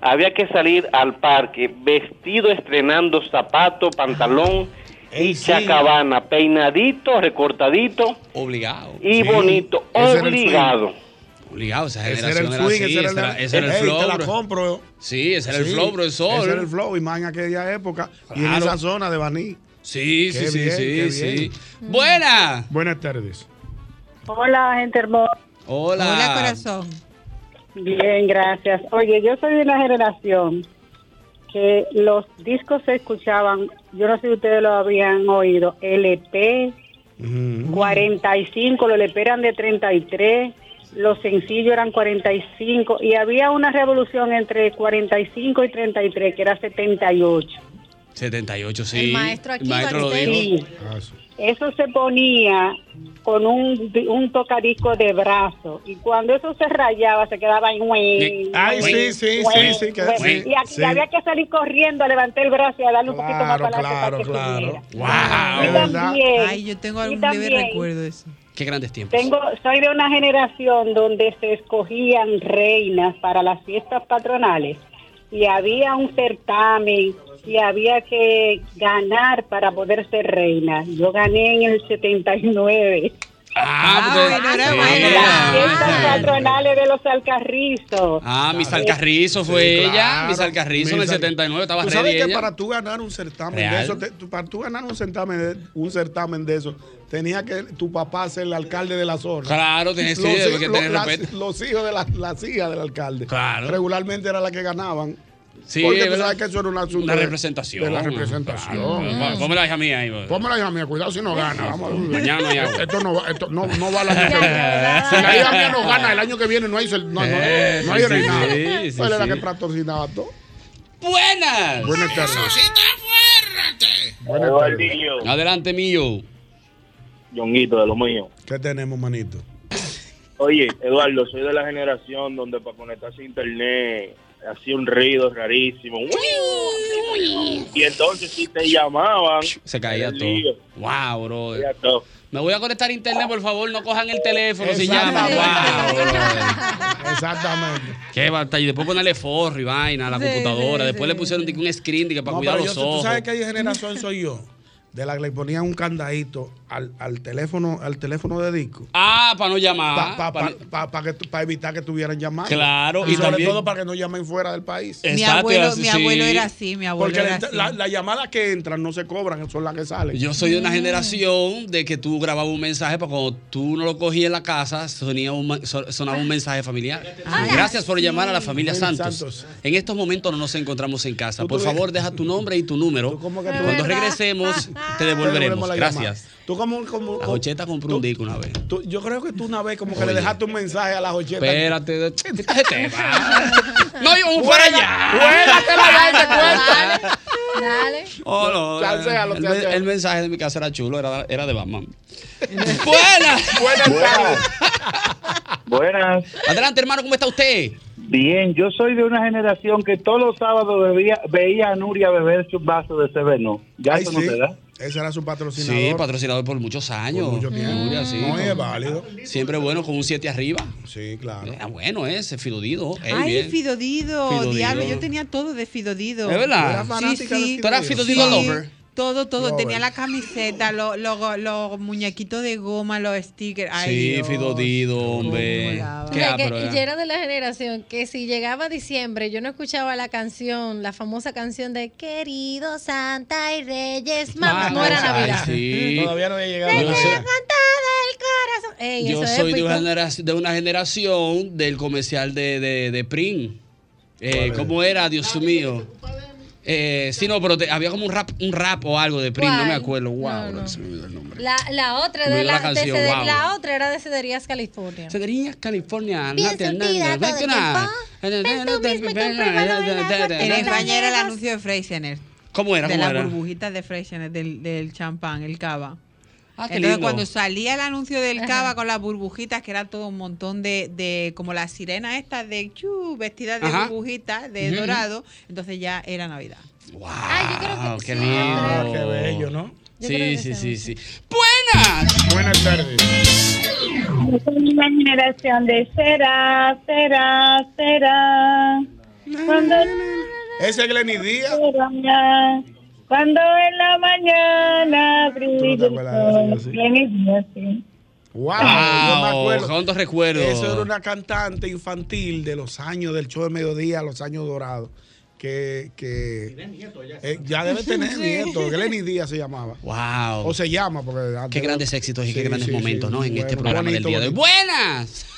Speaker 4: había que salir al parque vestido, estrenando zapato, pantalón
Speaker 3: Ah,
Speaker 4: y chacabana, peinadito, recortadito
Speaker 3: Obligado.
Speaker 4: y
Speaker 3: Sí.
Speaker 4: bonito,
Speaker 3: Ese era el
Speaker 4: obligado.
Speaker 3: Obligado, esa
Speaker 5: Ese era
Speaker 3: generación
Speaker 5: el
Speaker 3: era
Speaker 5: swing,
Speaker 3: así,
Speaker 5: ese era
Speaker 3: ese era-
Speaker 5: el,
Speaker 3: ese era el
Speaker 5: Ey,
Speaker 3: flow,
Speaker 5: Te la
Speaker 3: bro.
Speaker 5: compro.
Speaker 3: Sí, ese era el
Speaker 5: Sí,
Speaker 3: flow, profesor.
Speaker 5: Ese era el flow, y más en aquella época. Y en
Speaker 3: Claro.
Speaker 5: esa zona de Baní.
Speaker 3: Sí, sí,
Speaker 5: Qué
Speaker 3: sí,
Speaker 5: bien,
Speaker 3: sí,
Speaker 5: qué
Speaker 3: sí.
Speaker 5: bien.
Speaker 3: Buena.
Speaker 5: Buenas tardes.
Speaker 2: Hola, gente hermosa.
Speaker 3: Hola.
Speaker 2: corazón. Bien, gracias. Oye, yo soy de la generación que los discos se escuchaban, yo no sé si ustedes lo habían oído, LP, 45, los LP eran de 33, los sencillos eran 45 y había una revolución entre 45 y 33 que era 78.
Speaker 3: 78, sí.
Speaker 2: El maestro aquí,
Speaker 3: El maestro lo
Speaker 2: backstage.
Speaker 3: dijo.
Speaker 2: Sí.
Speaker 5: Ah,
Speaker 2: Eso se ponía con un, un tocadisco de brazo y cuando eso se rayaba se quedaba en
Speaker 5: Sí. Ay, sí, sí, sí, sí, que- sí,
Speaker 2: y aquí
Speaker 5: sí.
Speaker 2: había que salir corriendo a levantar el brazo y a darle un poquito más
Speaker 5: Claro,
Speaker 2: para adelante para
Speaker 5: claro,
Speaker 2: que
Speaker 5: claro.
Speaker 3: Ah,
Speaker 2: Y también-
Speaker 6: Ay, yo tengo
Speaker 2: y
Speaker 6: algún
Speaker 2: también
Speaker 6: leve recuerdo de eso.
Speaker 3: Qué grandes tiempos.
Speaker 2: tengo, soy de una generación donde se escogían reinas para las fiestas patronales y había un certamen y había que ganar para poder ser reina. Yo gané en el 79.
Speaker 3: Ah,
Speaker 5: pues,
Speaker 2: bueno, Las
Speaker 5: Ah.
Speaker 2: fiestas patronales de los Alcarrizos.
Speaker 3: Ah, mis alcarrizos fue
Speaker 5: Sí,
Speaker 3: ella.
Speaker 5: claro.
Speaker 3: Mis alcarrizos en el
Speaker 5: Mis Al-
Speaker 3: 79 estaba
Speaker 5: ¿Tú
Speaker 3: ready
Speaker 5: sabes que
Speaker 3: ella.
Speaker 5: para tú ganar un certamen de
Speaker 3: Real.
Speaker 5: eso, te- tú- para tú ganar un certamen de, un certamen de eso, tenía que tu papá ser el alcalde de la zona.
Speaker 3: Claro, tenía- sí,
Speaker 5: Los-
Speaker 3: debe que
Speaker 5: los-
Speaker 3: tener
Speaker 5: las-
Speaker 3: respeto.
Speaker 5: Los hijos de la- las hijas del alcalde.
Speaker 3: Claro.
Speaker 5: Regularmente era la que ganaban.
Speaker 3: Sí,
Speaker 5: porque tú
Speaker 3: ¿verdad?
Speaker 5: sabes que eso era un asunto
Speaker 3: Una
Speaker 5: de-
Speaker 3: representación.
Speaker 5: De la representación.
Speaker 3: Claro. Ponme la hija mía ahí. pues. bro.
Speaker 5: Pónmela, hija mía, cuidado si no gana. Vamos a ver.
Speaker 3: Mañana hay agua.
Speaker 5: Esto no va, esto no, no va el año que viene. Si la hija mía no gana, el año que viene no hay, cel- no, no,
Speaker 3: Ah. Eh,
Speaker 5: no hay
Speaker 3: sí,
Speaker 5: reinado.
Speaker 3: sí, sí,
Speaker 5: Ella era
Speaker 3: sí.
Speaker 5: la que patrocinaba todo.
Speaker 3: Buenas.
Speaker 5: Buenas tardes. Buenas tardes.
Speaker 3: Adelante, mío.
Speaker 24: Ñonguito, de lo mío.
Speaker 5: ¿Qué tenemos, manito?
Speaker 24: Oye, Eduardo, soy de la generación donde para conectarse a internet hacía un ruido rarísimo. Y entonces si te llamaban,
Speaker 3: Se caía todo. Wow,
Speaker 24: era
Speaker 3: bro.
Speaker 24: todo.
Speaker 3: Me voy a conectar a internet, por favor. No cojan el teléfono si llama.
Speaker 5: Exactamente.
Speaker 3: Wow, bro.
Speaker 5: Exactamente.
Speaker 3: Qué batalla. Y después ponerle forro y vaina a la
Speaker 5: Sí,
Speaker 3: computadora.
Speaker 5: sí,
Speaker 3: después le pusieron dique, un screen dique, para
Speaker 5: No,
Speaker 3: cuidar
Speaker 5: pero
Speaker 3: los
Speaker 5: yo-
Speaker 3: ojos.
Speaker 5: Tú sabes que hay generación soy yo. De la que le ponían un candadito al, al teléfono, al teléfono de disco.
Speaker 3: Ah, para no llamar.
Speaker 5: Para pa,
Speaker 3: pa-
Speaker 5: pa- pa que tu- pa evitar que estuvieran llamando.
Speaker 3: Claro,
Speaker 5: y,
Speaker 3: y
Speaker 5: sobre
Speaker 3: también-
Speaker 5: todo para que no llamen fuera del país.
Speaker 3: Mi Exacto, abuelo- era así, mi abuelo sí. era
Speaker 6: así, mi abuelo
Speaker 5: Porque
Speaker 6: era
Speaker 5: la-
Speaker 6: así.
Speaker 5: la- las llamadas que entran no se cobran, son las que salen.
Speaker 3: Yo soy
Speaker 6: Mm.
Speaker 3: de una generación de que tú grababas un mensaje para cuando tú no lo cogías en la casa, sonía un ma- so- sonaba un mensaje familiar.
Speaker 5: Ah,
Speaker 3: Gracias por
Speaker 5: sí.
Speaker 3: llamar a la familia
Speaker 5: Familia
Speaker 3: Santos.
Speaker 5: Santos.
Speaker 3: En estos momentos no nos encontramos en casa.
Speaker 5: Tú
Speaker 3: Por
Speaker 5: tuviste-
Speaker 3: favor, deja tu nombre y tu número.
Speaker 5: que tú-
Speaker 3: Cuando
Speaker 5: Es verdad.
Speaker 3: regresemos, te
Speaker 5: devolvemos
Speaker 3: devolveremos.
Speaker 5: la
Speaker 3: Gracias.
Speaker 5: Tú como, como
Speaker 3: La Jocheta compró un disco una vez.
Speaker 5: tú- yo creo que tú una vez como que
Speaker 3: Oye.
Speaker 5: le dejaste un mensaje a la jocheta.
Speaker 3: Espérate, de- de tema. No íbamos para allá.
Speaker 5: Juégatela ya y te
Speaker 3: Dale,
Speaker 15: Dale.
Speaker 3: Oh, no.
Speaker 5: Chancealo,
Speaker 3: el,
Speaker 5: chancealo.
Speaker 3: el mensaje de mi casa era chulo, era, era de Batman.
Speaker 25: Buenas tardes. Buenas.
Speaker 3: Adelante, hermano, ¿cómo está usted?
Speaker 25: Bien, yo soy de una generación que todos los sábados bebía, veía a Nuria beber su vaso de Severno. Ya
Speaker 5: Ay,
Speaker 25: eso no
Speaker 5: sí.
Speaker 25: se da.
Speaker 5: Ese era su patrocinador.
Speaker 3: Sí, patrocinador por muchos años.
Speaker 5: Por mucho tiempo.
Speaker 3: Nuria, sí,
Speaker 5: No,
Speaker 3: con-
Speaker 5: es válido.
Speaker 3: Siempre bueno con un 7 arriba.
Speaker 5: Sí, claro.
Speaker 3: Era bueno ese, Fidodido. Ey,
Speaker 6: Ay,
Speaker 3: bien.
Speaker 6: Fidodido,
Speaker 3: Fidodido.
Speaker 6: diablo, yo tenía todo de Fidodido.
Speaker 3: ¿Es verdad?
Speaker 5: Era fanática de Fidodido.
Speaker 6: ¿Tú eras
Speaker 3: Fidodido lover?
Speaker 6: Todo, todo.
Speaker 3: Lover.
Speaker 6: Tenía la camiseta, lo- lo- los muñequitos de goma, los stickers. Ay,
Speaker 3: Sí,
Speaker 6: Dios.
Speaker 3: Fidodido, hombre. Qué ah,
Speaker 15: No, es que
Speaker 3: apro,
Speaker 15: yo
Speaker 3: ¿verdad?
Speaker 15: era de la generación que si llegaba diciembre yo no escuchaba la canción, la famosa canción de Querido Santa y Reyes
Speaker 3: Ah,
Speaker 15: Magos. No era
Speaker 3: Ay,
Speaker 15: Navidad.
Speaker 3: sí.
Speaker 5: Todavía no había llegado.
Speaker 3: Yo soy-
Speaker 15: Ey,
Speaker 3: Yo
Speaker 15: eso es
Speaker 3: soy de
Speaker 15: épico.
Speaker 3: una, generación, de una generación del comercial de, de, de Prim. Eh,
Speaker 5: ¿Cuál era?
Speaker 3: ¿Cómo era, Dios mío? Eh, sí, no, pero te- había como un rap, un rap o algo de Prim, no me
Speaker 15: ¿Cuál?
Speaker 3: acuerdo. Wow, se me olvidó el nombre.
Speaker 15: La, la otra
Speaker 3: Me
Speaker 15: de
Speaker 3: dio la
Speaker 15: la, de
Speaker 3: canción,
Speaker 15: Ceder-
Speaker 3: wow.
Speaker 15: la otra era de Cederías California.
Speaker 3: Cederías California.
Speaker 15: Bien sentida todo el tiempo.
Speaker 6: En España era el anuncio de Freysener.
Speaker 3: ¿Cómo era?
Speaker 6: De
Speaker 3: ¿Cómo
Speaker 6: las
Speaker 3: era?
Speaker 6: burbujitas de Freysener, del, del champán, el cava.
Speaker 3: Ah, qué
Speaker 6: Entonces
Speaker 3: lindo.
Speaker 6: cuando salía el anuncio del cava con las burbujitas, que era todo un montón de, de como la sirena esta de chu, vestida de
Speaker 3: Ajá.
Speaker 6: burbujitas, de
Speaker 3: Ujú.
Speaker 6: dorado, entonces ya era Navidad.
Speaker 3: Ah, qué
Speaker 6: sí,
Speaker 3: lindo.
Speaker 5: Ah, qué bello, ¿no?
Speaker 3: Sí, sí, sí, sí.
Speaker 5: Buenas tardes.
Speaker 2: Yo soy de la generación de será, será, será.
Speaker 5: Ese es Glenny Díaz.
Speaker 26: Cuando en la mañana brilla
Speaker 5: te acuerdas de
Speaker 26: el
Speaker 5: eso,
Speaker 26: sol,
Speaker 5: yo sí.
Speaker 26: bien así.
Speaker 5: Wow,
Speaker 3: Wow,
Speaker 5: yo me acuerdo.
Speaker 3: son dos recuerdos.
Speaker 5: Eso era una cantante infantil de los años del show de mediodía, los años dorados. Que, que eh, ya debe tener
Speaker 3: Sí.
Speaker 5: nieto. Glenny Díaz se llamaba.
Speaker 3: Wow.
Speaker 5: O se llama, porque antes-
Speaker 3: Qué grandes éxitos y qué
Speaker 5: Sí,
Speaker 3: grandes
Speaker 5: sí,
Speaker 3: momentos,
Speaker 5: sí.
Speaker 3: ¿no? En
Speaker 5: Bueno,
Speaker 3: este programa del
Speaker 5: bonito,
Speaker 3: día de hoy.
Speaker 5: bonito.
Speaker 3: ¡Buenas!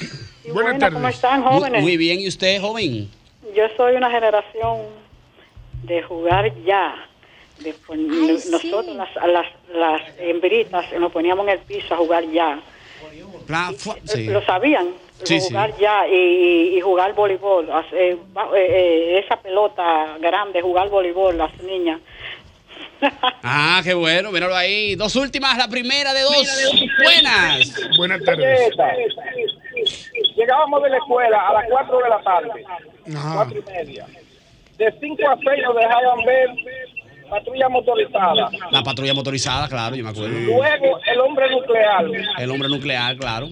Speaker 5: Buenas
Speaker 2: tardes. ¿cómo están, jóvenes?
Speaker 3: Muy, muy bien, ¿y usted, joven?
Speaker 2: Yo soy una generación de jugar ya. De pon- nosotros las, las, las hembritas nos poníamos en el piso a jugar ya.
Speaker 3: Pla- fua- sí.
Speaker 2: Lo sabían,
Speaker 3: Sí, sí.
Speaker 2: jugar ya y, y jugar voleibol, hacer- ba- eh, eh, esa pelota grande, jugar voleibol, las niñas.
Speaker 3: Ah, qué bueno, míralo ahí. Dos últimas, la primera de dos. Buenas.
Speaker 5: Buenas
Speaker 13: Llegábamos de la escuela a las 4 de la tarde,
Speaker 5: Ajá.
Speaker 13: 4 y media. De 5 a 6 nos dejaban ver patrulla motorizada.
Speaker 3: La patrulla motorizada, claro, yo me acuerdo.
Speaker 13: Luego el hombre nuclear.
Speaker 3: El hombre nuclear, claro.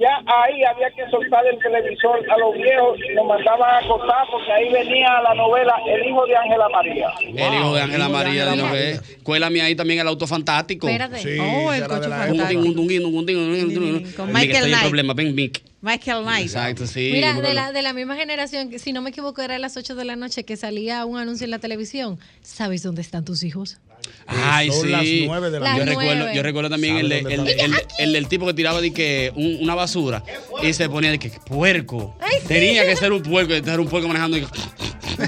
Speaker 13: Ya ahí había que soltar el televisor a los viejos y nos mandaban a acostar porque ahí venía la novela El hijo de Ángela María.
Speaker 3: el hijo de Ángela María de una vez. Cuélame ahí también el auto fantástico.
Speaker 15: Espérate.
Speaker 3: Sí,
Speaker 15: Oh,
Speaker 3: el
Speaker 15: coche
Speaker 3: fantástico. Con
Speaker 27: Michael Knight.
Speaker 3: problema, ven, Mick.
Speaker 27: Michael Knight.
Speaker 3: Exacto, sí.
Speaker 15: Mira,
Speaker 3: me
Speaker 15: de
Speaker 3: acuerdo.
Speaker 15: la, de la misma generación, que si no me equivoco, era a las 8 de la noche que salía un anuncio en la televisión. ¿Sabes dónde están tus hijos?
Speaker 3: Ay,
Speaker 5: Son
Speaker 3: sí.
Speaker 5: las nueve de la
Speaker 3: yo,
Speaker 5: mañana.
Speaker 3: recuerdo, yo recuerdo también el, de-
Speaker 5: ¿Sabe
Speaker 3: el,
Speaker 5: dónde
Speaker 3: el- el del tipo que tiraba de que un- una basura y se ponía de que puerco. Tenía que ser un puerco, y era un puerco manejando. Y...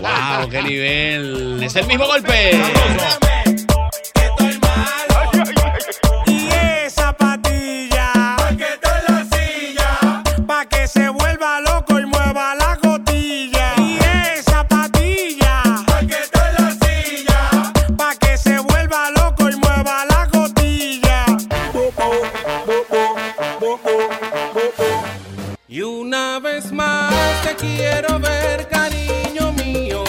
Speaker 3: ¡Wow! ¡Qué nivel! ¡Es el mismo golpe!
Speaker 12: Y esa patilla, pa' que esté en la silla, pa' que se vuelva loco y mueva la gotilla. Y esa patilla, pa' que esté en la silla, pa' que se vuelva loco y mueva la gotilla. Y una vez más te quiero ver, cariño mío.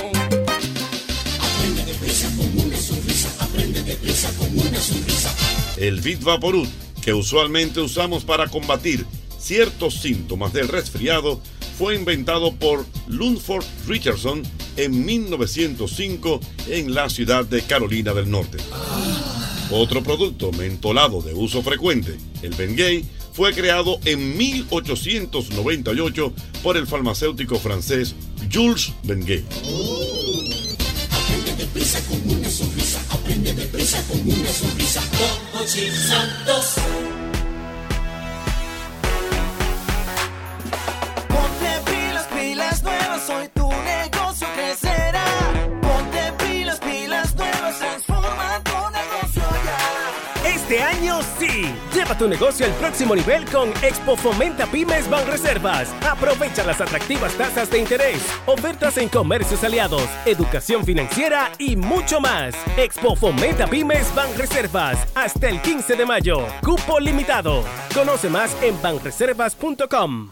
Speaker 12: Aprende deprisa con una sonrisa, aprende deprisa con una sonrisa.
Speaker 8: El Vit Vaporub, que usualmente usamos para combatir ciertos síntomas del resfriado, fue inventado por Lundford Richardson en 1905 en la ciudad de Carolina del Norte. Otro producto mentolado de uso frecuente, el Bengay, fue creado en 1898 por el farmacéutico francés Jules Bengay.
Speaker 12: Aprende deprisa con una sonrisa, aprende deprisa con una sonrisa. Con Hochi Santos. Ponte pilas, pilas nuevas, hoy tu negocio crecerá. Ponte pilas, pilas nuevas, transforma tu negocio ya.
Speaker 4: Este año sí. Lleva tu negocio al próximo nivel con Expo Fomenta Pymes Banreservas. Aprovecha las atractivas tasas de interés, ofertas en comercios aliados, educación financiera y mucho más. Expo Fomenta Pymes Banreservas hasta el 15 de mayo. Cupo limitado. Conoce más en banreservas.com.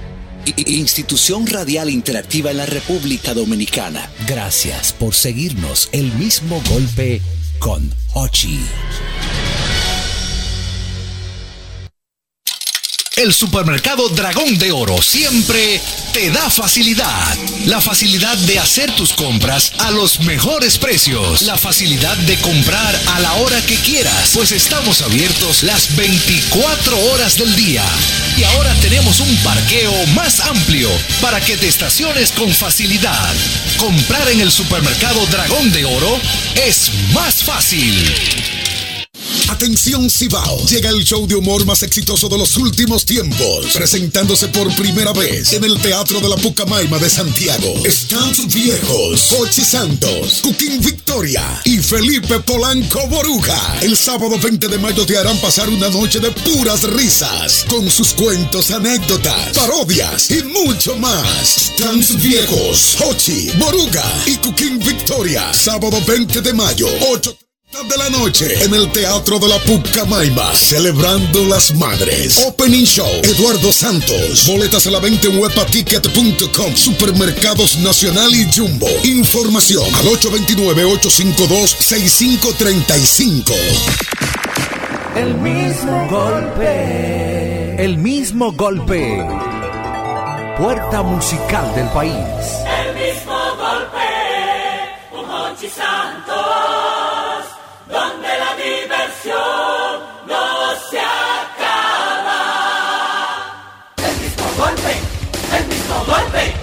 Speaker 28: I- I- Institución Radial Interactiva en la República Dominicana. Gracias por seguirnos, El Mismo Golpe con Hochi. El supermercado Dragón de Oro siempre te da facilidad. La facilidad de hacer tus compras a los mejores precios. La facilidad de comprar a la hora que quieras, pues estamos abiertos las 24 horas del día. Y ahora tenemos un parqueo más amplio para que te estaciones con facilidad. Comprar en el supermercado Dragón de Oro es más fácil.
Speaker 29: Atención Cibao, llega el show de humor más exitoso de los últimos tiempos, presentándose por primera vez en el Teatro de la Pucamaima de Santiago. Scouts Viejos, Cochi Santos, Cuquín Victoria y Felipe Polanco Boruga. El sábado 20 de mayo te harán pasar una noche de puras risas, con sus cuentos, anécdotas, parodias y mucho más. Scouts Viejos, Hochi, Boruga y Cuquín Victoria. Sábado 20 de mayo, 8 de la noche en el Teatro de la Pucamaima, celebrando las madres. Opening Show, Eduardo Santos. Boletas a la venta en webaticket.com, Supermercados Nacional y Jumbo. Información al 829-852-6535.
Speaker 20: El mismo golpe. El mismo golpe. Puerta musical del país.
Speaker 1: El mismo golpe, un Hochi Santos, donde la diversión no se acaba. El mismo golpe, el mismo golpe.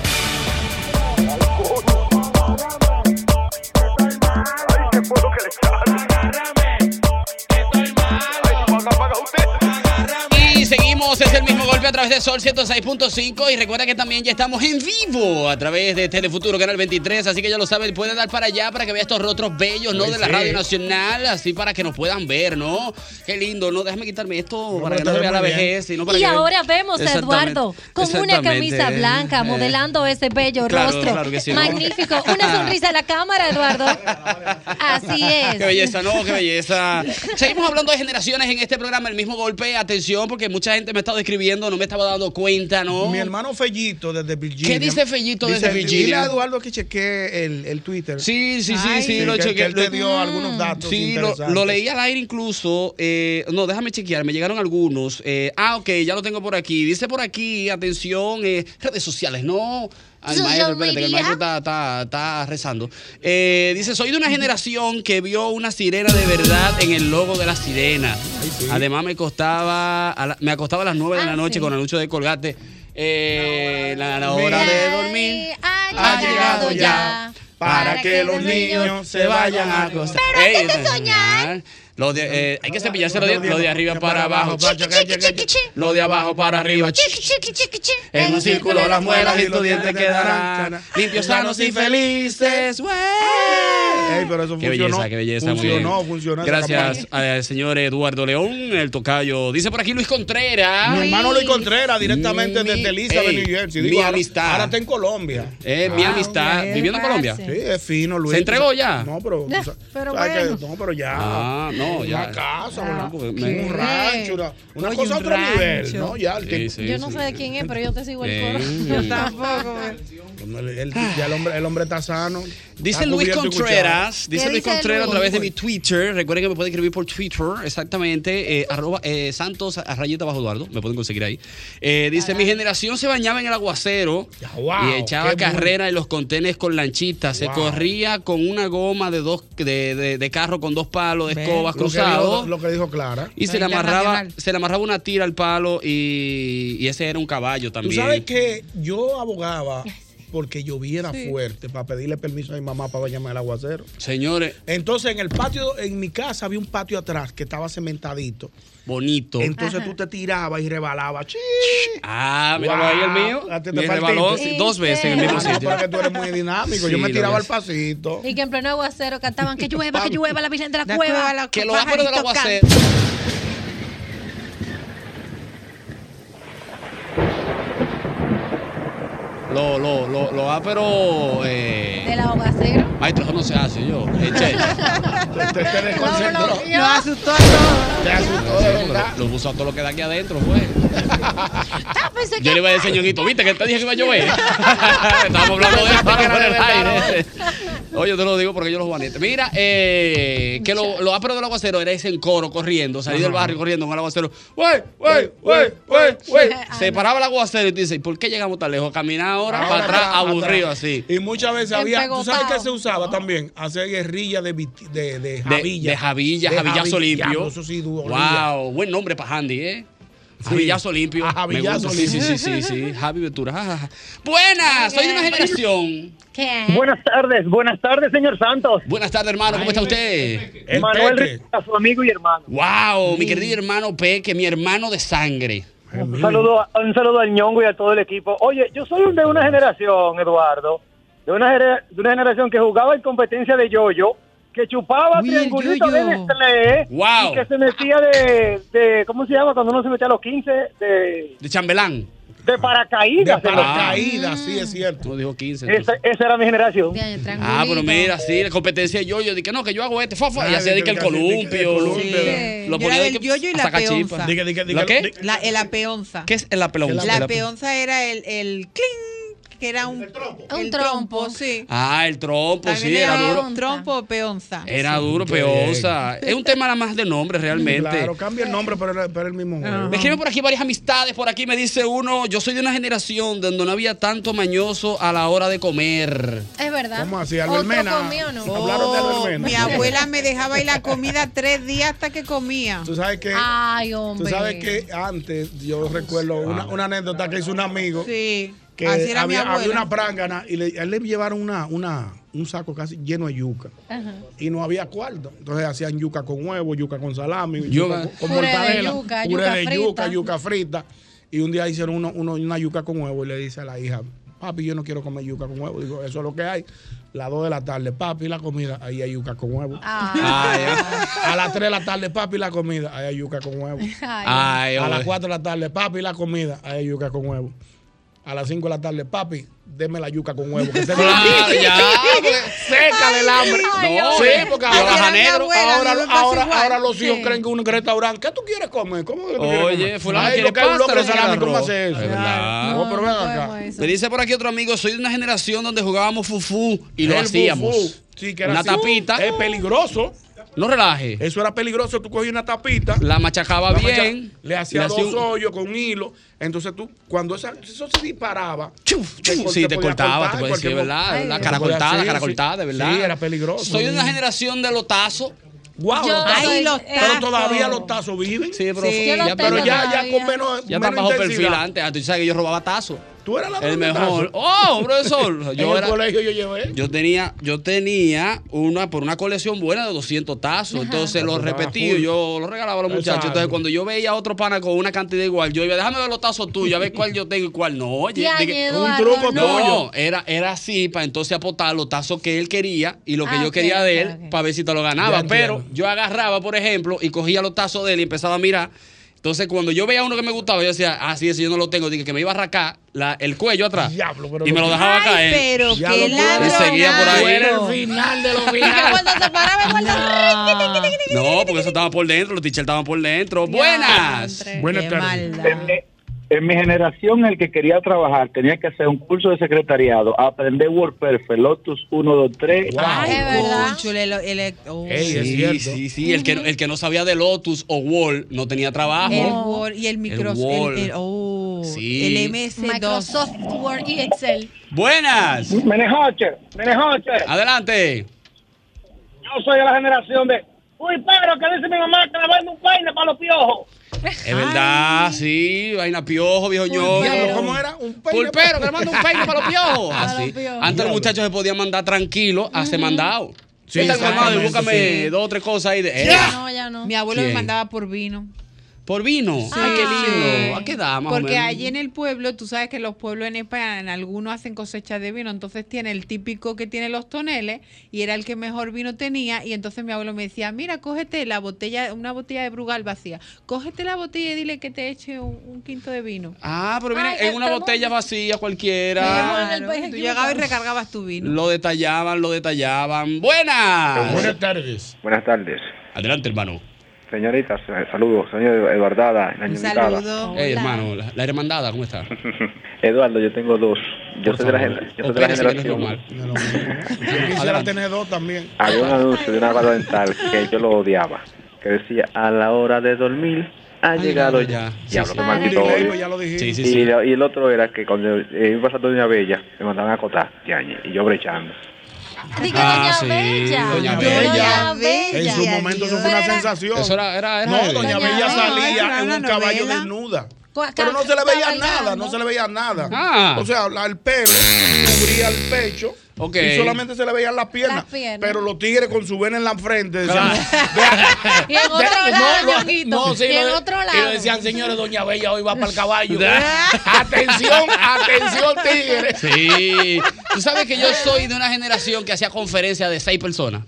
Speaker 3: Y seguimos, es el mismo golpe a través de Sol 106.5 y recuerda que también ya estamos en vivo a través de Telefuturo Canal 23, así que ya lo saben, pueden dar para allá para que vean estos rostros bellos, ¿no?
Speaker 5: Ay,
Speaker 3: De la
Speaker 5: sí.
Speaker 3: Radio Nacional, así para que nos puedan ver, ¿no? Qué lindo, ¿no? Déjame quitarme esto para que
Speaker 5: está
Speaker 3: no me vea la
Speaker 5: muy bien.
Speaker 3: vejez. Sino para
Speaker 15: Y
Speaker 3: que-
Speaker 15: ahora vemos a
Speaker 3: Exactamente,
Speaker 15: Eduardo con una
Speaker 3: exactamente,
Speaker 15: camisa
Speaker 3: eh,
Speaker 15: blanca
Speaker 3: eh.
Speaker 15: modelando ese bello
Speaker 3: Claro,
Speaker 15: rostro.
Speaker 3: claro que sí, ¿no?
Speaker 15: Magnífico. Una sonrisa a la cámara, Eduardo. Así es.
Speaker 3: Qué belleza, no, qué belleza. Seguimos hablando de generaciones en este programa, el mismo golpe, atención, porque mucha gente me ha estado escribiendo, no me estaba dando cuenta, ¿no?
Speaker 30: Mi hermano Fellito desde Virginia.
Speaker 3: ¿Qué dice Fellito desde
Speaker 30: Dice,
Speaker 3: Virginia?
Speaker 30: Dile a Eduardo que chequee el, el Twitter.
Speaker 3: Sí, sí, sí, sí, lo
Speaker 30: que-
Speaker 3: chequeé.
Speaker 30: que él te
Speaker 3: Lo-
Speaker 30: dio algunos datos
Speaker 3: Sí, lo,
Speaker 30: interesantes.
Speaker 3: lo leí al aire incluso. eh, no, déjame chequear, me llegaron algunos. eh, ah, ok, ya lo tengo por aquí. Dice por aquí, atención, eh, redes sociales, ¿no? Ay, maestro,
Speaker 1: Social
Speaker 3: espérate, que el
Speaker 1: media.
Speaker 3: maestro está, está- está rezando. Eh, dice, soy de una generación que vio una sirena de verdad en el logo de la sirena. Además me costaba, a la- me acostaba a las 9 de la noche con el anuncio de colgate. Eh, la, la hora de dormir
Speaker 1: Ha llegado
Speaker 3: ya para que los niños se vayan a acostar. Pero antes de soñar. Lo de, eh, hay que cepillarse los dientes, lo de arriba para abajo, lo de abajo para arriba, en un círculo las muelas y los dientes quedarán limpios, sanos y felices.
Speaker 30: Ey, pero eso
Speaker 3: Qué
Speaker 30: funcionó.
Speaker 3: belleza, qué belleza. muy
Speaker 30: Funcionó,
Speaker 3: bien.
Speaker 30: funcionó esa
Speaker 3: Gracias
Speaker 30: campaña.
Speaker 3: al señor Eduardo León, el tocayo. Dice por aquí Luis Contreras.
Speaker 30: Mi hermano Luis Contreras, directamente
Speaker 3: Mi-
Speaker 30: desde Elizabeth,
Speaker 3: ey,
Speaker 30: New Jersey.
Speaker 3: mi
Speaker 30: Digo, ahora-
Speaker 3: amistad.
Speaker 30: Ahora Ah, está en Colombia.
Speaker 3: Eh, mi amistad. ¿Viviendo en Colombia?
Speaker 30: Sí, es fino, Luis.
Speaker 3: ¿Se entregó ya?
Speaker 30: No, pero.
Speaker 3: Ya,
Speaker 30: o sea,
Speaker 3: pero
Speaker 30: sabes que-
Speaker 3: bueno.
Speaker 30: no, pero ya.
Speaker 3: Ah, no, ya.
Speaker 30: Una casa,
Speaker 3: Ah,
Speaker 30: una-
Speaker 3: ¿qué?
Speaker 30: un rancho, una, una
Speaker 3: Oye,
Speaker 30: cosa a
Speaker 3: un
Speaker 30: otro nivel.
Speaker 3: rancho.
Speaker 30: ¿no? Ya, el
Speaker 3: Sí,
Speaker 30: tipo-
Speaker 3: sí,
Speaker 15: Yo no sé de quién es, pero yo te sigo el coro.
Speaker 30: Bien, bien. Bueno, el- el- ya el hombre, el hombre está sano.
Speaker 3: Dice
Speaker 30: Está
Speaker 3: Luis
Speaker 30: cubierto y
Speaker 3: Contreras,
Speaker 30: cuchado.
Speaker 3: dice Luis Contreras a través de mi Twitter. Recuerden que me pueden escribir por Twitter, exactamente, eh, arroba, eh, Santos a rayeta bajo Eduardo, me pueden conseguir ahí. Eh, dice, mi generación se bañaba en el aguacero
Speaker 1: wow,
Speaker 3: y echaba
Speaker 1: qué
Speaker 3: carrera en los contenes con lanchitas. Se
Speaker 1: Wow.
Speaker 3: corría con una goma de dos de, de- de carro con dos palos de
Speaker 30: Ve,
Speaker 3: escobas
Speaker 30: lo que
Speaker 3: cruzados.
Speaker 30: dijo- Lo que dijo Clara.
Speaker 3: Y se le, amarraba, se le amarraba una tira al palo y, y ese era un caballo
Speaker 30: Tú
Speaker 3: también.
Speaker 30: sabes que yo abogaba porque lloviera
Speaker 3: Sí.
Speaker 30: fuerte para pedirle permiso a mi mamá para bañarme el aguacero.
Speaker 3: Señores.
Speaker 30: Entonces en el patio, en mi casa había un patio atrás que estaba cementadito.
Speaker 3: Bonito.
Speaker 30: Entonces tú te tirabas y rebalabas. ¡Chi!
Speaker 3: Ah, mira ahí el mío.
Speaker 30: Ah, te- te
Speaker 3: Me
Speaker 30: partiste.
Speaker 3: rebaló dos veces en el mismo
Speaker 30: Ah, no,
Speaker 3: sitio.
Speaker 30: porque tú eres muy dinámico.
Speaker 3: Sí,
Speaker 30: yo me
Speaker 3: lo
Speaker 30: tiraba
Speaker 3: que
Speaker 30: al pasito.
Speaker 15: Y que en pleno aguacero cantaban que llueva, que llueva la Virgen de la
Speaker 30: La
Speaker 15: Cueva.
Speaker 30: cueva, la-
Speaker 3: Que los ángeles del
Speaker 15: pajaritos
Speaker 3: aguacero. Lo, lo, lo, lo ápero.
Speaker 15: cantan.
Speaker 3: Eh,
Speaker 15: Del aguacero.
Speaker 3: maestro, eso no se hace yo. Eh,
Speaker 15: Este
Speaker 3: che,
Speaker 15: Lo- lo-
Speaker 30: Lo
Speaker 15: asustó
Speaker 30: Te asustó de verdad.
Speaker 3: lo puso a todo lo que da aquí adentro, pues.
Speaker 15: Ah, pensé que-
Speaker 3: Yo le iba a decir, ñoquito, ¿viste que te dije que iba a llover? Estábamos hablando de esto, que era del aire. Oye, te lo digo porque yo los guanetes. Mira, eh, que lo, lo ápero del aguacero era ese en coro corriendo, salí del
Speaker 31: Ajá.
Speaker 3: barrio corriendo con el aguacero. ¡Wey, wey, wey, wey, wey! Se paraba el aguacero y te dice, "¿Y ¿por qué llegamos tan lejos? Caminar ahora, para atrás, aburrido así.
Speaker 5: Y muchas veces había. ¿Tú sabes
Speaker 3: Empegotado.
Speaker 5: qué se usaba también? Hacer guerrilla de, vit- de, de
Speaker 3: De,
Speaker 5: Javilla.
Speaker 3: de Javilla, Javillazo Limpio.
Speaker 5: Eso sí, dolía.
Speaker 3: wow, buen nombre para Handy, ¿eh?
Speaker 5: Sí.
Speaker 3: Javillazo Limpio.
Speaker 5: Ah, Javillazo
Speaker 3: Me gusta, Sí, sí,
Speaker 5: Limpio.
Speaker 3: sí, sí, sí. Javi Ventura. ja, ja, ja. Buenas, soy de una generación.
Speaker 4: Buenas tardes, buenas tardes, señor Santos.
Speaker 3: Buenas tardes, hermano, ¿cómo está usted?
Speaker 4: Manuel Rivera, su amigo y hermano.
Speaker 3: Wow, mi querido hermano Peque, mi hermano de sangre.
Speaker 4: Un saludo, a- un saludo al ñongo y a todo el equipo. Oye, yo soy un- de una generación, Eduardo, de una, gere- de una generación que jugaba en competencia de yoyo, que chupaba
Speaker 20: Uy, el
Speaker 4: triangulito de
Speaker 20: yoyo.
Speaker 4: Nestlé
Speaker 20: Wow.
Speaker 4: y que se metía de, de- ¿cómo se llama? Cuando uno se metía a los 15, de,
Speaker 3: De chambelán.
Speaker 4: de paracaídas.
Speaker 3: De
Speaker 4: en los-
Speaker 6: Ah.
Speaker 3: paracaídas,
Speaker 5: sí, es cierto.
Speaker 3: No dijo 15.
Speaker 4: Esa, esa era mi generación.
Speaker 3: Ah, pero mira, sí, la competencia de yo-yo. Dije, no, que yo hago este, fofa. Y hacía de que el columpio.
Speaker 6: Sí. Yo era
Speaker 3: de
Speaker 6: del
Speaker 3: que-
Speaker 6: yoyo y
Speaker 3: a
Speaker 6: la
Speaker 3: sacar chispas.
Speaker 6: peonza. Diga,
Speaker 3: ¿La qué?
Speaker 6: ¿Eh? La, el apeonza.
Speaker 3: ¿Qué es el apelonza?
Speaker 6: La
Speaker 3: El ape-
Speaker 6: peonza era el, el cling, que era un, el trompo. El trompo, sí.
Speaker 3: Ah, el trompo,
Speaker 6: También
Speaker 3: sí,
Speaker 6: le
Speaker 3: era
Speaker 6: llamaban
Speaker 3: duro.
Speaker 6: Trompo peonza.
Speaker 3: Era duro, peosa. Es un tema nada más de nombre, realmente.
Speaker 5: Claro, cambia el nombre, pero era, pero era el mismo. juego.
Speaker 3: Me escriben por aquí varias amistades. Por aquí me dice uno, yo soy de una generación donde no había tanto mañoso a la hora de comer.
Speaker 15: Es verdad.
Speaker 3: ¿Cómo así?
Speaker 15: ¿Otro
Speaker 3: Albert Mena.
Speaker 15: comió, no?
Speaker 3: Hablaron de Albert Mena.
Speaker 6: Oh, Mi abuela me dejaba ir la comida tres días hasta que comía.
Speaker 5: Tú sabes que.
Speaker 6: Ay, hombre.
Speaker 5: Tú sabes que antes, yo recuerdo una, una anécdota que hizo un amigo.
Speaker 6: Sí.
Speaker 5: Que
Speaker 6: Así era mi
Speaker 5: había,
Speaker 6: abuela.
Speaker 5: había una prángana y le, a él le llevaron una, una, un saco casi lleno de yuca. Y no había cuarto. Entonces hacían yuca con huevo, yuca con salami,
Speaker 3: Yuca.
Speaker 5: yuca con- con
Speaker 3: Puré de
Speaker 5: mortadela,
Speaker 3: yuca,
Speaker 5: puré
Speaker 3: yuca
Speaker 5: de
Speaker 3: frita.
Speaker 5: yuca, yuca frita. Y un día hicieron uno- uno- una yuca con huevo y le dice a la hija, papi, yo no quiero comer yuca con huevo. Digo, eso es lo que hay. Las 2 de la tarde, papi, la comida, ahí hay yuca con huevo.
Speaker 3: Ah.
Speaker 5: A las 3 de la tarde, papi, la comida, ahí hay yuca con huevo.
Speaker 3: Ay,
Speaker 5: a
Speaker 3: hombre.
Speaker 5: las 4 de la tarde, papi, la comida, ahí hay yuca con huevo. A las 5 de la tarde, papi, deme la yuca con huevo. Que se
Speaker 3: Claro, ya, porque-
Speaker 5: Ah, Seca del hambre.
Speaker 3: Ay,
Speaker 5: No,
Speaker 3: hombre.
Speaker 5: sí, porque
Speaker 3: Ay,
Speaker 5: ahora,
Speaker 3: era mi abuela,
Speaker 5: ahora,
Speaker 3: a mí me pasa
Speaker 5: ahora,
Speaker 3: igual.
Speaker 5: ahora los hijos
Speaker 3: Sí.
Speaker 5: creen que un restaurante, ¿qué tú quieres comer? ¿Cómo que tú quieres
Speaker 3: Oye,
Speaker 5: comer?
Speaker 3: fulano
Speaker 5: Ay,
Speaker 3: quiere
Speaker 5: lo que es un
Speaker 3: pasta,
Speaker 5: locro
Speaker 3: no
Speaker 5: de
Speaker 3: quiere
Speaker 5: salami,
Speaker 3: arroz.
Speaker 5: ¿cómo hace eso?
Speaker 3: Es verdad.
Speaker 5: No, pero ven acá.
Speaker 3: Me dice por aquí otro amigo, soy de una generación donde jugábamos fufú y lo
Speaker 5: El
Speaker 3: hacíamos.
Speaker 5: fufú, sí, que era
Speaker 3: una
Speaker 5: así.
Speaker 3: tapita.
Speaker 5: Es peligroso.
Speaker 3: No relaje.
Speaker 5: Eso era peligroso, tú cogías una tapita.
Speaker 3: La machacaba
Speaker 5: La macha-
Speaker 3: bien.
Speaker 5: Le hacía dos
Speaker 3: un-
Speaker 5: hoyos con hilo. Entonces tú, cuando esa- eso se disparaba.
Speaker 3: Sí,
Speaker 5: cor-
Speaker 3: te,
Speaker 5: podía
Speaker 3: cortaba,
Speaker 5: cortar
Speaker 3: te
Speaker 5: en
Speaker 3: podía decir,
Speaker 5: cualquier
Speaker 3: ¿verdad?
Speaker 5: momento.
Speaker 3: la
Speaker 5: Ay,
Speaker 3: cara
Speaker 5: te podía-
Speaker 3: cortada,
Speaker 5: sí,
Speaker 3: cara
Speaker 5: sí.
Speaker 3: cortada, de verdad.
Speaker 5: Sí, era peligroso.
Speaker 3: Soy de una generación de lotazos.
Speaker 5: Guau,
Speaker 3: Yo
Speaker 5: los tazos.
Speaker 3: soy- Ay, los
Speaker 5: Pero todavía
Speaker 3: tazos.
Speaker 5: los tazos viven.
Speaker 3: Sí, pero- Sí, yo los
Speaker 5: ya, pero
Speaker 3: tengo
Speaker 5: ya, ya
Speaker 3: todavía.
Speaker 5: con menos.
Speaker 3: Ya
Speaker 5: menos
Speaker 3: está bajo
Speaker 5: intensidad.
Speaker 3: perfil antes. Ah, Tú sabes que yo robaba tazos.
Speaker 5: Tú eras la
Speaker 3: El
Speaker 5: dama de
Speaker 3: mejor.
Speaker 5: tazos.
Speaker 3: Oh, profesor.
Speaker 5: En
Speaker 3: Yo
Speaker 5: el
Speaker 3: era-
Speaker 5: colegio yo llevé.
Speaker 3: Yo tenía, yo tenía una por una colección buena de 200 tazos. Entonces los
Speaker 5: Estaba
Speaker 3: repetí,
Speaker 5: full.
Speaker 3: yo los regalaba a los muchachos.
Speaker 5: Exacto.
Speaker 3: Entonces cuando yo veía a otro pana con una cantidad igual, yo iba, déjame ver los tazos tuyos, a ver cuál yo tengo y cuál no. Oye,
Speaker 15: Ya,
Speaker 3: de que-
Speaker 15: Eduardo, Un truco no.
Speaker 3: No,
Speaker 15: tuyo.
Speaker 3: era, era así para entonces aportar los tazos que él quería y lo que
Speaker 15: Ah,
Speaker 3: yo
Speaker 15: ok,
Speaker 3: quería de él
Speaker 15: ok,
Speaker 3: para ver si te lo ganaba.
Speaker 5: Ya
Speaker 3: Pero yo agarraba, por ejemplo, y cogía los tazos de él y empezaba a mirar. Entonces, cuando yo veía uno que me gustaba, yo decía, ah, sí, ese yo no lo tengo. Dije que me iba a arrancar la- el cuello atrás. y me lo dejaba
Speaker 6: Ay,
Speaker 3: caer.
Speaker 6: pero
Speaker 3: Ya
Speaker 6: qué
Speaker 3: lo puedo- Y seguía por ahí.
Speaker 6: ladronazo.
Speaker 5: final de los
Speaker 6: cuando se paraba, cuando
Speaker 3: Ah. No, porque eso estaba por dentro, los teachers estaban por dentro. Buenas.
Speaker 6: Buenas tardes.
Speaker 32: En mi generación, el que quería trabajar tenía que hacer un curso de secretariado, aprender WordPerfect, Lotus 1, 2, 3.
Speaker 6: Ay, cónchule, lo- el- oh.
Speaker 3: sí, sí, sí. El que, el que no sabía de Lotus o Wall no tenía trabajo.
Speaker 6: El Word y el Microsoft. El,
Speaker 3: Word.
Speaker 6: el- oh,
Speaker 3: Sí.
Speaker 6: el MS2.
Speaker 15: Microsoft Word y Excel.
Speaker 3: Buenas.
Speaker 20: Menejoche, Menejoche.
Speaker 3: Adelante.
Speaker 20: Yo soy de la generación de. Uy, Pedro, que dice mi mamá que le vende un peine para los piojos.
Speaker 3: Es verdad, sí. Vaina piojo,
Speaker 6: Oh,
Speaker 3: viejo ñoño.
Speaker 20: Diablo,
Speaker 6: Ah,
Speaker 5: ¿Cómo era? Un peine.
Speaker 3: Pulpero, que le manda un peine para los piojos.
Speaker 5: Para
Speaker 3: Así.
Speaker 5: los piojos.
Speaker 3: Antes los muchachos se podían mandar tranquilos a ser mandados. Sí,
Speaker 5: Sí,
Speaker 3: y
Speaker 5: exactamente,
Speaker 3: búscame
Speaker 5: sí.
Speaker 3: dos o tres cosas ahí. De,
Speaker 6: Ya
Speaker 3: Eh,
Speaker 6: no, ya no. Mi abuelo
Speaker 3: ¿Quién?
Speaker 6: me mandaba por vino.
Speaker 3: Por vino. Ay, qué lindo. ¿A qué edad, más o
Speaker 6: Porque
Speaker 3: menos?
Speaker 6: allí en el pueblo, tú sabes que los pueblos en España, en algunos hacen cosecha de vino, entonces tiene el típico que tiene los toneles y era el que mejor vino tenía y entonces mi abuelo me decía, mira, cógete la botella, una botella de Brugal vacía, cógete la botella y dile que te eche un, un quinto de vino.
Speaker 3: Ah, pero miren,
Speaker 6: Ay,
Speaker 3: en una
Speaker 6: estamos-
Speaker 3: botella vacía cualquiera.
Speaker 6: Claro, tú llegabas y recargabas tu vino.
Speaker 3: Lo detallaban, lo detallaban. Buenas.
Speaker 33: Buenas
Speaker 5: tardes.
Speaker 33: Buenas tardes.
Speaker 3: Adelante, hermano.
Speaker 4: Señoritas, eh, saludos, señor Eduardada, la invitada.
Speaker 3: Hey, Eh, hermano, la, la hermandada, ¿cómo está?
Speaker 4: Eduardo, yo tengo dos. Yo soy de la, gen- yo soy de la
Speaker 3: Opérese, que no es
Speaker 4: generación.
Speaker 3: normal.
Speaker 5: Quisiera tener dos también.
Speaker 4: Había un anuncio de una barra dental que yo lo odiaba, que decía, a la hora de dormir ha llegado ya. Diablo, qué maldito odio. Y, lo- y el otro era que cuando eh, iba pasando Doña Bella, me mandaban a acotar, yañe, y yo brechando.
Speaker 1: Ah, sí.
Speaker 5: Doña
Speaker 1: Bella.
Speaker 5: Bella. En su momento eso fue una sensación.
Speaker 3: Eso era- era- era
Speaker 5: no,
Speaker 3: él.
Speaker 5: Doña,
Speaker 3: Doña
Speaker 5: Bella
Speaker 3: Bella, era
Speaker 5: salía en
Speaker 3: una
Speaker 5: un caballo
Speaker 3: novela.
Speaker 5: desnuda.
Speaker 3: Cua-
Speaker 5: Pero no se le veía
Speaker 3: cabalgando.
Speaker 5: nada, no se le veía nada.
Speaker 3: Ah.
Speaker 5: O sea, la- el pelo cubría el pecho
Speaker 3: Ok.
Speaker 5: y solamente se le veían las piernas.
Speaker 1: Las piernas.
Speaker 5: Pero los tigres con su vena en la frente decían,
Speaker 1: Y en otro
Speaker 5: De-
Speaker 1: lado,
Speaker 5: no, lo-
Speaker 1: Ñonguito,
Speaker 5: no, sí,
Speaker 1: y en
Speaker 5: lo-
Speaker 1: otro
Speaker 5: y lo
Speaker 1: lado.
Speaker 5: decían, señores, Doña Bella hoy va para el caballo. atención, atención, tigre.
Speaker 3: Sí. Tú sabes que yo soy de una generación que hacía conferencias de seis personas.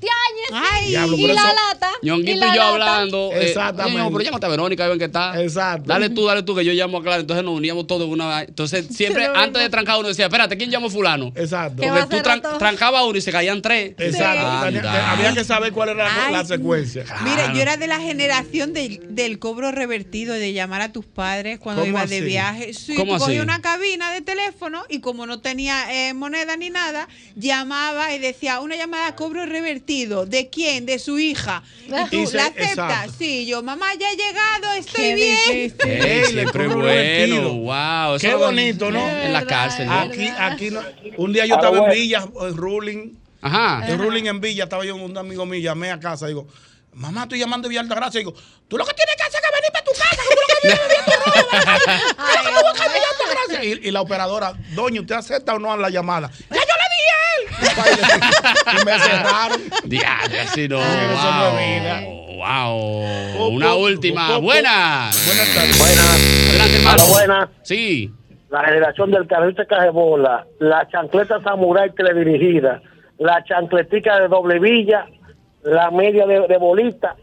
Speaker 1: Ay,
Speaker 3: Diablo,
Speaker 1: y
Speaker 3: por
Speaker 1: la
Speaker 3: eso-
Speaker 1: lata.
Speaker 3: Ñonguito y yo
Speaker 1: la lata.
Speaker 3: hablando. eh,
Speaker 5: Exactamente.
Speaker 3: oye, no, pero llámate a Verónica, ven que está.
Speaker 5: Exacto.
Speaker 3: Dale tú, dale tú, que yo llamo a Clara. Entonces nos uníamos todos en una. Entonces siempre,
Speaker 5: Lo mismo.
Speaker 3: antes de trancar uno decía, espérate, ¿quién llamó fulano?
Speaker 5: Exacto.
Speaker 3: Porque tú tran- trancabas uno y se caían tres.
Speaker 5: Exacto. Tenía- te- había que saber cuál era la- la secuencia.
Speaker 6: Mira,
Speaker 5: Ah,
Speaker 6: yo era de la generación del, del cobro revertido, de llamar a tus padres cuando
Speaker 5: ¿Cómo
Speaker 6: ibas de
Speaker 5: así?
Speaker 6: viaje. Sí,
Speaker 3: ¿Cómo
Speaker 6: tú cogías
Speaker 3: así?
Speaker 6: una cabina de teléfono y como no tenía eh, moneda ni nada, llamaba y decía una llamada a cobro revertido. ¿De quién? De su hija. Y tú,
Speaker 5: Y se-
Speaker 6: ¿la aceptas?
Speaker 5: exacto.
Speaker 6: Sí, yo, mamá, ya he llegado, estoy bien.
Speaker 3: Ey,
Speaker 5: Ey, le
Speaker 3: siempre
Speaker 5: cobro
Speaker 3: bueno.
Speaker 5: divertido.
Speaker 3: Wow. eso
Speaker 5: Qué
Speaker 3: lo-
Speaker 5: bonito, ¿no? Ah,
Speaker 3: En la cárcel. ¿no?
Speaker 5: Aquí, aquí no- un día yo
Speaker 3: Ah,
Speaker 5: estaba en
Speaker 3: bueno.
Speaker 5: Villa, en Ruling.
Speaker 3: Ajá.
Speaker 5: En Ruling en Villa, estaba yo con un amigo mío, llamé a casa, digo, mamá, estoy llamando de Villa Altagracia. Digo, tú lo que tienes que hacer es venir para tu casa, que tú lo que vienes es venir para tu casa, Villa Altagracia. Y, y la operadora, doña, ¿usted acepta o no la llamada? ¡Ya yo le dije a él! Y me cerraron.
Speaker 3: Diablo, así Ah, no.
Speaker 5: ah, eso
Speaker 3: wow. Wow.
Speaker 4: Oh,
Speaker 3: Una última. Buenas. Buenas tardes. Adelante,
Speaker 4: Ah,
Speaker 3: hermano.
Speaker 34: buena.
Speaker 3: Sí.
Speaker 34: La generación del carrito de cajebola, la chancleta samurai teledirigida, la chancletica de doble villa, la media de, de bolita.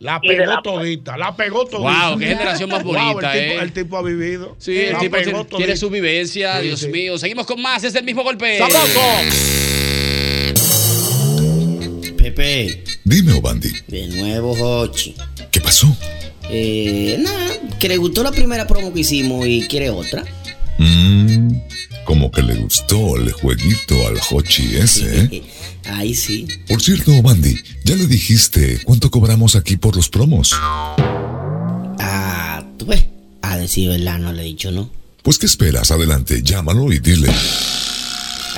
Speaker 5: La
Speaker 34: Y de
Speaker 5: pegó
Speaker 34: la-
Speaker 5: todita, la pegó todita.
Speaker 3: Wow, qué generación más
Speaker 5: Wow, el
Speaker 3: bonita,
Speaker 5: tipo-
Speaker 3: eh.
Speaker 5: El tipo ha vivido.
Speaker 3: Sí, el
Speaker 5: La
Speaker 3: tipo
Speaker 5: pegó
Speaker 3: tiene,
Speaker 5: todita.
Speaker 3: tiene su vivencia, Dios mío. Seguimos con más, es el mismo golpe.
Speaker 17: Pepe. Dime, Obandi. De nuevo, Hochi. ¿Qué pasó? Eh, nada, que le gustó la primera promo que hicimos y quiere otra.
Speaker 18: Mmm, como que le gustó el jueguito al Hochi ese, ¿eh?
Speaker 17: Ahí sí.
Speaker 18: Por cierto, Bandy, ya le dijiste cuánto cobramos aquí por los promos.
Speaker 17: Ah, tú ves. A decir verdad, no le he dicho no.
Speaker 18: Pues qué esperas, adelante, llámalo y dile.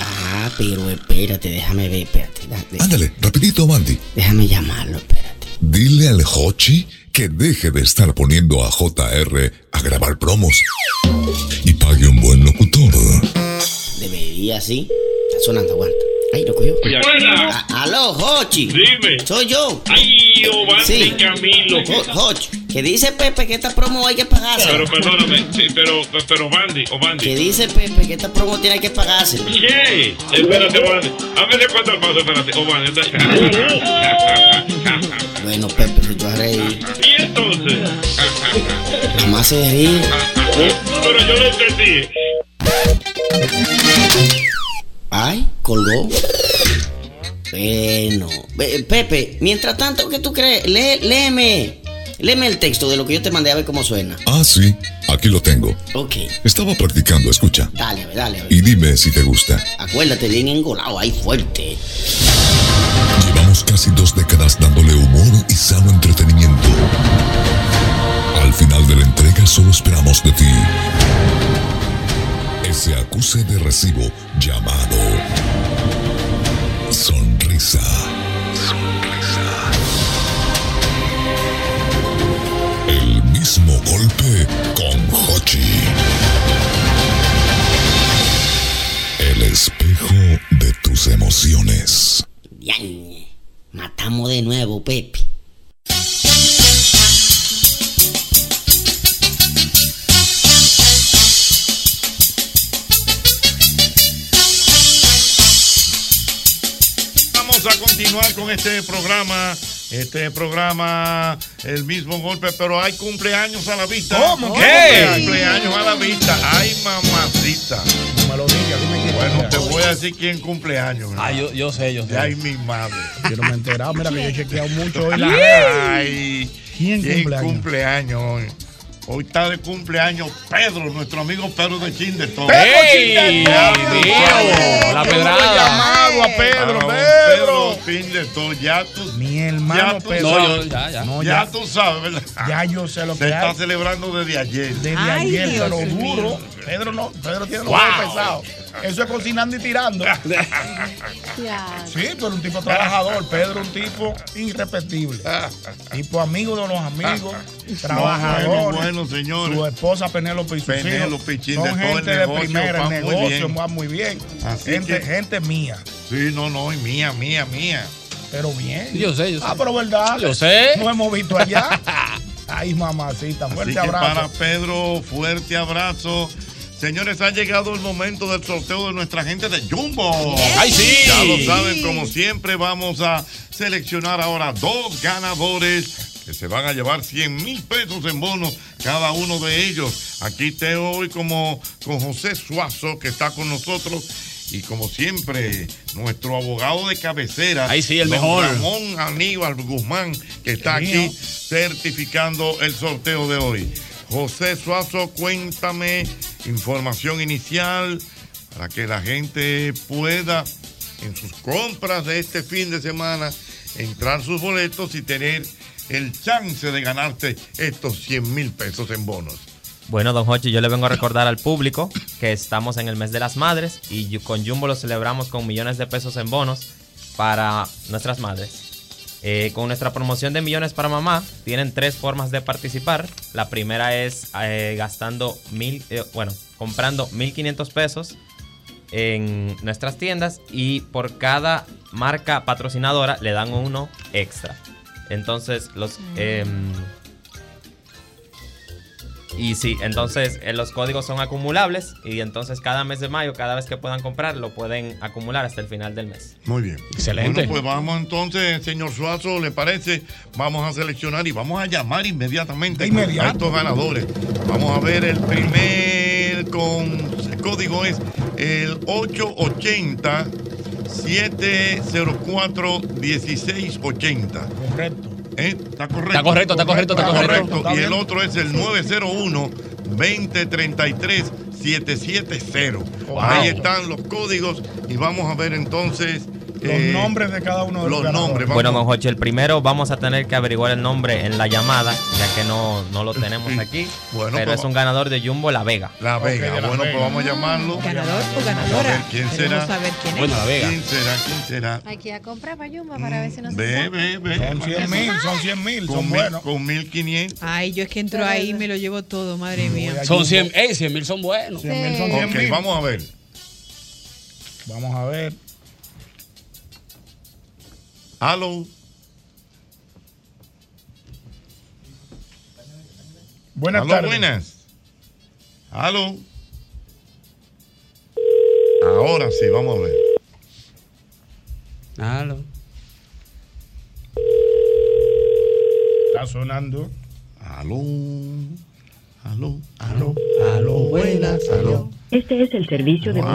Speaker 17: Ah, pero espérate, déjame ver, espérate. da- de-
Speaker 18: Ándale, rapidito, Bandy.
Speaker 17: Déjame llamarlo, espérate.
Speaker 18: Dile al Hochi que deje de estar poniendo a JR a grabar promos. Y pague un buen locutor.
Speaker 17: Debería, sí. Está sonando, aguanta. Ahí lo cogió.
Speaker 18: Oye,
Speaker 17: Ah, Aló, Hochi. Dime. Soy yo. Ay,
Speaker 8: Giovanni Camilo.
Speaker 17: Hochi. Que dice Pepe que esta promo hay que pagarse.
Speaker 8: Pero perdóname, sí, pero, pero Bandy, o Bandy.
Speaker 17: Que dice Pepe que esta promo tiene que pagarse.
Speaker 8: ¿Qué? Espérate, Bandy. A ver de cuánto al paso, espérate. O Bandy.
Speaker 17: Bueno, Pepe, si tú has reído.
Speaker 8: y entonces.
Speaker 17: Nomás se ríe.
Speaker 8: pero yo lo entendí.
Speaker 17: Ay, colgó. Bueno. Pe- Pepe, mientras tanto, ¿qué tú crees? Lé- léeme. Léeme el texto de lo que yo te mandé a ver cómo suena.
Speaker 18: Ah, sí, aquí lo tengo.
Speaker 17: Ok.
Speaker 18: Estaba practicando, escucha.
Speaker 17: Dale, a ver, dale, a ver.
Speaker 18: Y dime si te gusta.
Speaker 17: Acuérdate, bien engolado, ahí fuerte.
Speaker 18: Llevamos casi dos décadas dándole humor y sano entretenimiento. Al final de la entrega solo esperamos de ti ese acuse de recibo llamado sonrisa. Sonrisa. El mismo golpe con Hochi. El espejo de tus emociones.
Speaker 17: Diañe. Matamos de nuevo, Pepe.
Speaker 8: Vamos a continuar con este programa Este programa, el mismo golpe, pero hay cumpleaños a la vista.
Speaker 35: ¿Cómo?
Speaker 8: ¿Qué?
Speaker 35: ¿Qué?
Speaker 8: Cumpleaños a la vista. Ay, mamacita. Bueno, te voy a decir quién cumpleaños. Ah, yo, sé, yo sé. Ay, mi madre.
Speaker 5: Yo no me he enterado, mira que yo he chequeado mucho hoy. La...
Speaker 8: Ay,
Speaker 5: ¿Quién cumpleaños?
Speaker 8: cumpleaños hoy? Hoy está de cumpleaños Pedro, nuestro amigo Pedro de Chinderton.
Speaker 4: ¡Pedro ¡Ey! Chinderton! Dios, la
Speaker 8: Yo no
Speaker 4: pedrada.
Speaker 8: he llamado a Pedro,
Speaker 4: Ah,
Speaker 8: Pedro. Chinderton, ya tú.
Speaker 5: Mi hermano
Speaker 8: ya tú
Speaker 5: Pedro.
Speaker 8: sabes.
Speaker 5: No,
Speaker 8: ya,
Speaker 5: ya.
Speaker 8: tú sabes, ¿verdad?
Speaker 5: Ya yo sé lo
Speaker 8: Se
Speaker 5: que
Speaker 8: está
Speaker 5: hay.
Speaker 8: celebrando desde ayer.
Speaker 5: Desde ayer, te lo juro. Pedro, no, Pedro tiene los
Speaker 8: Wow.
Speaker 5: huevos pesados. Eso es cocinando y tirando. Sí, pero un tipo trabajador, Pedro, un tipo irrepetible. Tipo amigo de los amigos, trabajador.
Speaker 8: No, bueno, bueno, señores.
Speaker 5: Su esposa Penélope y sus
Speaker 8: Penélope y
Speaker 5: hijos.
Speaker 8: Chinderton,
Speaker 5: Son
Speaker 8: el
Speaker 5: gente de
Speaker 8: negocio
Speaker 5: primera,
Speaker 8: va
Speaker 5: el
Speaker 8: muy
Speaker 5: negocio
Speaker 8: bien.
Speaker 5: va muy bien.
Speaker 8: Así
Speaker 5: Gente,
Speaker 8: que-
Speaker 5: gente mía,
Speaker 8: Sí, no, no, y mía, mía, mía.
Speaker 5: pero bien.
Speaker 8: Yo sé, yo sé.
Speaker 5: Ah, pero verdad.
Speaker 8: Yo sé.
Speaker 5: No hemos visto allá. Ay, mamacita,
Speaker 8: Así
Speaker 5: fuerte
Speaker 8: que para
Speaker 5: abrazo.
Speaker 8: Pedro, fuerte abrazo. Señores, ha llegado el momento del sorteo de nuestra gente de Jumbo.
Speaker 4: ¡Ay, sí!
Speaker 8: Ya lo saben, como siempre, vamos a seleccionar ahora dos ganadores que se van a llevar 100 mil pesos en bonos cada uno de ellos. Aquí te hoy como con José Suazo, que está con nosotros. Y como siempre, nuestro abogado de cabecera.
Speaker 3: Ay, sí, el
Speaker 8: don
Speaker 3: mejor.
Speaker 8: Ramón Aníbal Guzmán, que está
Speaker 3: El
Speaker 8: aquí
Speaker 3: mío.
Speaker 8: certificando el sorteo de hoy. José Suazo, cuéntame información inicial para que la gente pueda en sus compras de este fin de semana entrar sus boletos y tener el chance de ganarte estos 100 mil pesos en bonos.
Speaker 36: Bueno, don Hochi, yo le vengo a recordar al público que estamos en el mes de las madres y yu- con Jumbo lo celebramos con millones de pesos en bonos para nuestras madres. Eh, con nuestra promoción de millones para mamá, tienen tres formas de participar. La primera es eh, gastando mil, eh, bueno, comprando 1.500 pesos en nuestras tiendas y por cada marca patrocinadora le dan uno extra. Entonces, los... em, y sí, entonces eh, los códigos son acumulables y entonces cada mes de mayo, cada vez que puedan comprar, lo pueden acumular hasta el final del mes.
Speaker 8: Muy bien. Bueno, pues vamos entonces, señor Suazo, ¿le parece? Vamos a seleccionar y vamos a llamar inmediatamente a estos ganadores. Vamos a ver el primer con el código es el 880 704 1680.
Speaker 5: Correcto.
Speaker 8: ¿Eh? Está correcto.
Speaker 3: Está correcto, está correcto, está correcto.
Speaker 8: Y el otro es el 901 2033 770. Ahí están los códigos y vamos a ver entonces
Speaker 5: Los
Speaker 8: eh,
Speaker 5: nombres de cada uno de los,
Speaker 8: los nombres. Vamos.
Speaker 36: Bueno, don Joche, el primero vamos a tener que averiguar el nombre en la llamada, ya que no, no lo tenemos aquí.
Speaker 8: Bueno,
Speaker 36: pero
Speaker 8: pues
Speaker 36: es un ganador de Jumbo La Vega.
Speaker 8: La Vega, bueno, pues vamos a llamarlo.
Speaker 6: Ganador o ganadora.
Speaker 8: A ver quién
Speaker 6: Queremos
Speaker 8: será.
Speaker 6: saber quién es.
Speaker 8: Bueno, La Vega. ¿Quién será? ¿Quién será?
Speaker 15: Aquí a comprar payumba para ver si nos
Speaker 8: Ve, ve, ve.
Speaker 5: Son 100 mil, son 100 mil,
Speaker 8: Con
Speaker 5: son
Speaker 8: mil-
Speaker 5: buenos.
Speaker 8: Con 1500.
Speaker 6: Ay, yo es que entro ahí y me lo llevo todo, madre mía.
Speaker 3: Son 100, ey, 100 mil son buenos.
Speaker 5: 100 mil son 100 mil.
Speaker 8: vamos a ver.
Speaker 5: Vamos a ver.
Speaker 8: Aló.
Speaker 5: Buenas
Speaker 8: Aló,
Speaker 5: tardes.
Speaker 8: buenas. Aló. Ahora sí, vamos a ver.
Speaker 3: Aló.
Speaker 5: Está sonando.
Speaker 8: Aló. Aló.
Speaker 5: Aló. Aló. Buenas. Aló.
Speaker 2: Este es el servicio de
Speaker 8: Wow.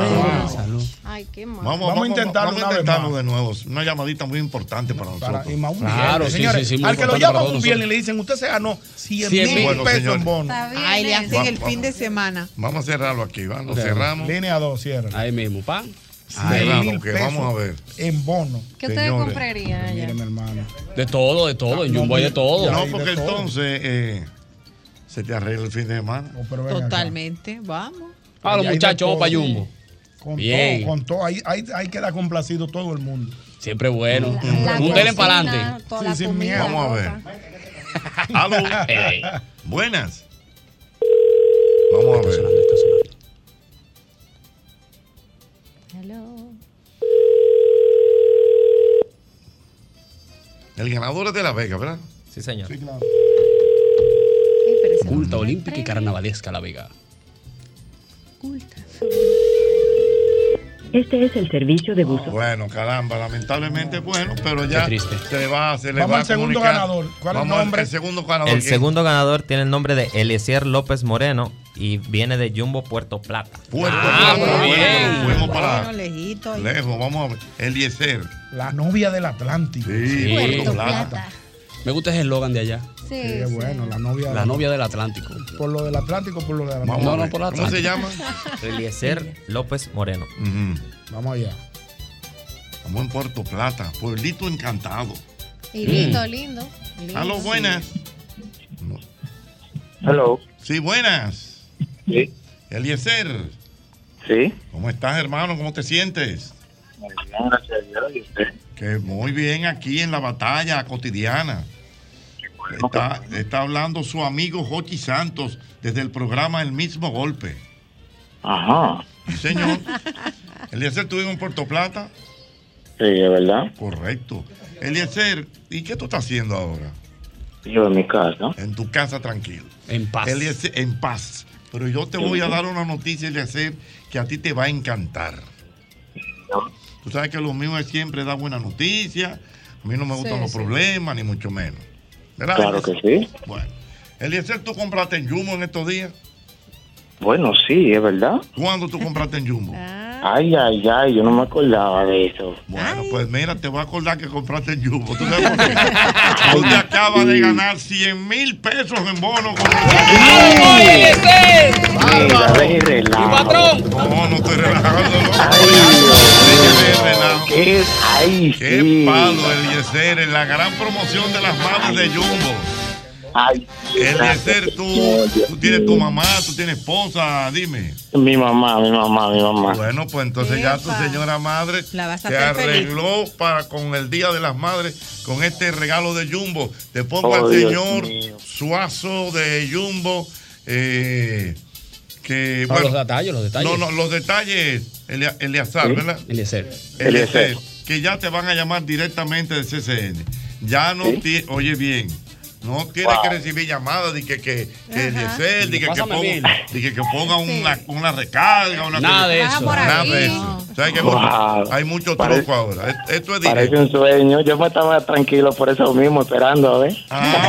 Speaker 15: Ay, qué mal.
Speaker 8: Vamos, vamos, a intentarlo, vamos a intentarlo de nuevo. Es Una llamadita muy importante para nosotros.
Speaker 5: y más un Claro, viernes, sí, señores. sí, sí, muy Al que lo importante llaman para un todos viernes y le dicen, usted se ganó 100
Speaker 8: Cien
Speaker 5: mil
Speaker 8: mil.
Speaker 5: pesos
Speaker 8: Bueno,
Speaker 5: en
Speaker 8: señores.
Speaker 5: bono.
Speaker 6: Ay, le hacen el
Speaker 8: Vamos,
Speaker 6: fin de semana.
Speaker 8: Vamos a cerrarlo aquí, ¿va? Lo
Speaker 3: Ok.
Speaker 8: cerramos.
Speaker 5: Línea 2, cierra.
Speaker 3: Ahí mismo, pa.
Speaker 8: Ahí
Speaker 5: Cien
Speaker 8: vamos,
Speaker 5: mil
Speaker 8: que
Speaker 5: pesos
Speaker 8: vamos a ver.
Speaker 5: En bono.
Speaker 15: ¿Qué ustedes
Speaker 5: Ah,
Speaker 15: comprarían allá?
Speaker 5: hermano.
Speaker 3: De todo, de todo. En Jumbo hay de todo.
Speaker 8: No, porque entonces eh, se te arregla el fin de semana.
Speaker 6: Totalmente, vamos.
Speaker 3: A los
Speaker 5: Ahí hay
Speaker 3: muchachos,
Speaker 5: de todo.
Speaker 3: opa, Jumbo.
Speaker 5: Con
Speaker 3: Bien.
Speaker 5: todo, con todo. Ahí, ahí, ahí queda complacido todo el mundo.
Speaker 3: Siempre bueno.
Speaker 5: La
Speaker 3: Un tele
Speaker 5: cocina,
Speaker 3: para adelante.
Speaker 5: toda la Sí, sin comida, miedo.
Speaker 8: Vamos a ver. Aló.
Speaker 3: Ey.
Speaker 8: Buenas. Vamos a ver. El ganador es de La Vega, ¿verdad?
Speaker 36: Sí, señor.
Speaker 3: Culta olímpica y carnavalesca La Vega.
Speaker 37: Este es el servicio de buzo.
Speaker 8: Bueno, caramba, lamentablemente bueno, pero ya
Speaker 36: triste.
Speaker 8: se le va, se le
Speaker 5: Vamos
Speaker 8: va a
Speaker 5: al segundo
Speaker 8: comunicar.
Speaker 5: ganador. ¿Cuál es el
Speaker 8: Vamos al-
Speaker 5: nombre?
Speaker 8: El segundo ganador.
Speaker 36: El
Speaker 8: que-
Speaker 36: segundo ganador tiene el nombre de Eliezer López Moreno y viene de Jumbo Puerto Plata.
Speaker 8: Puerto
Speaker 36: Ah,
Speaker 8: Plata.
Speaker 36: muy
Speaker 8: Bueno,
Speaker 36: bien.
Speaker 8: fuimos para
Speaker 6: Bueno, lejito.
Speaker 8: lejos. Vamos a ver. Eliezer.
Speaker 5: La novia del Atlántico.
Speaker 8: Sí, Puerto Plata.
Speaker 3: Me gusta ese eslogan de allá.
Speaker 5: Sí, qué bueno, la novia.
Speaker 3: La novia del Atlántico.
Speaker 5: Por lo del Atlántico, por lo de la
Speaker 3: Vamos
Speaker 5: novia.
Speaker 3: a ver. ¿Cómo se llama?
Speaker 36: Eliezer López Moreno.
Speaker 5: Vamos allá.
Speaker 8: Vamos en Puerto Plata. Pueblito encantado.
Speaker 15: Y
Speaker 36: Mm.
Speaker 15: lindo,
Speaker 5: Mm.
Speaker 15: lindo. lindo.
Speaker 8: Aló, buenas.
Speaker 4: Hello.
Speaker 8: Sí, buenas.
Speaker 4: Sí.
Speaker 8: Eliezer.
Speaker 4: Sí.
Speaker 8: ¿Cómo estás, hermano? ¿Cómo te sientes?
Speaker 4: Gracias a Dios y usted.
Speaker 8: Que muy bien aquí en la batalla cotidiana. Está, está hablando su amigo Jochi Santos desde el programa El mismo golpe.
Speaker 4: Ajá.
Speaker 8: Sí, Señor. Eliezer, tú vives en Puerto Plata.
Speaker 4: Sí, es verdad.
Speaker 8: Correcto. Eliezer, ¿y qué tú estás haciendo ahora?
Speaker 4: Yo en mi casa.
Speaker 8: En tu casa tranquilo.
Speaker 3: En paz.
Speaker 8: Eliezer, en paz. Pero yo te voy a dar una noticia, Eliezer, que a ti te va a encantar. Tú sabes que lo mío es siempre dar buena noticia. A mí no me gustan
Speaker 4: Sí,
Speaker 8: los
Speaker 4: sí.
Speaker 8: problemas, ni mucho menos. ¿Verdad,
Speaker 4: Claro que
Speaker 8: Eliezer?
Speaker 4: sí.
Speaker 8: Bueno. Eliezer, ¿tú compraste en Jumbo en estos días?
Speaker 4: Bueno, sí, es verdad.
Speaker 8: ¿Cuándo tú compraste en Jumbo?
Speaker 4: Ay, ay, ay, yo no me acordaba de eso.
Speaker 8: Bueno, pues mira, te voy a acordar que compraste en Jumbo. ¿Tú, sabes por qué? Tú te acabas Este de ganar 100 mil pesos en bono. Con Ah,
Speaker 4: Mira, deje el relajo.
Speaker 3: patrón?
Speaker 8: No, no estoy relajando.
Speaker 4: ¿Qué, ay,
Speaker 8: qué
Speaker 4: sí.
Speaker 8: palo, Eliezer, en la gran promoción de las madres de Jumbo.
Speaker 4: Ay,
Speaker 8: Eliezer, tú, tú tienes tu mamá, tú tienes esposa, dime.
Speaker 4: Mi mamá, mi mamá, mi mamá.
Speaker 8: Bueno, pues entonces ya tu señora madre
Speaker 4: vas a
Speaker 8: se
Speaker 4: hacer feliz.
Speaker 8: arregló para con el Día de las Madres con este regalo de Jumbo. Te pongo
Speaker 4: Oh,
Speaker 8: al
Speaker 4: Dios
Speaker 8: señor Suazo de Jumbo. eh, que,
Speaker 3: Ah, los detalles, los detalles.
Speaker 8: No, no, los detalles, Elia- Eleazar,
Speaker 3: Sí.
Speaker 8: ¿verdad?
Speaker 3: Eliezer.
Speaker 8: Eliezer, que ya te van a llamar directamente del CCN. Ya no ti- oye bien, no tienes
Speaker 4: Wow.
Speaker 8: que recibir llamadas de que, que, que Eliezer, de que, que
Speaker 4: Pásame mil.
Speaker 8: ponga, de que, que ponga una, una recarga, una
Speaker 4: Nada de Baja eso. por
Speaker 8: Nada
Speaker 4: ahí.
Speaker 8: de eso. ¿Sabes que hay mucho- hay mucho truco
Speaker 4: Parece-
Speaker 8: ahora? Es- Esto es
Speaker 4: Parece
Speaker 8: directo.
Speaker 4: un sueño. Yo me estaba tranquilo por eso mismo, esperando, a ver.
Speaker 8: Ah.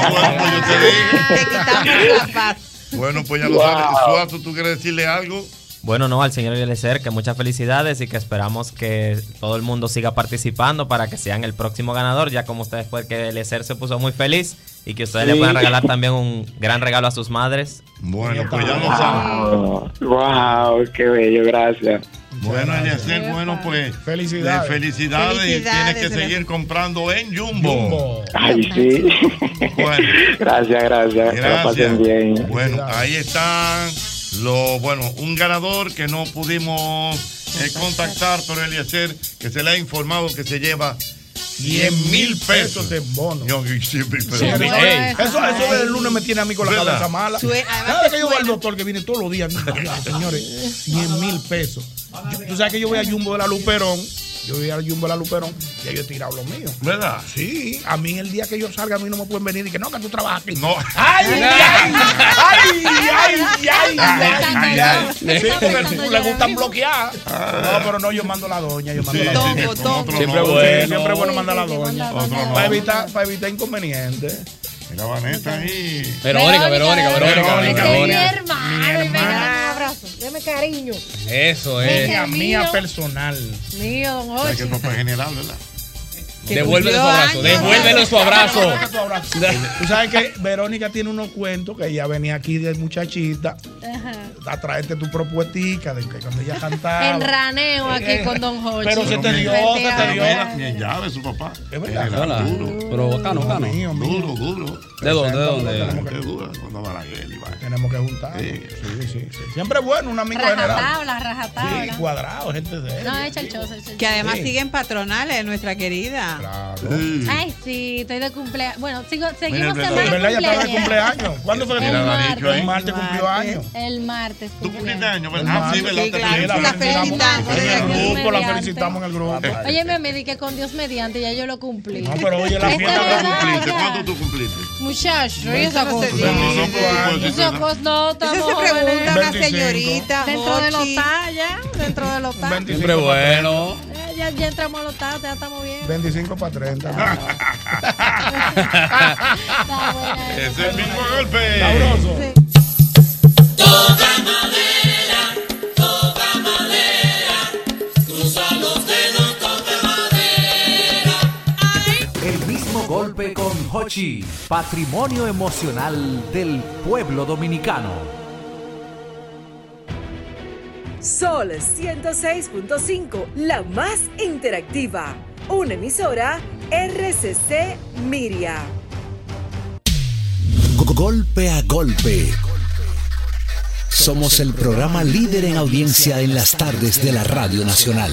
Speaker 8: Bueno, pues ya lo
Speaker 4: Wow.
Speaker 8: sabes. Suazo, ¿tú quieres decirle algo?
Speaker 36: Bueno, no, al señor Eliezer, que muchas felicidades y que esperamos que todo el mundo siga participando para que sean el próximo ganador, ya como ustedes pueden que Eliezer se puso muy feliz y que ustedes le
Speaker 4: Sí.
Speaker 36: puedan regalar también un gran regalo a sus madres.
Speaker 8: Bueno, pues ya lo
Speaker 4: Wow, wow, qué bello, gracias.
Speaker 8: Bueno, Eliezer, bueno, pues.
Speaker 5: Felicidades.
Speaker 8: eh, Felicidades.
Speaker 4: Felicidades,
Speaker 8: Tienes que
Speaker 4: Eliezer.
Speaker 8: seguir comprando en Jumbo.
Speaker 4: Ay, sí. gracias, gracias. Que
Speaker 8: Gracias.
Speaker 4: lo pasen bien.
Speaker 8: Bueno, ahí están los, bueno, un ganador que no pudimos eh, contactar, pero Eliezer, que se le ha informado que se lleva 100 mil pesos en bono.
Speaker 5: Sí, a mí- Eso, eso del lunes me tiene a mí con la
Speaker 8: ¿Verdad?
Speaker 5: cabeza mala.
Speaker 8: Sue- además
Speaker 5: Cada vez
Speaker 8: que
Speaker 5: que yo voy al doctor que viene todos los días, mi mamá, señores, 100 mil pesos. Yo- tú sabes que yo voy a Jumbo de la Luperón. Yo voy a Jumbo de la Luperón y ahí yo he tirado lo mío.
Speaker 8: ¿Verdad?
Speaker 5: Sí, a mí el día que yo salga, a mí no me pueden venir y que no, que tú trabajas aquí.
Speaker 8: No.
Speaker 5: ¡Ay, ay, ay, ay, ay, ay, ay! Ah.
Speaker 8: Me
Speaker 5: Sí,
Speaker 8: está
Speaker 5: porque
Speaker 8: pensando
Speaker 5: le gustan bloquear. No, pero no, yo mando a la doña, yo mando a la
Speaker 8: Sí, sí,
Speaker 5: doña.
Speaker 8: sí, como otro
Speaker 5: Siempre
Speaker 8: no.
Speaker 5: bueno.
Speaker 8: Bueno.
Speaker 5: Siempre bueno mandar a la doña.
Speaker 8: Otro no.
Speaker 5: Para evitar, para evitar inconvenientes.
Speaker 8: Mira, Vanessa ahí.
Speaker 3: Verónica, Verónica, Verónica, Verónica, Verónica.
Speaker 15: Mi hermana. abrazo. Deme cariño.
Speaker 3: Eso
Speaker 15: Ese
Speaker 3: es.
Speaker 15: Mía, mía mío.
Speaker 5: personal.
Speaker 15: Mío, don
Speaker 8: Es que
Speaker 15: Jorge.
Speaker 8: no fue general, ¿verdad?
Speaker 5: Que
Speaker 3: Devuélvele su
Speaker 5: cumplió
Speaker 3: abrazo,
Speaker 5: años.
Speaker 3: devuélvele su abrazo.
Speaker 5: Devuélvele su abrazo. Tú sabes que Verónica tiene unos cuentos que ella venía aquí de muchachita a traerte tu propuestica de que cuando ella cantaba.
Speaker 15: En raneo aquí con don Jorge.
Speaker 5: Eh, Pero se te dio, se te dio.
Speaker 8: Mira, ni en llave su papá.
Speaker 5: Es
Speaker 8: General, duro.
Speaker 3: Pero bacano, bacano.
Speaker 8: Duro, duro.
Speaker 3: ¿De dónde, de dónde?
Speaker 8: Qué duro, cuando Balaguer, Iván.
Speaker 5: Tenemos que juntar. Sí, sí, sí. Siempre bueno, un amigo general.
Speaker 15: Rajatabla,
Speaker 5: Sí,
Speaker 15: rajatabla.
Speaker 5: cuadrado, gente de
Speaker 15: No, echa el chozo, echa el
Speaker 6: Que además
Speaker 15: chozo.
Speaker 6: siguen patronales, nuestra querida.
Speaker 15: Ay, sí, estoy de cumpleaños. Bueno, sigo,
Speaker 8: Mira,
Speaker 15: seguimos
Speaker 8: ¿verdad?
Speaker 15: semana
Speaker 8: ¿Verdad?
Speaker 5: Ya estaba de cumpleaños. ¿Cuándo fue que
Speaker 8: Mira, la dicho ahí.
Speaker 5: El martes cumplió años.
Speaker 15: El martes. pues. ¿Tú
Speaker 8: cumpliste años, ¿verdad? Ah, sí, ¿verdad? Te
Speaker 5: la
Speaker 8: felicitamos. Eh.
Speaker 5: felicitamos. En el
Speaker 15: Dios
Speaker 5: grupo la
Speaker 15: mediante.
Speaker 5: felicitamos en el grupo.
Speaker 15: Oye, me di que con Dios mediante ya yo lo cumplí.
Speaker 5: No, pero oye, la
Speaker 15: Esta
Speaker 5: fiesta que
Speaker 15: verdad,
Speaker 8: cumpliste,
Speaker 15: ya.
Speaker 8: ¿Cuánto tú cumpliste?
Speaker 15: Muchachos,
Speaker 6: No,
Speaker 15: esa
Speaker 6: eso no se
Speaker 15: cosa.
Speaker 6: dice. No, no,
Speaker 8: por supuesto,
Speaker 15: Esa cosa
Speaker 8: no.
Speaker 15: pues, no,
Speaker 6: Eso se
Speaker 15: estamos
Speaker 6: pregunta a la
Speaker 15: jóvenes.
Speaker 6: señorita.
Speaker 15: Dentro de los
Speaker 6: Jochi.
Speaker 15: tallas. dentro de los tacos.
Speaker 5: Siempre bueno.
Speaker 15: Eh, ya, ya entramos a los tacos, ya estamos bien.
Speaker 5: 25 para 30.
Speaker 8: Es el mismo golpe.
Speaker 1: Toca madera, toca madera, cruza los dedos, toca madera.
Speaker 28: El mismo golpe con Hochi, patrimonio emocional del pueblo dominicano.
Speaker 38: Sol 106.5, la más interactiva. Una emisora RCC Miria.
Speaker 28: Go- Golpe a golpe. Somos el programa líder en audiencia en las tardes de la Radio Nacional.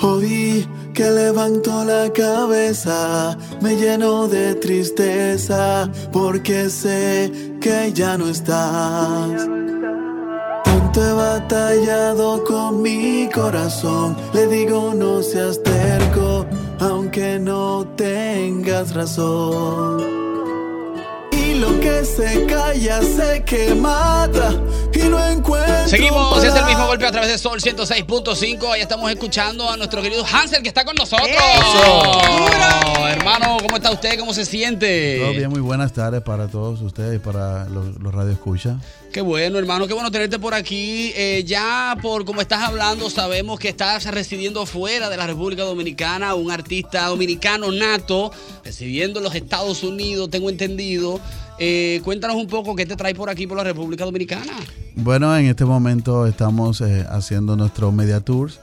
Speaker 12: Hoy que levanto la cabeza, me lleno de tristeza, porque sé que ya no estás. Tanto he batallado con mi corazón, le digo no seas terco, aunque no tengas razón. Y lo que se calla sé que mata, y no encuentro.
Speaker 3: Seguimos, es el
Speaker 12: palabras.
Speaker 3: mismo golpe a través de Sol 106.5. Ahí estamos escuchando a nuestro querido Hansel que está con nosotros. Hermano, ¿cómo está usted? ¿Cómo se siente?
Speaker 14: Todo bien, muy buenas tardes para todos ustedes y para los, los radioescuchas.
Speaker 3: Qué bueno, hermano, qué bueno tenerte por aquí. Eh, ya por como estás hablando, sabemos que estás residiendo fuera de la República Dominicana, un artista dominicano nato, residiendo en los Estados Unidos, tengo entendido. Eh, cuéntanos un poco qué te trae por aquí, por la República Dominicana.
Speaker 14: Bueno, en este momento estamos eh, haciendo nuestro media tours,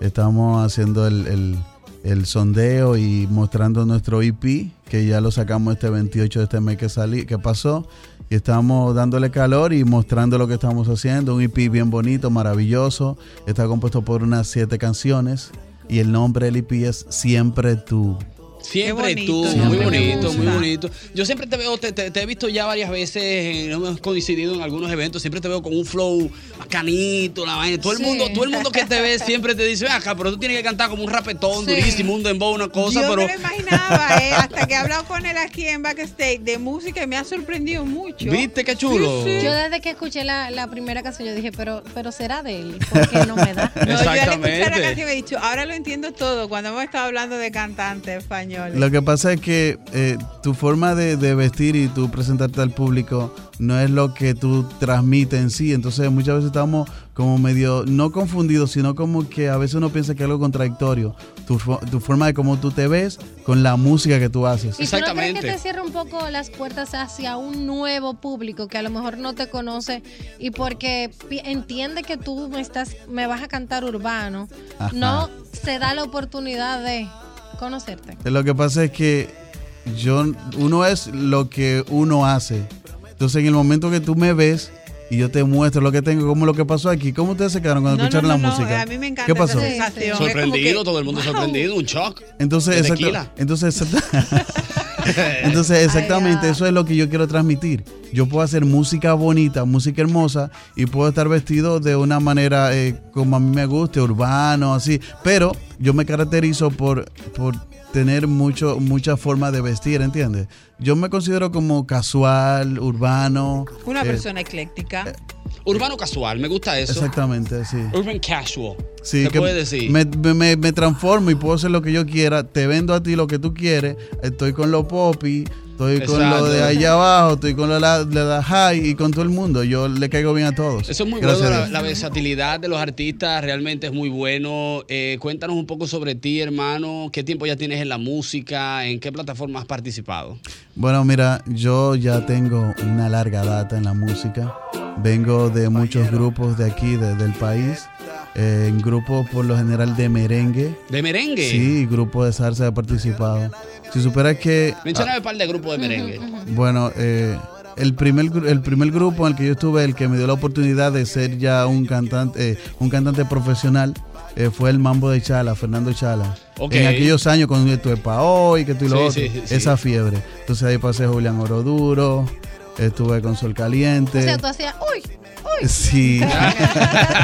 Speaker 14: estamos haciendo el, el- el sondeo y mostrando nuestro EP que ya lo sacamos este 28 de este mes que salí, que pasó y estamos dándole calor y mostrando lo que estamos haciendo, un EP bien bonito, maravilloso, está compuesto por unas siete canciones y el nombre del EP es Siempre tú.
Speaker 3: Siempre
Speaker 14: Qué
Speaker 3: tú,
Speaker 14: bonito,
Speaker 3: muy
Speaker 14: siempre me
Speaker 3: bonito, muy
Speaker 14: gusta.
Speaker 3: bonito. Yo siempre te veo, te, te- te he visto ya varias veces, eh, hemos coincidido en algunos eventos, siempre te veo con un flow bacanito, la vaina. Todo el
Speaker 20: Sí.
Speaker 3: mundo, todo el mundo que te ve siempre te dice, "Ven acá, pero tú tienes que cantar como un rapetón,
Speaker 6: Sí.
Speaker 3: durísimo, un dembow, una cosa,
Speaker 6: Yo
Speaker 3: pero.
Speaker 6: me lo imaginaba, eh, hasta que he hablado con él aquí en backstage de música y me ha sorprendido mucho.
Speaker 3: ¿Viste qué chulo?
Speaker 15: Yo desde que escuché la, la primera canción, yo dije, pero, pero será de él, porque no me da.
Speaker 6: Escuchar la canción y he dicho, ahora lo entiendo todo cuando hemos estado hablando de cantantes españoles.
Speaker 14: Lo que pasa es que eh, tu forma de, de vestir y tú presentarte al público no es lo que tú transmites en sí. Entonces muchas veces estamos como medio, no confundidos, sino como que a veces uno piensa que es algo contradictorio. Tu, fo- tu forma de cómo tú te ves con la música que tú haces.
Speaker 15: ¿Y tú no crees que te cierra un poco las puertas hacia un nuevo público que a lo mejor no te conoce y porque pi- entiende que tú me estás me vas a cantar urbano,
Speaker 14: Ajá.
Speaker 15: no se da la oportunidad de conocerte?
Speaker 14: Eh, Lo que pasa es que yo, uno es lo que uno hace. Entonces, en el momento que tú me ves y yo te muestro lo que tengo, como lo que pasó aquí, ¿cómo ustedes se quedaron cuando
Speaker 6: No, no,
Speaker 14: escucharon
Speaker 6: no,
Speaker 14: la
Speaker 6: no, eh,
Speaker 14: música?
Speaker 6: a mí me encanta
Speaker 14: ¿Qué
Speaker 6: esa
Speaker 14: pasó?
Speaker 6: sensación. Es como
Speaker 3: Sorprendido,
Speaker 6: que-
Speaker 3: todo el mundo
Speaker 6: wow.
Speaker 3: sorprendido, un shock.
Speaker 14: Entonces,
Speaker 3: De
Speaker 14: exacto-
Speaker 3: tequila.
Speaker 14: entonces, exacta- entonces, exactamente, eso es lo que yo quiero transmitir. Yo puedo hacer música bonita, música hermosa, y puedo estar vestido de una manera eh, como a mí me guste, urbano, así. Pero yo me caracterizo por, por tener mucho, mucha forma de vestir, ¿entiendes? Yo me considero como casual, urbano.
Speaker 6: Una
Speaker 14: eh,
Speaker 6: persona ecléctica.
Speaker 3: Urbano casual, me gusta eso.
Speaker 14: Exactamente, sí.
Speaker 3: Urban casual.
Speaker 14: Sí,
Speaker 3: se
Speaker 14: que
Speaker 3: puede decir.
Speaker 14: Me, me- me- me transformo y puedo hacer lo que yo quiera. Te vendo a ti lo que tú quieres. Estoy con los popi, estoy con
Speaker 3: Exacto.
Speaker 14: lo de allá abajo, estoy con lo de la, de la high y con todo el mundo. Yo le caigo bien a todos.
Speaker 3: Eso es muy
Speaker 14: Gracias
Speaker 3: bueno,
Speaker 14: a
Speaker 3: la,
Speaker 14: Dios.
Speaker 3: la versatilidad de los artistas realmente es muy bueno. Eh, cuéntanos un poco sobre ti, hermano. ¿Qué tiempo ya tienes en la música? ¿En qué plataforma has participado?
Speaker 14: Bueno, mira, yo ya tengo una larga data en la música. Vengo de muchos grupos de aquí, de- del país. eh, en grupos por lo general de merengue.
Speaker 3: ¿De merengue?
Speaker 14: Sí, grupos de salsa he participado. Si supieras que...
Speaker 3: Mencioname un par de grupos de merengue.
Speaker 14: Bueno, eh, el primer gru- el primer grupo en el que yo estuve, el que me dio la oportunidad de ser ya un cantante eh, un cantante profesional eh, fue el Mambo de Chala, Fernando Chala.
Speaker 3: Ok.
Speaker 14: En aquellos años con el Tuepa hoy, que tú y lo
Speaker 3: Sí,
Speaker 14: otro,
Speaker 3: sí, sí, sí.
Speaker 14: esa fiebre. Entonces ahí pasé Julián Oroduro, estuve con Sol Caliente.
Speaker 15: O sea, tú hacías, uy, uy.
Speaker 14: Sí.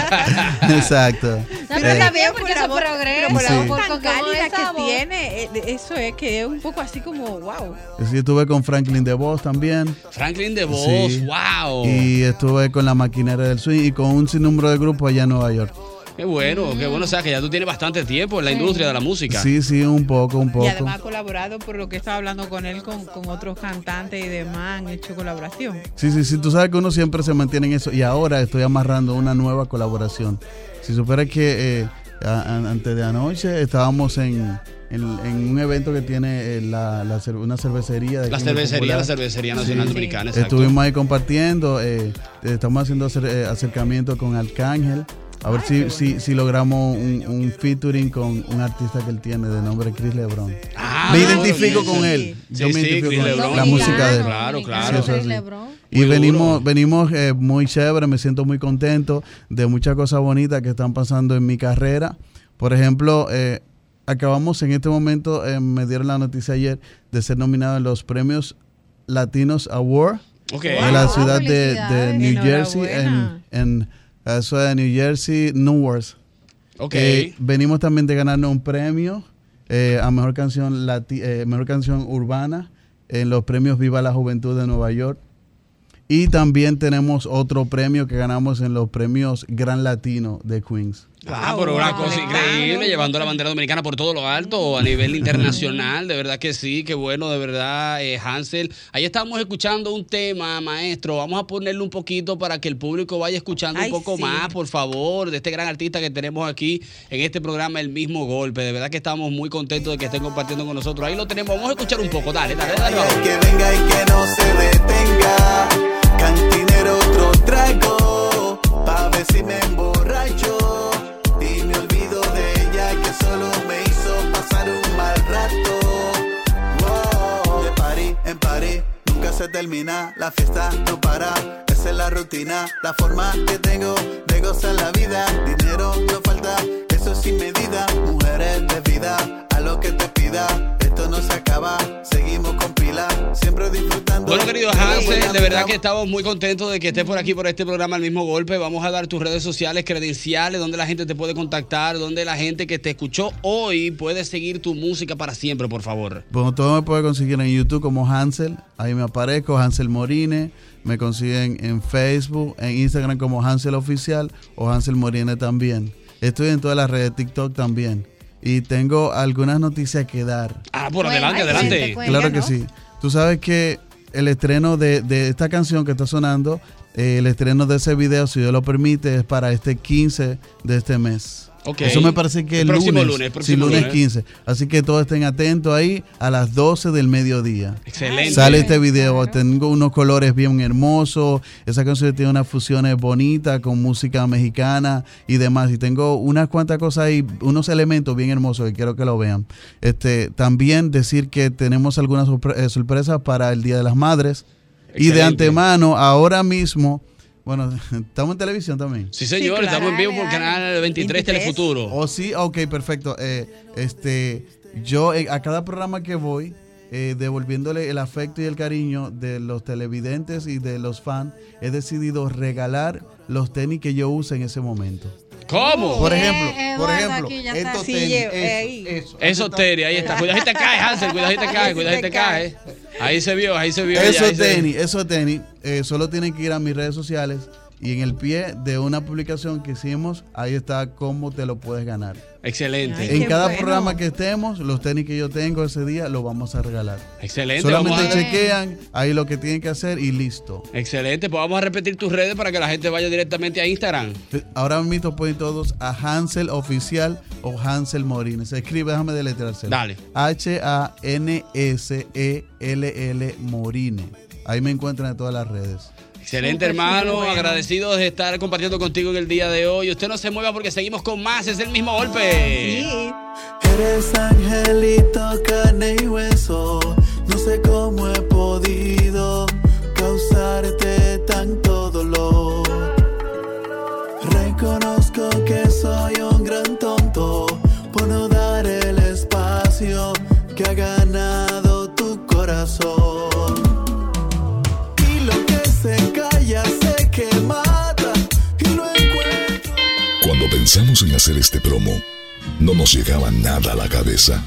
Speaker 14: Exacto.
Speaker 15: pero
Speaker 14: Eh,
Speaker 15: está bien porque eso progresa,
Speaker 6: Pero por la
Speaker 14: Sí.
Speaker 6: voz
Speaker 15: porque
Speaker 6: tan
Speaker 15: como
Speaker 6: cálida
Speaker 15: esa
Speaker 6: que
Speaker 15: voz-
Speaker 6: tiene, eh, eso es que es un poco así como, wow.
Speaker 14: Sí, estuve con Franklin de Voz también.
Speaker 3: Franklin de Voz,
Speaker 14: Sí.
Speaker 3: wow.
Speaker 14: Y eh, estuve con la maquinera del swing y con un sinnúmero de grupos allá en Nueva York.
Speaker 3: Qué bueno, qué bueno. O sea, que ya tú tienes bastante tiempo en la industria de la música.
Speaker 14: Sí, sí, un poco, un poco.
Speaker 6: Y además ha colaborado por lo que estaba hablando con él, con, con otros cantantes y demás, han hecho colaboración.
Speaker 14: Sí, sí, sí, tú sabes que uno siempre se mantiene en eso y ahora estoy amarrando una nueva colaboración. Si supieras que eh, a- a- antes de anoche estábamos en, en- en un evento que tiene eh, la, la cer- una cervecería. De
Speaker 3: La
Speaker 14: aquí muy
Speaker 3: cervecería,
Speaker 14: popular.
Speaker 3: la Cervecería Nacional Dominicana, exacto.
Speaker 14: Estuvimos ahí compartiendo, eh, estamos haciendo acer- eh, acercamiento con Arcángel. A ver si, si, si logramos un, un featuring con un artista que él tiene de nombre Chris Lebron. me
Speaker 3: bueno,
Speaker 14: identifico
Speaker 3: bien.
Speaker 14: con él. Yo
Speaker 3: Ah, Sí, sí,
Speaker 14: me identifico
Speaker 3: Chris
Speaker 14: con él.
Speaker 3: Lebron.
Speaker 14: la música de él.
Speaker 3: Claro,
Speaker 14: Sí,
Speaker 3: claro.
Speaker 14: eso
Speaker 3: Chris
Speaker 14: sí.
Speaker 3: Lebron.
Speaker 14: Y venimos, venimos eh, muy chévere, me siento muy contento de muchas cosas bonitas que están pasando en mi carrera. Por ejemplo, eh, acabamos en este momento, eh, me dieron la noticia ayer de ser nominado en los premios Latinos Award
Speaker 3: Ok.
Speaker 14: de la
Speaker 3: Wow,
Speaker 14: ciudad de- de,
Speaker 3: felicidades.
Speaker 14: New Jersey, en,
Speaker 3: Enhorabuena.
Speaker 14: en la ciudad de New Jersey, Newark.
Speaker 3: Ok.
Speaker 14: Eh, venimos también de ganarnos un premio eh, a mejor canción lati- eh, mejor canción urbana en los premios Viva la Juventud de Nueva York. Y también tenemos otro premio que ganamos en los premios Gran Latino de Queens.
Speaker 3: Ah, pero una cosa increíble, llevando la bandera dominicana por todo lo alto, a nivel internacional, de verdad que sí, qué bueno, de verdad, eh, Hansel. Ahí estamos escuchando un tema, maestro, vamos a ponerle un poquito para que el público vaya escuchando
Speaker 29: Ay,
Speaker 3: un poco
Speaker 29: sí.
Speaker 3: más, por favor, de este gran artista que tenemos aquí en este programa, El Mismo Golpe. De verdad que estamos muy contentos de que estén compartiendo con nosotros. Ahí lo tenemos, vamos a escuchar un poco, dale, dale, dale. vamos.
Speaker 12: Que venga y que no se detenga. Cantinero otro trago. Pa' ver si me emborracho. Y me olvido de ella que solo me hizo pasar un mal rato. Wow. De París en París. Nunca se termina, la fiesta no para. Esa es la rutina, la forma que tengo de gozar la vida. Dinero no falta, eso es sin medida. Mujeres de vida, a lo que te pida. Esto no se acaba, seguimos con pila. Siempre disfrutando.
Speaker 3: Bueno, querido Hansel, de verdad que estamos muy contentos de que estés por aquí por este programa al mismo golpe. Vamos a dar tus redes sociales, credenciales, donde la gente te puede contactar, donde la gente que te escuchó hoy puede seguir tu música para siempre, por favor.
Speaker 14: Bueno, todo Pues me puede conseguir en YouTube como Hansel. Ahí me aparezco, Hansel Morine. Me consiguen en Facebook, en Instagram como Hansel Oficial o Hansel Morine también. Estoy en todas las redes de TikTok también. Y tengo algunas noticias que dar.
Speaker 3: Ah, por adelante, adelante.
Speaker 14: Claro que sí. Tú sabes que el estreno de, de esta canción que está sonando, eh, el estreno de ese video, si Dios lo permite, es para este 15 de este mes.
Speaker 3: Ok.
Speaker 14: Eso me parece que
Speaker 3: El
Speaker 14: el
Speaker 3: próximo
Speaker 14: lunes,
Speaker 3: lunes, el
Speaker 14: sí,
Speaker 3: próximo
Speaker 14: lunes
Speaker 3: lunes.
Speaker 14: 15. Así que todos estén atentos ahí a las 12 del mediodía.
Speaker 3: Excelente.
Speaker 14: Sale este video, tengo unos colores bien hermosos, esa canción tiene unas fusiones bonitas con música mexicana y demás. Y tengo unas cuantas cosas ahí, unos elementos bien hermosos que quiero que lo vean. Este, también decir que tenemos algunas sorpre- eh, sorpresas para el Día de las Madres. Y de
Speaker 3: Excelente.
Speaker 14: antemano, ahora mismo, bueno, estamos en televisión también.
Speaker 3: Sí, señor, estamos en vivo por Canal 23, Telefuturo.
Speaker 14: O Oh, sí, ok, perfecto. Eh, este, yo eh, a cada programa que voy, eh, devolviéndole el afecto y el cariño de los televidentes y de los fans, he decidido regalar los tenis que yo use en ese momento.
Speaker 3: ¿Cómo?
Speaker 14: Por ejemplo,
Speaker 3: Eh, eh,
Speaker 14: por
Speaker 3: guarda
Speaker 14: ejemplo,
Speaker 3: aquí, ya está.
Speaker 14: estos
Speaker 3: Sí,
Speaker 14: tenis,
Speaker 3: llevo, eh,
Speaker 14: eso, eso,
Speaker 3: Eso, Terry, ahí está. Cuidado, ahí te caes, Hansel, cuidado, ahí te caes, cuidado, ahí te caes. eh. Ahí se vio, ahí se vio. ya, ahí
Speaker 14: Esos
Speaker 3: se vio.
Speaker 14: tenis, esos tenis, eh, solo tienen que ir a mis redes sociales y en el pie de una publicación que hicimos, ahí está cómo te lo puedes ganar.
Speaker 3: Excelente.
Speaker 14: en cada programa que estemos, los tenis que yo tengo ese día los vamos a regalar.
Speaker 3: Excelente,
Speaker 14: Solamente
Speaker 3: vamos a-
Speaker 14: chequean ahí lo que tienen que hacer y listo.
Speaker 3: Excelente, pues vamos a repetir tus redes para que la gente vaya directamente a Instagram.
Speaker 14: Ahora mismo pueden todos a Hansel Oficial o Hansel Morín. Se escribe, déjame deletreárselo.
Speaker 3: Dale.
Speaker 14: E H-A-N-S-E-L-L Morine. Ahí me encuentran en todas las redes.
Speaker 3: Excelente,
Speaker 29: Súper,
Speaker 3: hermano.
Speaker 29: súper bueno.
Speaker 3: Agradecidos de estar compartiendo contigo en el día de hoy. Usted no se mueva porque seguimos con más. Es el mismo golpe.
Speaker 12: Eres angelito, carne y hueso. No sé cómo he podido causarte tanto dolor. Reconozco que soy un gran tonto por no dar el espacio que ha ganado tu corazón. Y lo que se calla sé que mata y lo encuentro.
Speaker 18: Cuando pensamos en hacer este promo, no nos llegaba nada a la cabeza.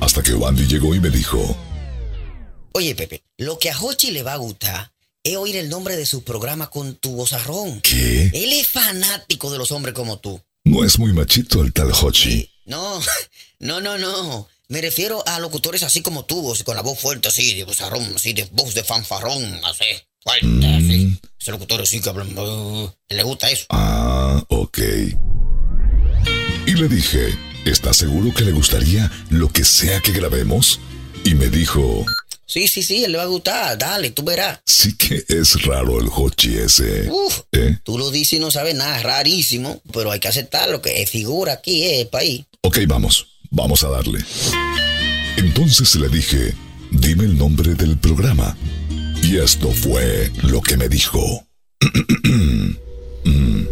Speaker 18: Hasta que Wandy llegó y me dijo,
Speaker 17: Oye, Pepe, lo que a Hochi le va a gustar es oír el nombre de su programa con tu vozarrón.
Speaker 18: ¿Qué?
Speaker 17: Él es fanático de los hombres como tú.
Speaker 18: no es muy machito el tal Hochi.
Speaker 17: No, no, no, no. Me refiero a locutores así como tú, o sea, con la voz fuerte así, de vozarrón, así, de voz de fanfarrón, así, fuerte,
Speaker 18: Mm.
Speaker 17: así. Ese locutor así que hablan, uh, le gusta eso.
Speaker 18: Ah, ok. Y le dije, ¿estás seguro que le gustaría lo que sea que grabemos? Y me dijo,
Speaker 17: Sí, sí, sí, él le va a gustar, dale, tú verás.
Speaker 18: sí que es raro el Hochi ese.
Speaker 17: Uf,
Speaker 18: ¿Eh?
Speaker 17: tú lo dices y no sabes nada, es rarísimo, pero hay que aceptar lo que figura aquí, es el país.
Speaker 18: Ok, vamos, vamos a darle. Entonces le dije, dime el nombre del programa. Y esto fue lo que me dijo. Mm.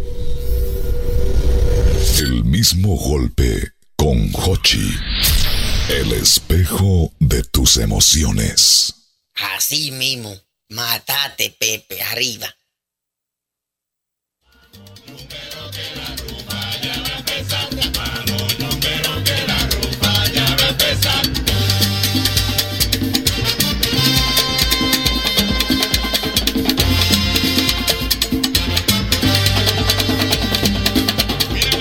Speaker 18: el mismo golpe con Hochi. El espejo de tus emociones.
Speaker 17: Así mismo, matate, Pepe, arriba.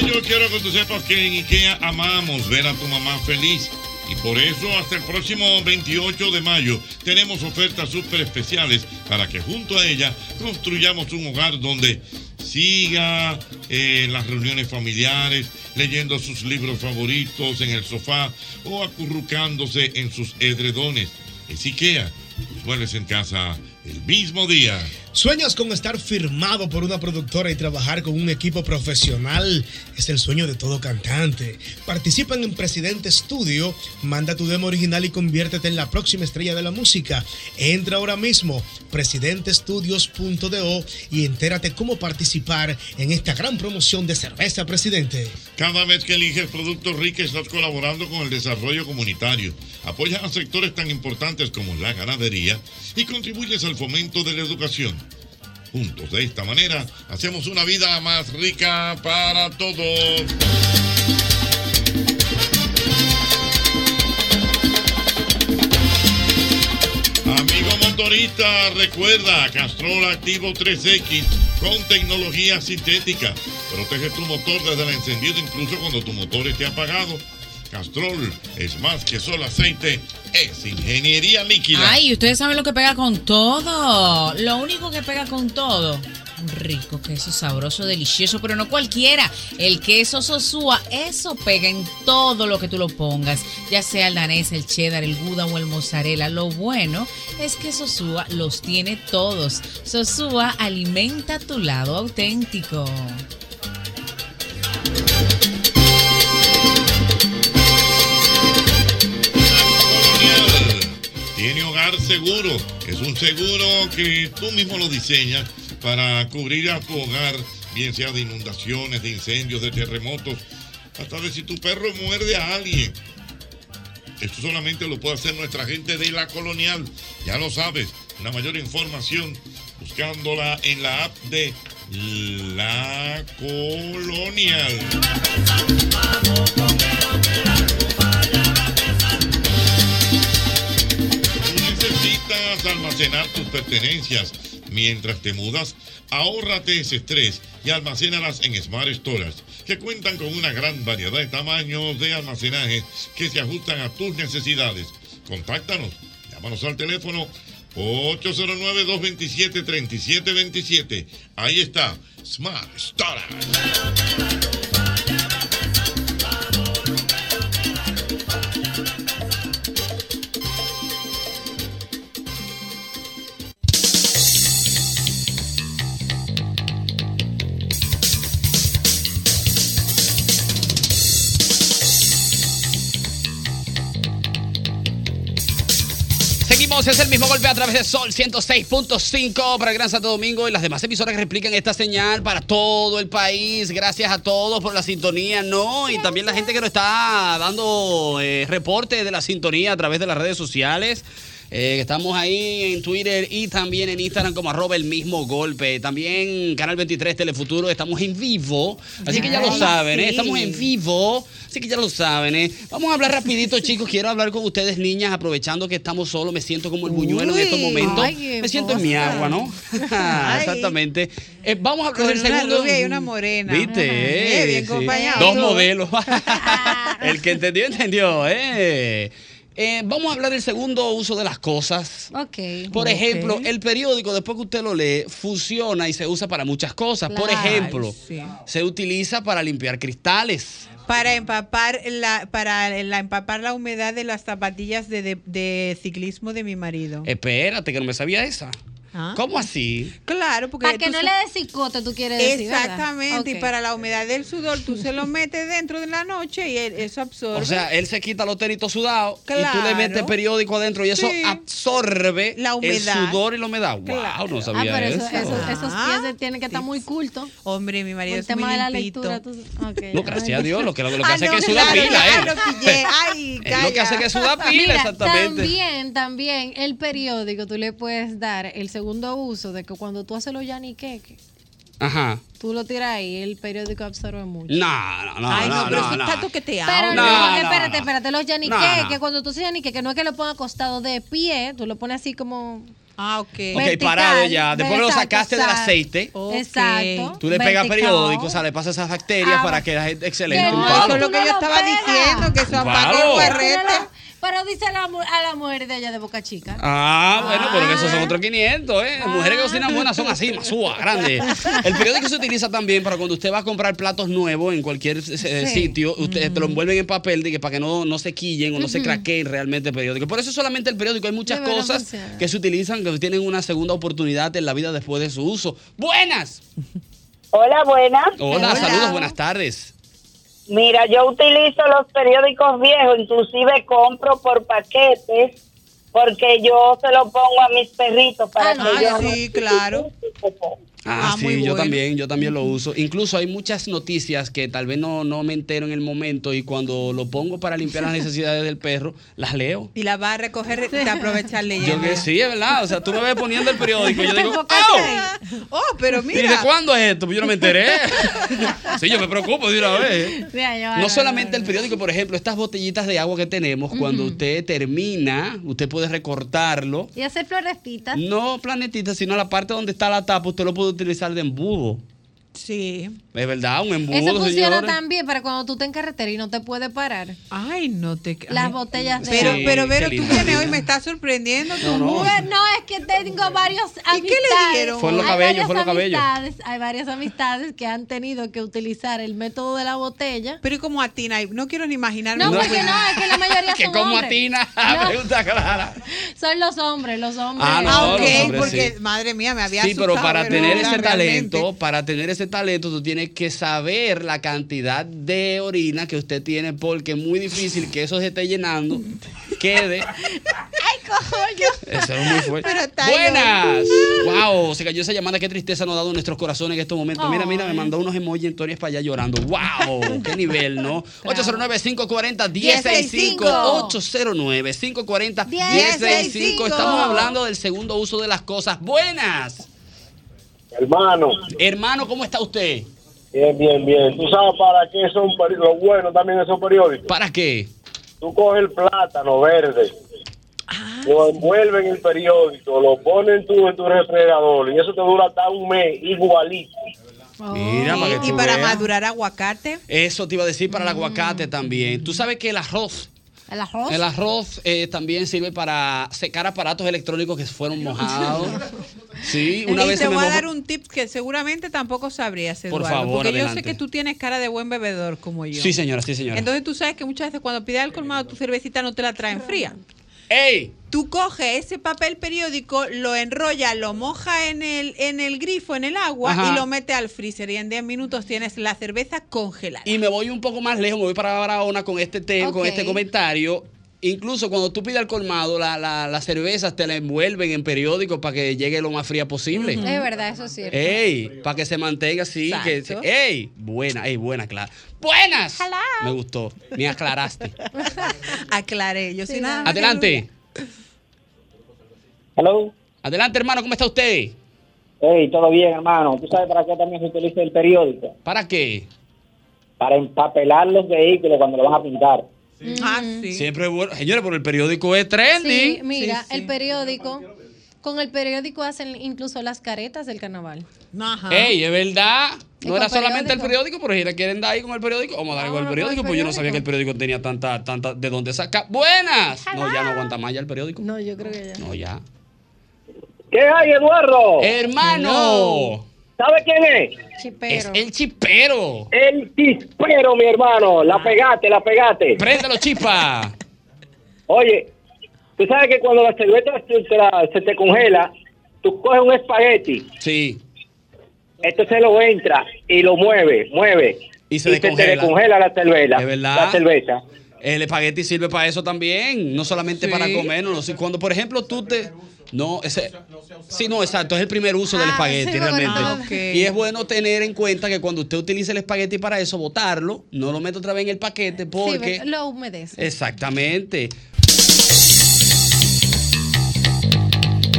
Speaker 8: Yo quiero que tú sepas que en IKEA amamos ver a tu mamá feliz. Y por eso hasta el próximo 28 de mayo tenemos ofertas súper especiales para que junto a ella construyamos un hogar donde siga eh, las reuniones familiares, leyendo sus libros favoritos en el sofá o acurrucándose en sus edredones. Es IKEA, tus muebles en casa el mismo día.
Speaker 9: ¿Sueñas con estar firmado por una productora y trabajar con un equipo profesional? Es el sueño de todo cantante. Participa en Presidente Studio, manda tu demo original y conviértete en la próxima estrella de la música. Entra ahora mismo, presidentestudios.do y entérate cómo participar en esta gran promoción de cerveza Presidente.
Speaker 8: Cada vez que eliges productos ricos estás colaborando con el desarrollo comunitario, apoyas a sectores tan importantes como la ganadería y contribuyes al fomento de la educación. Juntos de esta manera hacemos una vida más rica para todos. Amigo motorista, recuerda Castrol Activo 3X con tecnología sintética. Protege tu motor desde el encendido incluso cuando tu motor esté apagado. Castrol es más que solo aceite, es ingeniería líquida.
Speaker 16: Ay, ustedes saben lo que pega con todo. Lo único que pega con todo. Un rico queso sabroso, delicioso, pero no cualquiera. El queso Sosúa, eso pega en todo lo que tú lo pongas, ya sea el danés, el cheddar, el gouda o el mozzarella. Lo bueno es que Sosúa los tiene todos. Sosúa alimenta tu lado auténtico.
Speaker 8: Tiene hogar seguro. Es un seguro que tú mismo lo diseñas para cubrir a tu hogar, bien sea de inundaciones, de incendios, de terremotos, hasta de si tu perro muerde a alguien. Esto solamente lo puede hacer nuestra gente de la colonial. Ya lo sabes. La mayor información buscándola en la app de la colonial. Necesitas almacenar tus pertenencias mientras te mudas. Ahórrate ese estrés y almacénalas en Smart Storage, que cuentan con una gran variedad de tamaños de almacenaje que se ajustan a tus necesidades. Contáctanos, llámanos al teléfono 809-227-3727. Ahí está, Smart Storage.
Speaker 3: Volvemos, es el mismo golpe a través de Sol 106.5 para el Gran Santo Domingo y las demás emisoras que replican esta señal para todo el país. Gracias a todos por la sintonía, ¿no? Y también la gente que nos está dando eh, reportes de la sintonía a través de las redes sociales. Eh, estamos ahí en Twitter y también en Instagram como arroba el mismo golpe. También Canal 23 Telefuturo, estamos en vivo. Así que ya lo
Speaker 29: Ay,
Speaker 3: saben, ¿eh?
Speaker 29: sí.
Speaker 3: estamos en vivo. Así que ya lo saben. ¿eh? Vamos a hablar rapidito, chicos. Quiero hablar con ustedes, niñas, aprovechando que estamos solos. Me siento como el buñuelo en estos
Speaker 29: Uy.
Speaker 3: momentos.
Speaker 29: Ay, qué
Speaker 3: Me siento en mi
Speaker 29: cosa.
Speaker 3: agua, ¿no?
Speaker 29: Ay.
Speaker 3: Exactamente. Eh, vamos a hablar
Speaker 6: Con
Speaker 3: del
Speaker 6: una
Speaker 3: segundo.
Speaker 6: rubia y una morena.
Speaker 3: ¿Viste?
Speaker 6: Ajá. Eh, bien
Speaker 3: Sí.
Speaker 6: acompañado.
Speaker 3: Dos
Speaker 6: tú.
Speaker 3: modelos. El que entendió, entendió. ¿eh? Eh, vamos a hablar del segundo uso de las cosas.
Speaker 15: Ok.
Speaker 3: Por
Speaker 15: Ok.
Speaker 3: ejemplo, eh, el periódico, después que usted lo lee, funciona y se usa para muchas cosas. Por
Speaker 6: Claro,
Speaker 3: ejemplo, se utiliza para limpiar cristales.
Speaker 6: Para empapar la, para la empapar la humedad de las zapatillas de, de- de ciclismo de mi marido.
Speaker 3: Eh. Espérate, que no me sabía esa.
Speaker 6: Ah.
Speaker 3: ¿Cómo así?
Speaker 6: Claro, porque
Speaker 15: Para que
Speaker 6: tú
Speaker 15: no
Speaker 6: se-
Speaker 15: le des cicote, tú quieres decir. ¿verdad?
Speaker 6: Exactamente,
Speaker 15: Ok.
Speaker 6: y para la humedad del sudor tú se lo metes dentro de la noche y él- eso absorbe.
Speaker 3: O sea, eh, él se quita los teritos sudados y tú le
Speaker 6: Claro.
Speaker 3: metes periódico adentro y eso
Speaker 6: Sí.
Speaker 3: absorbe
Speaker 6: La
Speaker 3: el
Speaker 6: humedad.
Speaker 3: sudor y la humedad. Wow, no sabía
Speaker 15: ah, pero eso-
Speaker 3: eso.
Speaker 15: eso- esos pies de- tienen que estar muy cultos.
Speaker 6: Hombre, mi marido
Speaker 15: El
Speaker 6: es
Speaker 15: tema
Speaker 6: muy
Speaker 15: de la
Speaker 6: limpito.
Speaker 15: lectura. tú- ok.
Speaker 3: No, gracias a Dios, lo que, lo que
Speaker 15: Ah,
Speaker 3: hace es
Speaker 15: no,
Speaker 3: que suda
Speaker 15: claro,
Speaker 3: pila,
Speaker 15: ya
Speaker 3: ¿eh?
Speaker 15: lo pillé. Ay,
Speaker 3: es lo que hace que suda pila,
Speaker 15: Mira,
Speaker 3: exactamente.
Speaker 15: También, también, el periódico tú le puedes dar el segundo uso de que cuando tú haces los yaniqueques,
Speaker 3: Ajá.
Speaker 15: tú lo tiras ahí, el periódico absorbe mucho.
Speaker 3: No, no, no,
Speaker 15: Ay,
Speaker 3: no,
Speaker 15: no,
Speaker 3: no,
Speaker 15: pero eso
Speaker 3: no.
Speaker 15: está
Speaker 6: toqueteado.
Speaker 15: Pero
Speaker 3: No,
Speaker 15: no,
Speaker 3: no,
Speaker 15: espérate,
Speaker 3: no.
Speaker 15: espérate, los yaniqueques,
Speaker 3: No, no.
Speaker 15: que cuando tú haces yaniqueques, no es que lo pongas acostado de pie, tú lo pones así como...
Speaker 6: Ah, ok.
Speaker 3: Ok, parado ya. Después lo sacaste del aceite.
Speaker 15: Exacto.
Speaker 3: Tú le pegas
Speaker 15: vertical.
Speaker 3: periódico, o sea, le pasas esas bacterias para que la gente. Excelente.
Speaker 15: No,
Speaker 3: un
Speaker 15: eso
Speaker 3: palo.
Speaker 15: es lo que yo estaba diciendo, que
Speaker 3: eso apaga el Claro. guarrete.
Speaker 15: Pero dice la mu- a la mujer de ella de Boca Chica.
Speaker 3: Ah, bueno, pero esos son otros 500, ¿eh? Mujeres que cocinan buenas son así, masúa, grandes. El periódico se utiliza también para cuando usted va a comprar platos nuevos en cualquier eh, sitio, ustedes te lo envuelven en papel de que para que no, no se quillen o no se
Speaker 29: Ujú.
Speaker 3: craqueen realmente el periódico. Por eso solamente el periódico, hay muchas
Speaker 29: De verdad
Speaker 3: cosas
Speaker 29: funciona.
Speaker 3: que se utilizan que tienen una segunda oportunidad en la vida después de su uso. ¡Buenas!
Speaker 2: Hola, buenas.
Speaker 3: Hola, saludos, buenas tardes.
Speaker 2: Mira, yo utilizo los periódicos viejos, inclusive compro por paquetes, porque yo se lo pongo a mis perritos para que
Speaker 6: Ay,
Speaker 2: ellos...
Speaker 6: Ah, sí, claro.
Speaker 3: Ah, sí,
Speaker 2: muy
Speaker 3: yo
Speaker 2: bueno.
Speaker 3: también, yo también lo uso. Incluso hay muchas noticias que tal vez no, no me entero en el momento y cuando lo pongo para limpiar las necesidades del perro, las leo.
Speaker 6: Y la va a recoger y aprovechar
Speaker 3: Yo
Speaker 6: leyendo.
Speaker 3: que sí, es verdad. O sea, tú me ves poniendo el periódico y yo digo,
Speaker 6: Oh, pero
Speaker 3: ¿y de
Speaker 6: mira.
Speaker 3: cuándo es esto? Pues yo no me enteré. sí, yo me preocupo de una vez. No solamente el periódico, por ejemplo, estas botellitas de agua que tenemos, cuando usted termina, usted puede recortarlo.
Speaker 15: Y hacer florestitas.
Speaker 3: No planetita, sino la parte donde está la tapa, usted lo puede utilizar de embudo.
Speaker 6: Sí.
Speaker 3: Es verdad, un embudo,
Speaker 15: Eso funciona
Speaker 3: señores.
Speaker 15: también para cuando tú estás en carretera y no te puedes parar.
Speaker 6: Ay, no te
Speaker 15: Las botellas de
Speaker 6: Pero,
Speaker 15: agua.
Speaker 6: pero Vero,
Speaker 3: qué
Speaker 6: tú
Speaker 3: lindo.
Speaker 6: tienes hoy, me estás sorprendiendo.
Speaker 3: No,
Speaker 6: tú
Speaker 3: no.
Speaker 15: No, es que tengo varios amistades.
Speaker 6: dieron?
Speaker 3: Fue en los
Speaker 15: Hay
Speaker 3: cabellos,
Speaker 15: varias
Speaker 3: fue en los cabellos.
Speaker 15: amistades- Hay varias amistades que han tenido que utilizar el método de la botella.
Speaker 6: Pero ¿y cómo atina? No quiero ni imaginarme.
Speaker 15: No,
Speaker 6: cómo
Speaker 15: porque no, es que la mayoría
Speaker 6: Que
Speaker 15: son
Speaker 6: cómo
Speaker 15: hombres.
Speaker 6: atina,
Speaker 15: No,
Speaker 3: Pregunta clara.
Speaker 15: son los hombres, los hombres.
Speaker 3: Ah, no,
Speaker 6: Ah, ok,
Speaker 3: los hombres,
Speaker 6: porque
Speaker 3: sí.
Speaker 6: madre mía, me había
Speaker 3: Sí, pero
Speaker 6: asustado,
Speaker 3: para tener
Speaker 6: era
Speaker 3: ese
Speaker 6: realmente.
Speaker 3: talento, para tener ese talento, tú tienes que saber la cantidad de orina que usted tiene, porque es muy difícil que eso se esté llenando. Quede.
Speaker 15: ¡Ay, coño!
Speaker 3: Eso es Eh, muy fuerte.
Speaker 15: Pero está
Speaker 3: ¡Buenas! ¡Wow! Se cayó esa llamada. Qué tristeza nos ha dado nuestros corazones en estos momentos. Mira, mira, me mandó unos emojis en Torias para allá llorando. ¡Wow! ¡Qué nivel, no! 809-540-1065. 809-540-1065. Estamos hablando del segundo uso de las cosas. ¡Buenas!
Speaker 4: Hermano,
Speaker 3: Hermano, ¿cómo está usted?
Speaker 4: bien, bien, bien. ¿Tú sabes para qué son peri- lo bueno también esos periódicos?
Speaker 3: ¿Para qué?
Speaker 4: Tú coges el plátano verde,
Speaker 3: Ah,
Speaker 4: lo envuelven en el periódico, lo ponen tú en tu refrigerador y eso te dura hasta un mes igualito.
Speaker 3: Mira, para que
Speaker 6: y
Speaker 3: tú
Speaker 6: para
Speaker 3: veas.
Speaker 6: madurar aguacate,
Speaker 3: Eso te iba a decir para el aguacate también. Tú sabes que el arroz
Speaker 15: El
Speaker 6: Oh,
Speaker 15: arroz.
Speaker 3: El arroz eh, también sirve para secar aparatos electrónicos que fueron mojados. Sí, una
Speaker 6: y
Speaker 3: vez
Speaker 6: te
Speaker 3: se me
Speaker 6: voy a
Speaker 3: mojó-
Speaker 6: dar un tip que seguramente tampoco sabrías,
Speaker 3: Por
Speaker 6: Eduardo,
Speaker 3: favor,
Speaker 6: porque yo
Speaker 3: adelante.
Speaker 6: sé que tú tienes cara de buen bebedor como yo.
Speaker 3: Sí, señora, sí, señora.
Speaker 6: Entonces tú sabes que muchas veces cuando pides al colmado tu cervecita no te la traen fría.
Speaker 3: ¡Ey!
Speaker 6: Tú coges ese papel periódico, lo enrolla, lo moja en el, en el grifo, en el agua
Speaker 3: Ajá.
Speaker 6: y lo mete al freezer y en 10 minutos tienes la cerveza congelada.
Speaker 3: Y me voy un poco más lejos, me voy para Barahona con este tema, con
Speaker 6: Ok.
Speaker 3: este comentario. Incluso cuando tú pides al colmado, la- la- las cervezas te las envuelven en periódicos para que llegue lo más fría posible.
Speaker 15: Es verdad, eso es cierto.
Speaker 3: Ey, para que se mantenga así. Que,
Speaker 15: Exacto.
Speaker 3: ey, buena, ey, buena, Clara. Buenas. Me gustó. Me aclaraste.
Speaker 6: Aclaré, yo soy nada. más que
Speaker 3: Adelante.
Speaker 29: Hello.
Speaker 3: Adelante, hermano, ¿cómo está usted?
Speaker 29: Hey, todo bien, hermano. ¿Tú sabes para qué también se utiliza el periódico?
Speaker 3: ¿Para qué?
Speaker 29: Para empapelar los vehículos cuando lo vas a pintar.
Speaker 3: Siempre es bueno. Señores, por el periódico es trending.
Speaker 15: Sí, mira, el periódico. Con el periódico hacen incluso las caretas del carnaval.
Speaker 3: Ey, es verdad.
Speaker 15: ¿Y
Speaker 3: No
Speaker 15: con
Speaker 3: era solamente el periódico,
Speaker 15: periódico?
Speaker 3: pero si le quieren dar ahí con el periódico, vamos a dar con el
Speaker 15: Vámonos con el
Speaker 3: periódico, pues yo no sabía que el periódico tenía tanta, tanta, de dónde sacar. ¡Buenas! No, ya no aguanta más ya el periódico.
Speaker 15: No, yo creo que ya.
Speaker 3: No, ya.
Speaker 29: ¿Qué hay, Eduardo?
Speaker 3: ¡Hermano!
Speaker 29: ¿Sabe quién es?
Speaker 15: Chipero.
Speaker 3: el chipero.
Speaker 29: El chispero, mi hermano. La pegaste, la pegaste.
Speaker 3: Ah. Préndelo, chispa.
Speaker 29: Oye, tú sabes que cuando la cerveza se te, la- se te congela, tú coges un espagueti.
Speaker 3: Sí.
Speaker 29: Entonces lo entra y lo mueve, mueve.
Speaker 3: Y se
Speaker 29: te
Speaker 3: descongela.
Speaker 29: descongela la cerveza.
Speaker 3: Es verdad.
Speaker 29: La cerveza.
Speaker 3: El espagueti sirve para eso también, no solamente
Speaker 29: Sí.
Speaker 3: para comer, no, no, si cuando por ejemplo tú te no ese Sí, no, exacto, es el primer uso del espagueti
Speaker 1: sí, bueno,
Speaker 3: realmente.
Speaker 1: ah, ok.
Speaker 3: Y es bueno tener en cuenta que cuando usted utilice el espagueti para eso, botarlo, no lo mete otra vez en el paquete
Speaker 15: Sí,
Speaker 3: porque
Speaker 15: ve- lo humedece.
Speaker 3: Exactamente.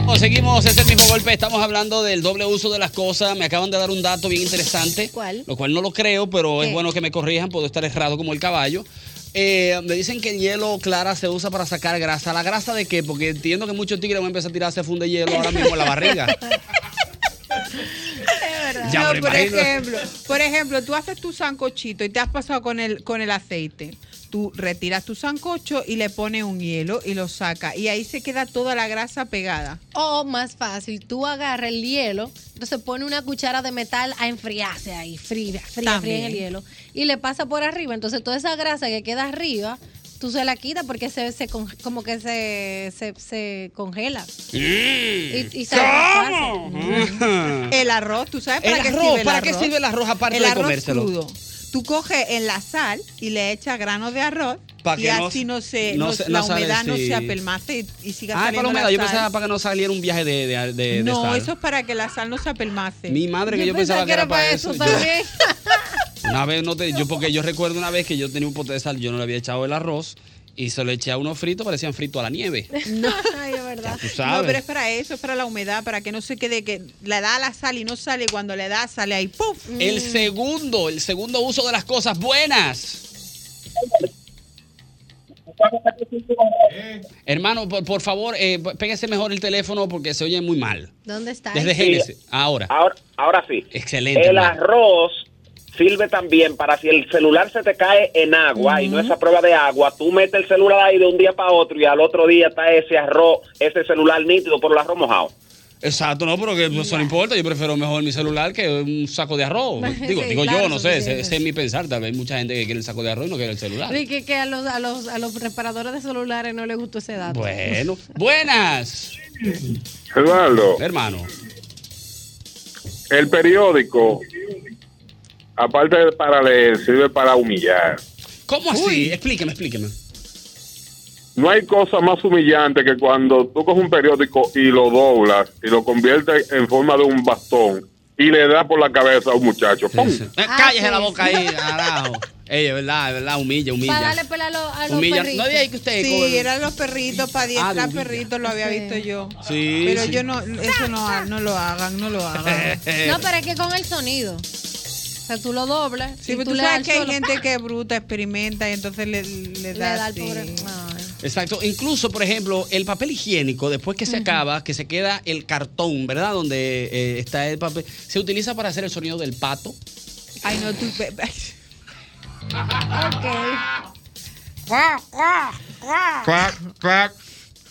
Speaker 3: Bueno, Seguimos, es el mismo golpe. Estamos hablando del doble uso de las cosas. Me acaban de dar un dato bien interesante.
Speaker 15: ¿Cuál?
Speaker 3: Lo cual no lo creo, pero
Speaker 15: ¿Qué?
Speaker 3: es bueno que me corrijan. Puedo estar errado como el caballo. Eh, me dicen que el hielo clara se usa para sacar grasa. ¿La grasa de qué? Porque entiendo que muchos tigres van a empezar a tirarse funde de hielo ahora mismo en la barriga. Ah, Ya
Speaker 6: no,
Speaker 3: me
Speaker 6: por
Speaker 3: imagino.
Speaker 6: ejemplo, por ejemplo, tú haces tu sancochito y te has pasado con el con el aceite. Tú retiras tu sancocho y le pones un hielo y lo sacas y ahí se queda toda la grasa pegada.
Speaker 15: O más fácil, tú agarras el hielo, entonces pone una cuchara de metal a enfriarse ahí, fría, fría, fría en el
Speaker 6: También.
Speaker 15: hielo, y le pasa por arriba, entonces toda esa grasa que queda arriba, tú se la quitas porque se, se con- como que se, se, se congela. Y, y sabe más fácil.
Speaker 6: El arroz, ¿tú sabes
Speaker 3: El
Speaker 6: para qué
Speaker 3: arroz,
Speaker 6: sirve el
Speaker 3: ¿para
Speaker 6: arroz?
Speaker 3: qué sirve el arroz aparte
Speaker 6: El
Speaker 3: de
Speaker 6: arroz
Speaker 3: comérselo?
Speaker 6: crudo. Tú coges en la sal y le echas grano de arroz
Speaker 3: Pa'
Speaker 6: y
Speaker 3: que no-
Speaker 6: así no se,
Speaker 3: no
Speaker 6: no-
Speaker 3: se-
Speaker 6: la
Speaker 3: no sale,
Speaker 6: humedad no
Speaker 3: sí.
Speaker 6: se apelmace y, y siga
Speaker 3: Ah, es para
Speaker 6: saliendo
Speaker 3: la
Speaker 6: la
Speaker 3: humedad. Yo
Speaker 6: sal.
Speaker 3: pensaba para que no saliera un viaje de, de, de, de
Speaker 6: No,
Speaker 3: sal.
Speaker 6: eso es para que la sal no se apelmace.
Speaker 3: Mi madre, que yo pensaba que era para eso. Yo-
Speaker 6: también.
Speaker 3: Una vez no te, yo porque yo recuerdo una vez que yo tenía un pote de sal, yo no le había echado el arroz y se lo eché a unos fritos, parecían fritos a la nieve.
Speaker 6: No, ay, es verdad.
Speaker 3: tú sabes.
Speaker 6: No, pero es para eso, es para la humedad, para que no se quede que le da a la sal y no sale, y cuando le da sale ahí, ¡puf!
Speaker 15: Mm.
Speaker 3: El segundo, el segundo uso de las cosas buenas. Hermano, por, por favor, eh, pégase mejor el teléfono porque se oye muy mal.
Speaker 15: ¿Dónde está?
Speaker 3: Desde
Speaker 15: Sí.
Speaker 3: Génesis, ahora.
Speaker 29: Ahora, ahora sí.
Speaker 3: Excelente.
Speaker 29: El
Speaker 3: hermano.
Speaker 29: arroz sirve también para si el celular se te cae en agua y no es a prueba de agua, tú metes el celular ahí de un día para otro y al otro día está ese arroz, ese celular nítido por el arroz mojado.
Speaker 3: Exacto, no, pero que eso no importa. Yo prefiero mejor mi celular que un saco de arroz. Digo,
Speaker 15: Sí,
Speaker 3: digo
Speaker 15: claro,
Speaker 3: yo, no sé, ese,
Speaker 15: suficiente.
Speaker 3: ese es mi pensar. Tal vez hay mucha gente que quiere el saco de arroz y no quiere el celular.
Speaker 15: Y que, que a, los, a, los, a los reparadores de celulares no les gustó ese dato.
Speaker 3: Bueno, buenas.
Speaker 13: Eduardo,
Speaker 3: Hermano.
Speaker 13: el periódico, aparte de para leer, sirve para humillar.
Speaker 3: ¿Cómo así? Explíqueme, explíqueme. Eh,
Speaker 13: No hay cosa más humillante que cuando tú coges un periódico y lo doblas y lo conviertes en forma de un bastón y le das por la cabeza a un muchacho. ¡Pum!
Speaker 3: Eh,
Speaker 6: Ah,
Speaker 3: cállese la boca ahí, carajo. Ey, es verdad, es verdad, humilla,
Speaker 15: Para
Speaker 3: humilla.
Speaker 15: darle pela a los, a los
Speaker 3: Humilla.
Speaker 15: perritos.
Speaker 3: No había ahí que usted
Speaker 6: Sí,
Speaker 3: cobre.
Speaker 6: eran los perritos, para
Speaker 3: Ah,
Speaker 6: diestrar
Speaker 3: de
Speaker 6: perritos, lo había visto yo.
Speaker 3: Sí,
Speaker 6: Pero
Speaker 3: sí.
Speaker 6: yo no, eso no, ha- no lo hagan, no lo hagan.
Speaker 15: No, pero es que con el sonido. O sea, tú lo doblas.
Speaker 6: Sí,
Speaker 15: y
Speaker 6: pero
Speaker 15: tú
Speaker 6: tú
Speaker 15: le
Speaker 6: sabes
Speaker 15: das
Speaker 6: que hay
Speaker 15: solo,
Speaker 6: gente
Speaker 15: ¡pa!
Speaker 6: que es bruta, experimenta y entonces le, le
Speaker 15: Le
Speaker 6: da,
Speaker 15: da al
Speaker 6: así.
Speaker 15: pobre. Ah.
Speaker 3: Exacto. Incluso, por ejemplo, el papel higiénico, después que se acaba, que se queda el cartón, ¿verdad? Donde eh, está el papel, se utiliza para hacer el sonido del pato.
Speaker 6: Ay, no, tú... pe-
Speaker 3: Crack, crack.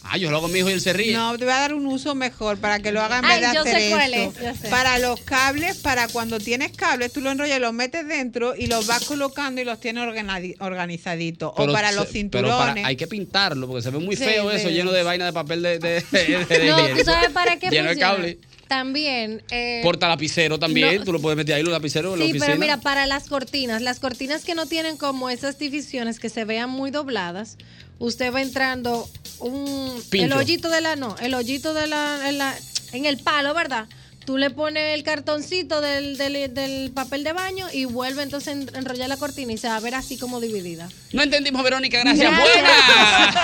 Speaker 3: Ah, yo lo hago mi hijo y él se ríe.
Speaker 6: No, te voy a dar un uso mejor para que lo hagan en
Speaker 15: Ay,
Speaker 6: vez de
Speaker 15: yo
Speaker 6: hacer
Speaker 15: sé cuál
Speaker 6: eso.
Speaker 15: es, yo sé.
Speaker 6: Para los cables, para cuando tienes cables, tú lo enrollas, los metes dentro y los vas colocando y los tienes organidi- organizaditos. O
Speaker 3: Pero
Speaker 6: para
Speaker 3: se-
Speaker 6: los
Speaker 3: pero
Speaker 6: cinturones.
Speaker 3: para- hay que pintarlo porque se ve muy
Speaker 6: Sí,
Speaker 3: feo eso,
Speaker 6: sí.
Speaker 3: lleno de vaina de papel de. de- de- de
Speaker 15: No,
Speaker 3: higiénico.
Speaker 15: tú sabes para qué
Speaker 3: Lleno de
Speaker 15: funciona.
Speaker 3: cable.
Speaker 15: También. eh,
Speaker 3: Porta lapicero también,
Speaker 15: No.
Speaker 3: tú lo puedes meter ahí los lapiceros en la
Speaker 15: Sí,
Speaker 3: oficina.
Speaker 15: pero mira, para las cortinas, las cortinas que no tienen como esas divisiones que se vean muy dobladas, usted va entrando un
Speaker 3: Pincho.
Speaker 15: el hoyito de la no, el hoyito de la en, la- en el palo, ¿verdad? Tú le pones el cartoncito del, del- del papel de baño y vuelve entonces a en- enrollar la cortina y se va a ver así como dividida.
Speaker 3: No entendimos, Verónica, gracias.
Speaker 15: Ya.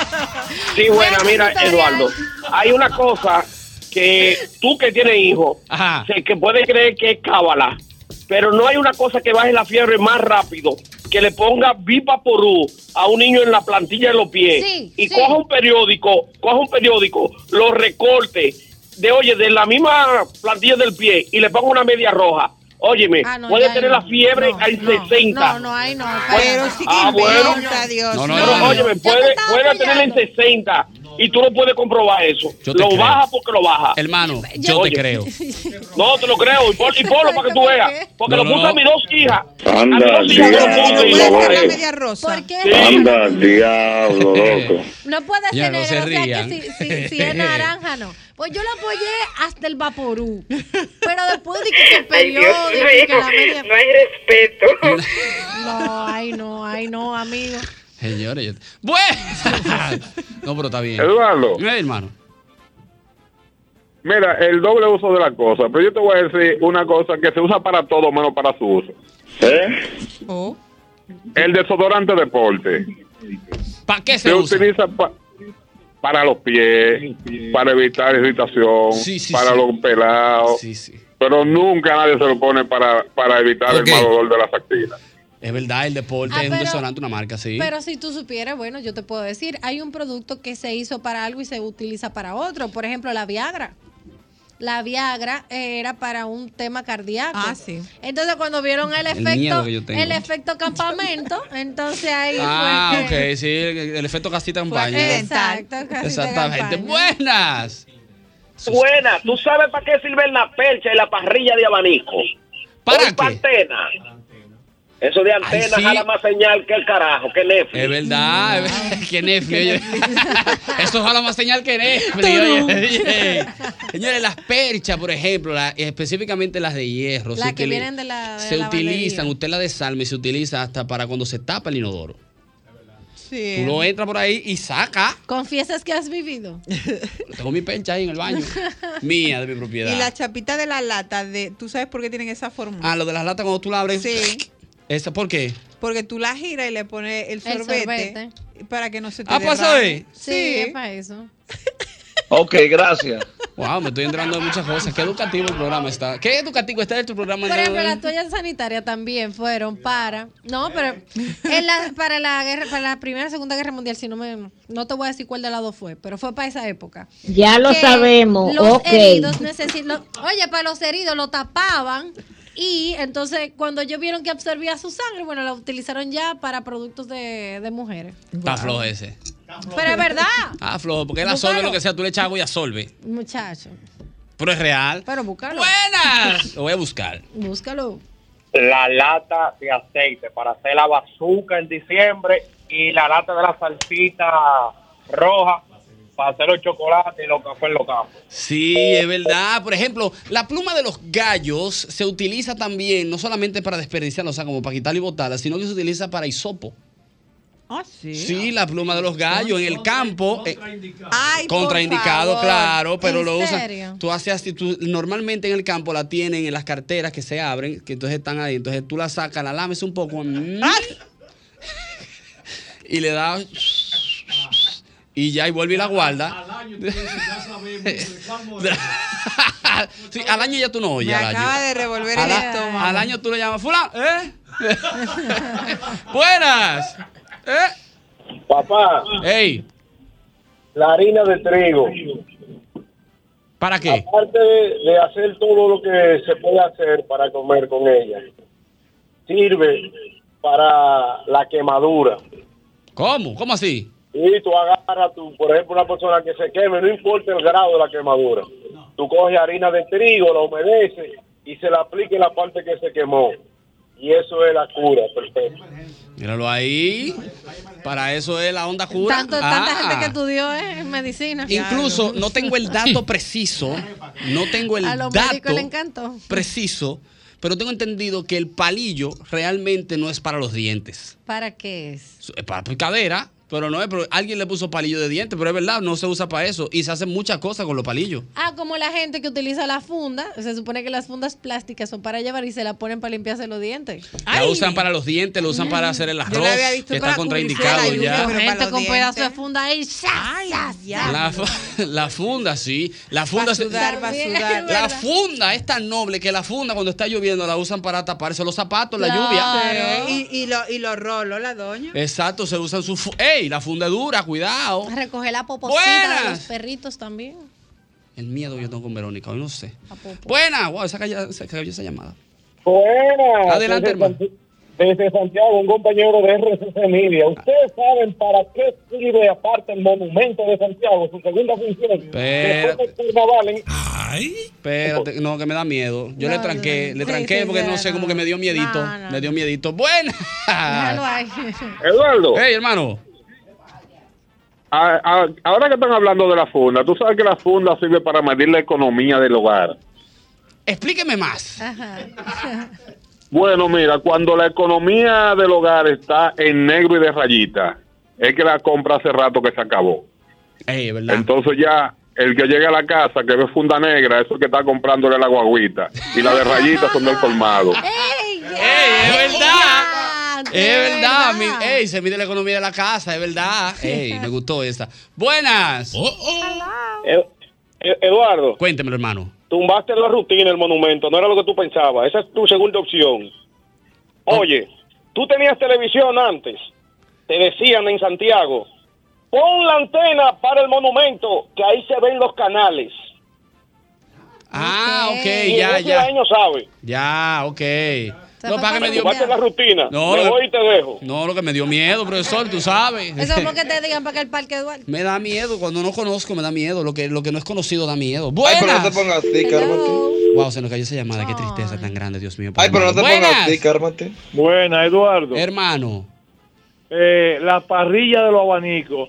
Speaker 29: Sí, bueno, mira, Eduardo, hay una cosa que tú que tienes hijos, se- que puede creer que es cábala, pero no hay una cosa que baje la fiebre más rápido que le ponga bipaporú a un niño en la plantilla de los pies
Speaker 1: Sí,
Speaker 29: y
Speaker 1: sí.
Speaker 29: coja un periódico, coja un periódico, lo recorte de, oye, de la misma plantilla del pie y le ponga una media roja. Óyeme,
Speaker 15: Ah, no,
Speaker 29: puede
Speaker 15: ya,
Speaker 29: tener
Speaker 15: ya.
Speaker 29: la fiebre al 60.
Speaker 15: No, no, ahí no.
Speaker 29: Pero sí que
Speaker 3: Ah.
Speaker 29: inventa,
Speaker 15: Dios.
Speaker 29: No, no, óyeme, puede, puede tener en 60 y tú no puedes comprobar eso.
Speaker 3: Yo te
Speaker 29: Lo
Speaker 3: creo.
Speaker 29: baja porque lo baja.
Speaker 3: Hermano, yo
Speaker 29: Oye,
Speaker 3: te creo.
Speaker 29: No, te lo creo. Y, por, y ponlo para que tú veas. Porque
Speaker 3: No, no,
Speaker 29: lo puse
Speaker 3: no.
Speaker 29: a mis dos hijas.
Speaker 36: Anda, diablo, loco.
Speaker 15: ¿Por qué?
Speaker 36: Anda, diablo, loco.
Speaker 15: No puede
Speaker 36: Ya,
Speaker 15: ser
Speaker 36: no
Speaker 15: negro,
Speaker 36: se
Speaker 15: o sea
Speaker 36: rían.
Speaker 15: que si, si- si es naranja, no. Pues yo lo apoyé hasta el vaporú. Pero después dije que el
Speaker 1: Ay, Dios
Speaker 15: periódico, que
Speaker 1: mío,
Speaker 15: la media...
Speaker 1: no hay respeto.
Speaker 15: No, ay no, ay no, amigo.
Speaker 3: Señores, yo... Bueno. No, pero está bien.
Speaker 13: Eduardo.
Speaker 3: Eh, hermano.
Speaker 13: Mira, el doble uso de la cosa, pero yo te voy a decir una cosa que se usa para todo menos para su uso. Oh. El desodorante deporte.
Speaker 3: ¿Para qué
Speaker 13: se, utiliza pa- para los pies, para evitar irritación, para los pelados. Pero nunca nadie se lo pone para, para evitar el mal olor de las axilas.
Speaker 3: Es verdad, el deporte
Speaker 15: Ah,
Speaker 3: es un
Speaker 15: pero-
Speaker 3: desodorante, una marca, sí.
Speaker 15: Pero si tú supieras, bueno, yo te puedo decir, hay un producto que se hizo para algo y se utiliza para otro. Por ejemplo, la Viagra. La Viagra eh, era para un tema cardíaco. Ah, sí. Entonces, cuando vieron el,
Speaker 3: El
Speaker 15: efecto,
Speaker 3: miedo que yo tengo.
Speaker 15: el efecto campamento, entonces ahí
Speaker 3: ah,
Speaker 15: fue. que-
Speaker 3: ok, sí, el, el efecto casita en baño.
Speaker 15: Exacto, casi
Speaker 3: Exactamente.
Speaker 15: te
Speaker 3: Buenas.
Speaker 29: Buena, ¿tú sabes para qué sirve la percha y la parrilla de abanico? ¿Para qué? antena. Eso de antena
Speaker 3: sí.
Speaker 29: jala más señal que el carajo, que Netflix.
Speaker 3: Es verdad, es verdad. que Netflix, oye. Eso ojalá más señal que Netflix.
Speaker 29: Turum.
Speaker 3: oye, oye. Señores, las perchas, por ejemplo, la- específicamente las de hierro,
Speaker 15: Las
Speaker 3: se
Speaker 15: que
Speaker 3: utili-
Speaker 15: vienen de la. de
Speaker 3: se
Speaker 15: la
Speaker 3: utilizan, usted la desarma y se utiliza hasta para cuando se tapa el inodoro.
Speaker 15: Sí.
Speaker 3: Tú lo entras por ahí y saca.
Speaker 15: Confiesas que has vivido.
Speaker 3: Tengo mi percha ahí en el baño. Mía, de mi propiedad.
Speaker 6: Y la chapita de la lata, de, ¿tú sabes por qué tienen esa fórmula?
Speaker 3: Ah, lo de las latas cuando tú la abres.
Speaker 6: Sí.
Speaker 3: ¿Esa por qué?
Speaker 6: Porque tú la giras y le pones el sorbete, para que no se te
Speaker 3: Ah, pues,
Speaker 6: derrame.
Speaker 3: ¿sabes?
Speaker 15: Sí, es para eso.
Speaker 3: Ok, gracias. Wow, me estoy entrando en muchas cosas. Qué educativo el programa está. ¿Qué educativo está en tu programa?
Speaker 15: Por
Speaker 3: el día
Speaker 15: ejemplo,
Speaker 3: de hoy?
Speaker 15: las toallas sanitarias también fueron para. No, pero en la- para la guerra, para la primera segunda guerra mundial, si no me, no te voy a decir cuál de lado fue, pero fue para esa época.
Speaker 7: Ya lo
Speaker 15: Que
Speaker 7: sabemos,
Speaker 15: Los
Speaker 7: ok.
Speaker 15: heridos necesi- lo- oye, para los heridos lo tapaban y entonces cuando ellos vieron que absorbía su sangre, bueno, la utilizaron ya para productos de, de mujeres.
Speaker 3: Está flojo ese.
Speaker 15: Pero es verdad,
Speaker 3: Ah, flojo, porque él absorbe
Speaker 15: Búscalo.
Speaker 3: lo que sea, tú le echas agua y absorbe.
Speaker 15: muchacho.
Speaker 3: Pero es real.
Speaker 15: Pero búscalo.
Speaker 3: Buenas. Lo voy a buscar.
Speaker 15: Búscalo.
Speaker 39: la lata de aceite para hacer la bazuca en diciembre y la lata de la salsita roja para hacer los chocolates y los cafés en los campos.
Speaker 3: Sí, es verdad. Por ejemplo, la pluma de los gallos se utiliza también, no solamente para desperdiciarla, o sea, como para quitarla y botarla, sino que se utiliza para hisopo.
Speaker 6: Ah, sí.
Speaker 3: Sí, la pluma de los gallos en el campo. eh,
Speaker 6: Ay, por
Speaker 3: contraindicado,
Speaker 6: favor.
Speaker 3: claro, pero
Speaker 6: ¿En
Speaker 3: lo
Speaker 6: serio?
Speaker 3: usan. Tú haces así, tú- normalmente en el campo la tienen en las carteras que se abren, que entonces están ahí. Entonces tú la sacas, la lames un poco mm, y le das y ya y vuelve y la guarda. Sí, al año ya tú no oyes.
Speaker 6: Me
Speaker 3: al año.
Speaker 6: acaba de revolver
Speaker 3: Al
Speaker 6: el
Speaker 3: a-
Speaker 6: estómago.
Speaker 3: Al año tú le llamas fulano, ¿eh? Buenas. ¿Eh?
Speaker 4: Papá.
Speaker 3: Ey.
Speaker 4: La harina de trigo.
Speaker 3: ¿Para qué?
Speaker 4: Aparte de, de hacer todo lo que se puede hacer para comer con ella, sirve para la quemadura.
Speaker 3: ¿Cómo? ¿Cómo así?
Speaker 4: Y tú agarras, tú, por ejemplo, una persona que se queme, no importa el grado de la quemadura. Tú coges harina de trigo, la humedeces y se la aplica en la parte que se quemó. Y eso es la cura, perfecto.
Speaker 3: Míralo ahí. Para eso es la onda cura.
Speaker 15: Tanto, tanta
Speaker 3: Ah.
Speaker 15: gente que estudió eh, en medicina.
Speaker 3: Incluso no tengo el dato preciso, no tengo el
Speaker 15: A los médicos
Speaker 3: dato
Speaker 15: le encantó.
Speaker 3: preciso, pero tengo entendido que el palillo realmente no es para los dientes,
Speaker 15: ¿Para qué es?
Speaker 3: es para tu cadera, Pero no es, pero alguien le puso palillo de diente, pero es verdad, no se usa para eso. Y se hacen muchas cosas con los palillos.
Speaker 15: Ah, como la gente que utiliza la funda, se supone que las fundas plásticas son para llevar y se la ponen para limpiarse los dientes.
Speaker 3: La usan para los dientes, lo usan para hacer el arroz,
Speaker 15: había visto
Speaker 3: que está
Speaker 15: para
Speaker 3: contraindicado ya.
Speaker 15: gente con pedazo de funda ahí. ¡Ay,
Speaker 3: La, fu- la funda, sí. La funda, se-
Speaker 6: sudar, pa' También, sudar. es
Speaker 3: La
Speaker 6: verdad.
Speaker 3: funda es tan noble que la funda cuando está lloviendo la usan para taparse los zapatos, la lluvia.
Speaker 6: Sí, Y, y lo, y lo roló la doña.
Speaker 3: Exacto, se usan su... fu- ¡Ey! La funda es dura, cuidado.
Speaker 15: Recoger la poposita de los
Speaker 3: Buenas.
Speaker 15: perritos también.
Speaker 3: El miedo que yo tengo con Verónica, hoy no sé. Buena, wow, se cayó, se cayó esa llamada.
Speaker 4: Buenas.
Speaker 3: Adelante,
Speaker 4: desde
Speaker 3: hermano.
Speaker 4: Santi- Desde Santiago, un compañero de RCC Media. Ustedes saben para qué sirve, aparte, el monumento de Santiago, su segunda función.
Speaker 3: Espérate.
Speaker 4: Después del carnaval, ¿eh?
Speaker 3: Espérate, no, que me da miedo. Yo le
Speaker 4: No,
Speaker 3: tranqué,
Speaker 4: no, no.
Speaker 3: le
Speaker 4: Sí,
Speaker 3: tranqué
Speaker 4: sí,
Speaker 3: porque
Speaker 4: ya,
Speaker 3: no sé, como que me dio miedito.
Speaker 15: No, no.
Speaker 3: Me dio miedito. Buena.
Speaker 15: Déjalo ahí.
Speaker 13: Eduardo.
Speaker 3: Hey, hermano.
Speaker 13: A- a- ahora que están hablando de la funda, tú sabes que la funda sirve para medir la economía del hogar.
Speaker 3: Explíqueme más.
Speaker 13: Bueno, mira, cuando la economía del hogar está en negro y de rayita, es que la compra hace rato que se acabó. Entonces ya el que llega a la casa que ve funda negra, eso es que está comprándole la guaguita. Y la de rayita son del colmado.
Speaker 3: Es verdad. Es verdad. mi- ey, se mide la economía de la casa, es verdad. Ey, me gustó esta. Buenas.
Speaker 4: E- E- Eduardo.
Speaker 3: Cuéntemelo, hermano.
Speaker 4: Tumbaste la rutina, el monumento, no era lo que tú pensabas. Esa es tu segunda opción.
Speaker 7: Ah.
Speaker 4: Oye, tú tenías televisión antes. Te decían en Santiago, pon la antena para el monumento, que ahí se ven los canales.
Speaker 3: Ah, ok,
Speaker 4: Y
Speaker 3: ya,
Speaker 4: el
Speaker 3: ya.
Speaker 4: año sabe.
Speaker 3: Ya, ok. No, para que me dio.
Speaker 4: Tumbaste la rutina.
Speaker 3: No,
Speaker 4: Me
Speaker 3: lo-
Speaker 4: voy y te dejo.
Speaker 3: No, lo que me dio miedo, profesor, tú sabes.
Speaker 15: Eso es porque te digan para que el parque Eduardo.
Speaker 3: Me da miedo, cuando no conozco me da miedo, lo que, lo que no es conocido da miedo.
Speaker 30: Ay, pero
Speaker 3: ¡Buenas!
Speaker 30: no te pongas así, cálmate.
Speaker 3: Wow, se nos cayó esa llamada, qué tristeza tan grande, Dios mío.
Speaker 30: Ay, pero no te pongas
Speaker 3: ¡Buenas!
Speaker 30: así, cálmate.
Speaker 7: Buena, Eduardo.
Speaker 3: Hermano.
Speaker 7: Eh, la parrilla de los abanicos,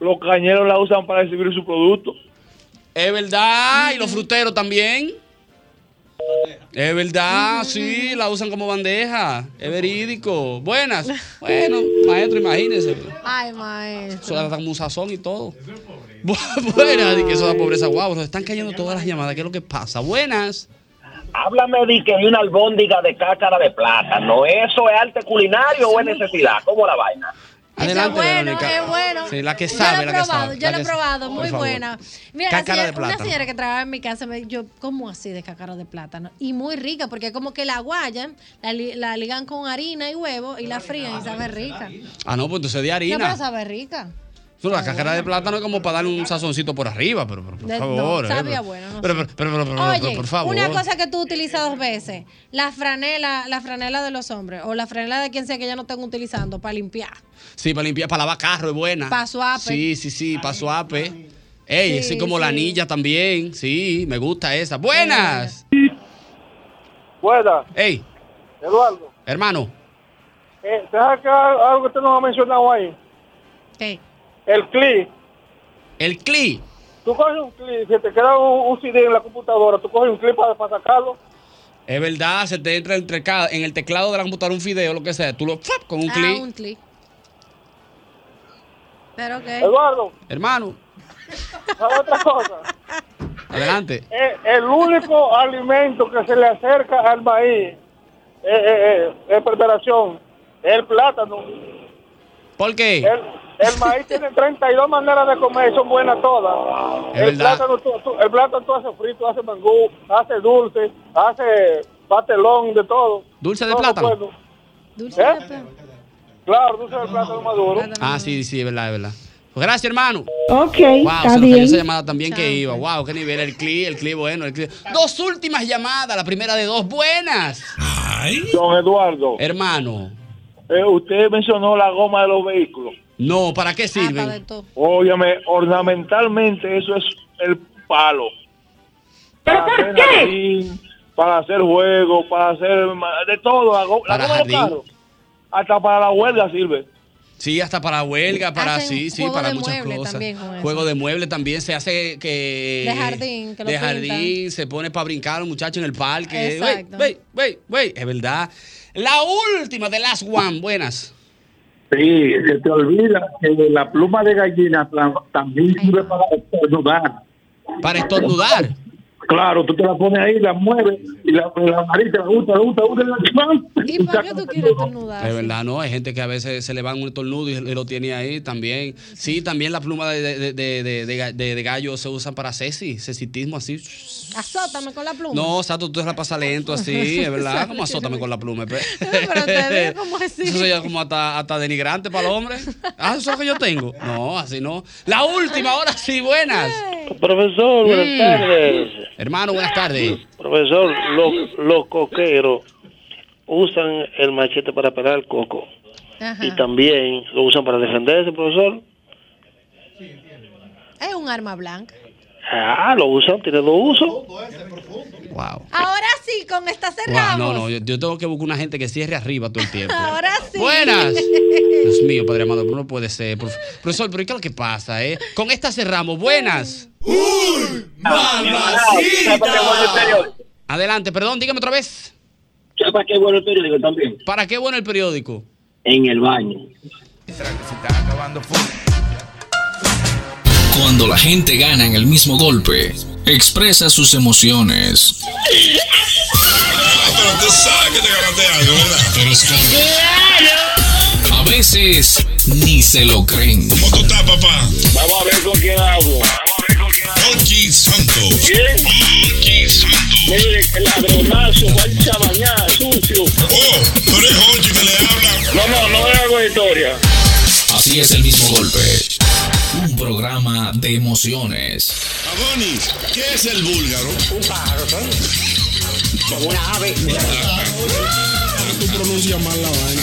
Speaker 7: los cañeros la usan para recibir su producto.
Speaker 3: Es verdad, y los fruteros también. Es verdad, sí, la usan como bandeja. Es verídico. Buenas. Bueno, maestro, imagínense.
Speaker 15: Ay, maestro.
Speaker 3: Eso da hasta como un sazón y todo. Bu- Buenas, y que eso da pobreza. Wow, nos están cayendo todas las llamadas. ¿Qué es lo que pasa? Buenas.
Speaker 10: Háblame de que hay una albóndiga de cácara de plátano. ¿Eso es arte culinario o es necesidad? ¿Cómo la vaina?
Speaker 3: Adelante, Verónica.
Speaker 15: Es bueno.
Speaker 3: Sí, la que
Speaker 15: Yo
Speaker 3: sabe,
Speaker 15: lo
Speaker 3: la
Speaker 15: he
Speaker 3: que
Speaker 15: probado,
Speaker 3: sabe.
Speaker 15: yo
Speaker 3: la
Speaker 15: lo he
Speaker 3: que-
Speaker 15: probado, muy
Speaker 3: Por favor.
Speaker 15: buena. Mira, la
Speaker 3: Cácara de
Speaker 15: señora- una
Speaker 3: plátano.
Speaker 15: señora que trabajaba en mi casa me dijo, yo, ¿cómo así de cácara de plátano? Y muy rica, porque como que la guayan, la, li- la ligan con harina y huevo y la frían y sabe rica.
Speaker 3: Ah, no, pues entonces de
Speaker 15: No, pero
Speaker 3: harina.
Speaker 15: sabe rica.
Speaker 3: Eso, la cáscara de plátano es como para darle un sazoncito por arriba, pero, pero por
Speaker 15: De- no,
Speaker 3: favor. eh,
Speaker 15: sabía
Speaker 3: pero-
Speaker 15: bueno, no
Speaker 3: pero, pero, pero, pero- pero-
Speaker 15: Oye,
Speaker 3: pero, por favor.
Speaker 15: una cosa que tú utilizas dos veces, la franela, la franela de los hombres o la franela de quien sea que ya no estén utilizando para limpiar.
Speaker 3: Sí, para limpiar, para lavar carro es buena.
Speaker 15: Pa' suape.
Speaker 3: Sí, sí, sí, para suape. Ey,
Speaker 15: Sí,
Speaker 3: así como la
Speaker 15: sí.
Speaker 3: anilla también. Sí, me gusta esa. Buenas.
Speaker 7: Buenas.
Speaker 3: Ey,
Speaker 7: Eduardo,
Speaker 3: hermano.
Speaker 7: eh, ¿te deja que algo que usted nos ha mencionado ahí? El CLI.
Speaker 3: El CLI.
Speaker 7: Tú coges un CLI, si te queda un, un CD en la computadora, tú coges un CLI para, para sacarlo.
Speaker 3: Es verdad, se te entra entre ca- en el teclado de la computadora un video, lo que sea. Tú lo ¡fap! con un
Speaker 15: Ah,
Speaker 3: clic.
Speaker 15: un clic. Pero que.
Speaker 7: Eduardo,
Speaker 3: Hermano,
Speaker 7: ¿sabes otra cosa?
Speaker 3: adelante.
Speaker 7: Eh, el único alimento que se le acerca al maíz eh, eh, eh, en preparación es el plátano.
Speaker 3: ¿Por qué?
Speaker 7: El, el maíz tiene 32 maneras de comer, y son buenas todas.
Speaker 3: Es
Speaker 7: el,
Speaker 3: verdad.
Speaker 7: plátano, tú, tú- el plátano tú hace frito, hace mangú, hace dulce, hace pastelón, de todo.
Speaker 3: ¿Dulce de
Speaker 7: Todo
Speaker 3: plátano?
Speaker 7: bueno. ¿Eh? Claro, dulce de plátano maduro.
Speaker 3: Ah, sí, sí, es verdad, es verdad. Pues gracias, hermano.
Speaker 7: Ok,
Speaker 3: wow,
Speaker 7: está
Speaker 3: se nos cayó
Speaker 7: bien.
Speaker 3: esa llamada también que iba. Wow, qué nivel. El CLI, el CLI bueno, el CLI. Dos últimas llamadas, la primera de dos buenas.
Speaker 7: Don Eduardo. Eh,
Speaker 3: Hermano.
Speaker 7: usted mencionó la goma de los vehículos.
Speaker 3: No, ¿para qué sirven?
Speaker 7: Óyeme, ornamentalmente eso es el palo. para hacer jardín, para hacer juego, para hacer ma- de todo. La, go- la
Speaker 3: Para
Speaker 7: goma de los
Speaker 3: jardín.
Speaker 7: carros. Hasta para la huelga sirve.
Speaker 3: Sí, hasta para huelga, para
Speaker 7: Hacen
Speaker 3: sí, sí,
Speaker 7: juego
Speaker 3: para
Speaker 7: de
Speaker 3: muchas
Speaker 7: mueble
Speaker 3: cosas.
Speaker 7: también con eso.
Speaker 3: Juego de mueble también se hace que
Speaker 7: De jardín, que lo
Speaker 3: de
Speaker 7: pintan.
Speaker 3: jardín se pone para brincar los muchachos en el parque.
Speaker 7: Exacto.
Speaker 3: Wey, wey, wey, wey, es verdad. La última de las one, buenas.
Speaker 20: Sí, se te olvida que la pluma de gallina la- también sirve para estornudar.
Speaker 3: ¿Para estornudar?
Speaker 20: Claro, tú te la pones ahí, la mueves y la, la nariz te la gusta, la gusta, la gusta, la-
Speaker 15: ¿Y para qué tú quieres estornudar?
Speaker 3: Es verdad, no, hay gente que a veces se le va un tornudo y lo tiene ahí también. Sí, también la pluma de, de, de- de- de ga- de- de gallo se usa para cesis, cesitismo así.
Speaker 15: Azótame con la pluma.
Speaker 3: No, o sea, tú, tú la pasas lento así, es verdad. Como azótame con la pluma. pe-
Speaker 15: Pero te digo como así.
Speaker 3: Eso ya como hasta, hasta denigrante para el hombre. Ah, eso es lo que yo tengo. No, así no. La última, ahora sí, buenas.
Speaker 5: Profesor, buenas
Speaker 3: Mm.
Speaker 5: tardes.
Speaker 3: Hermano, buenas tardes.
Speaker 5: Profesor, los, los coqueros usan el machete para pelar el coco y también lo usan para defenderse, profesor.
Speaker 15: Es un arma blanca.
Speaker 5: Ah, lo usan, tiene dos usos.
Speaker 3: Wow.
Speaker 15: Ahora sí, con esta
Speaker 3: Guau,
Speaker 15: cerramos.
Speaker 3: no, no, yo, yo tengo que buscar una gente que cierre arriba todo el tiempo.
Speaker 15: Ahora sí.
Speaker 3: Buenas. Dios mío, padre amado, pero no puede ser. prof- Profesor, pero ¿qué es lo que pasa, eh? Con esta cerramos. Buenas. Adelante, perdón, dígame otra vez.
Speaker 11: ¿Para qué bueno el periódico también?
Speaker 3: ¿Para qué bueno el periódico?
Speaker 11: En el baño.
Speaker 40: Cuando la gente gana en el mismo golpe, expresa sus emociones.
Speaker 1: Pero tú sabes que te ganaste algo, ¿verdad?
Speaker 40: A veces ni se lo creen.
Speaker 1: ¿Cómo tú estás, papá? Vamos a ver con quién hablo. Ochi Santos. ¿Quién? Ochi Santos. Mire, el ladronazo, guancha bañada, sucio. Oh, tú eres Ochi que le habla. No, no, no le hago historia.
Speaker 40: Así es el mismo golpe. Un programa de emociones.
Speaker 1: Adonis, ¿qué es el búlgaro? Un pájaro, Como una ave.
Speaker 41: Tú pronuncias mal la vaina.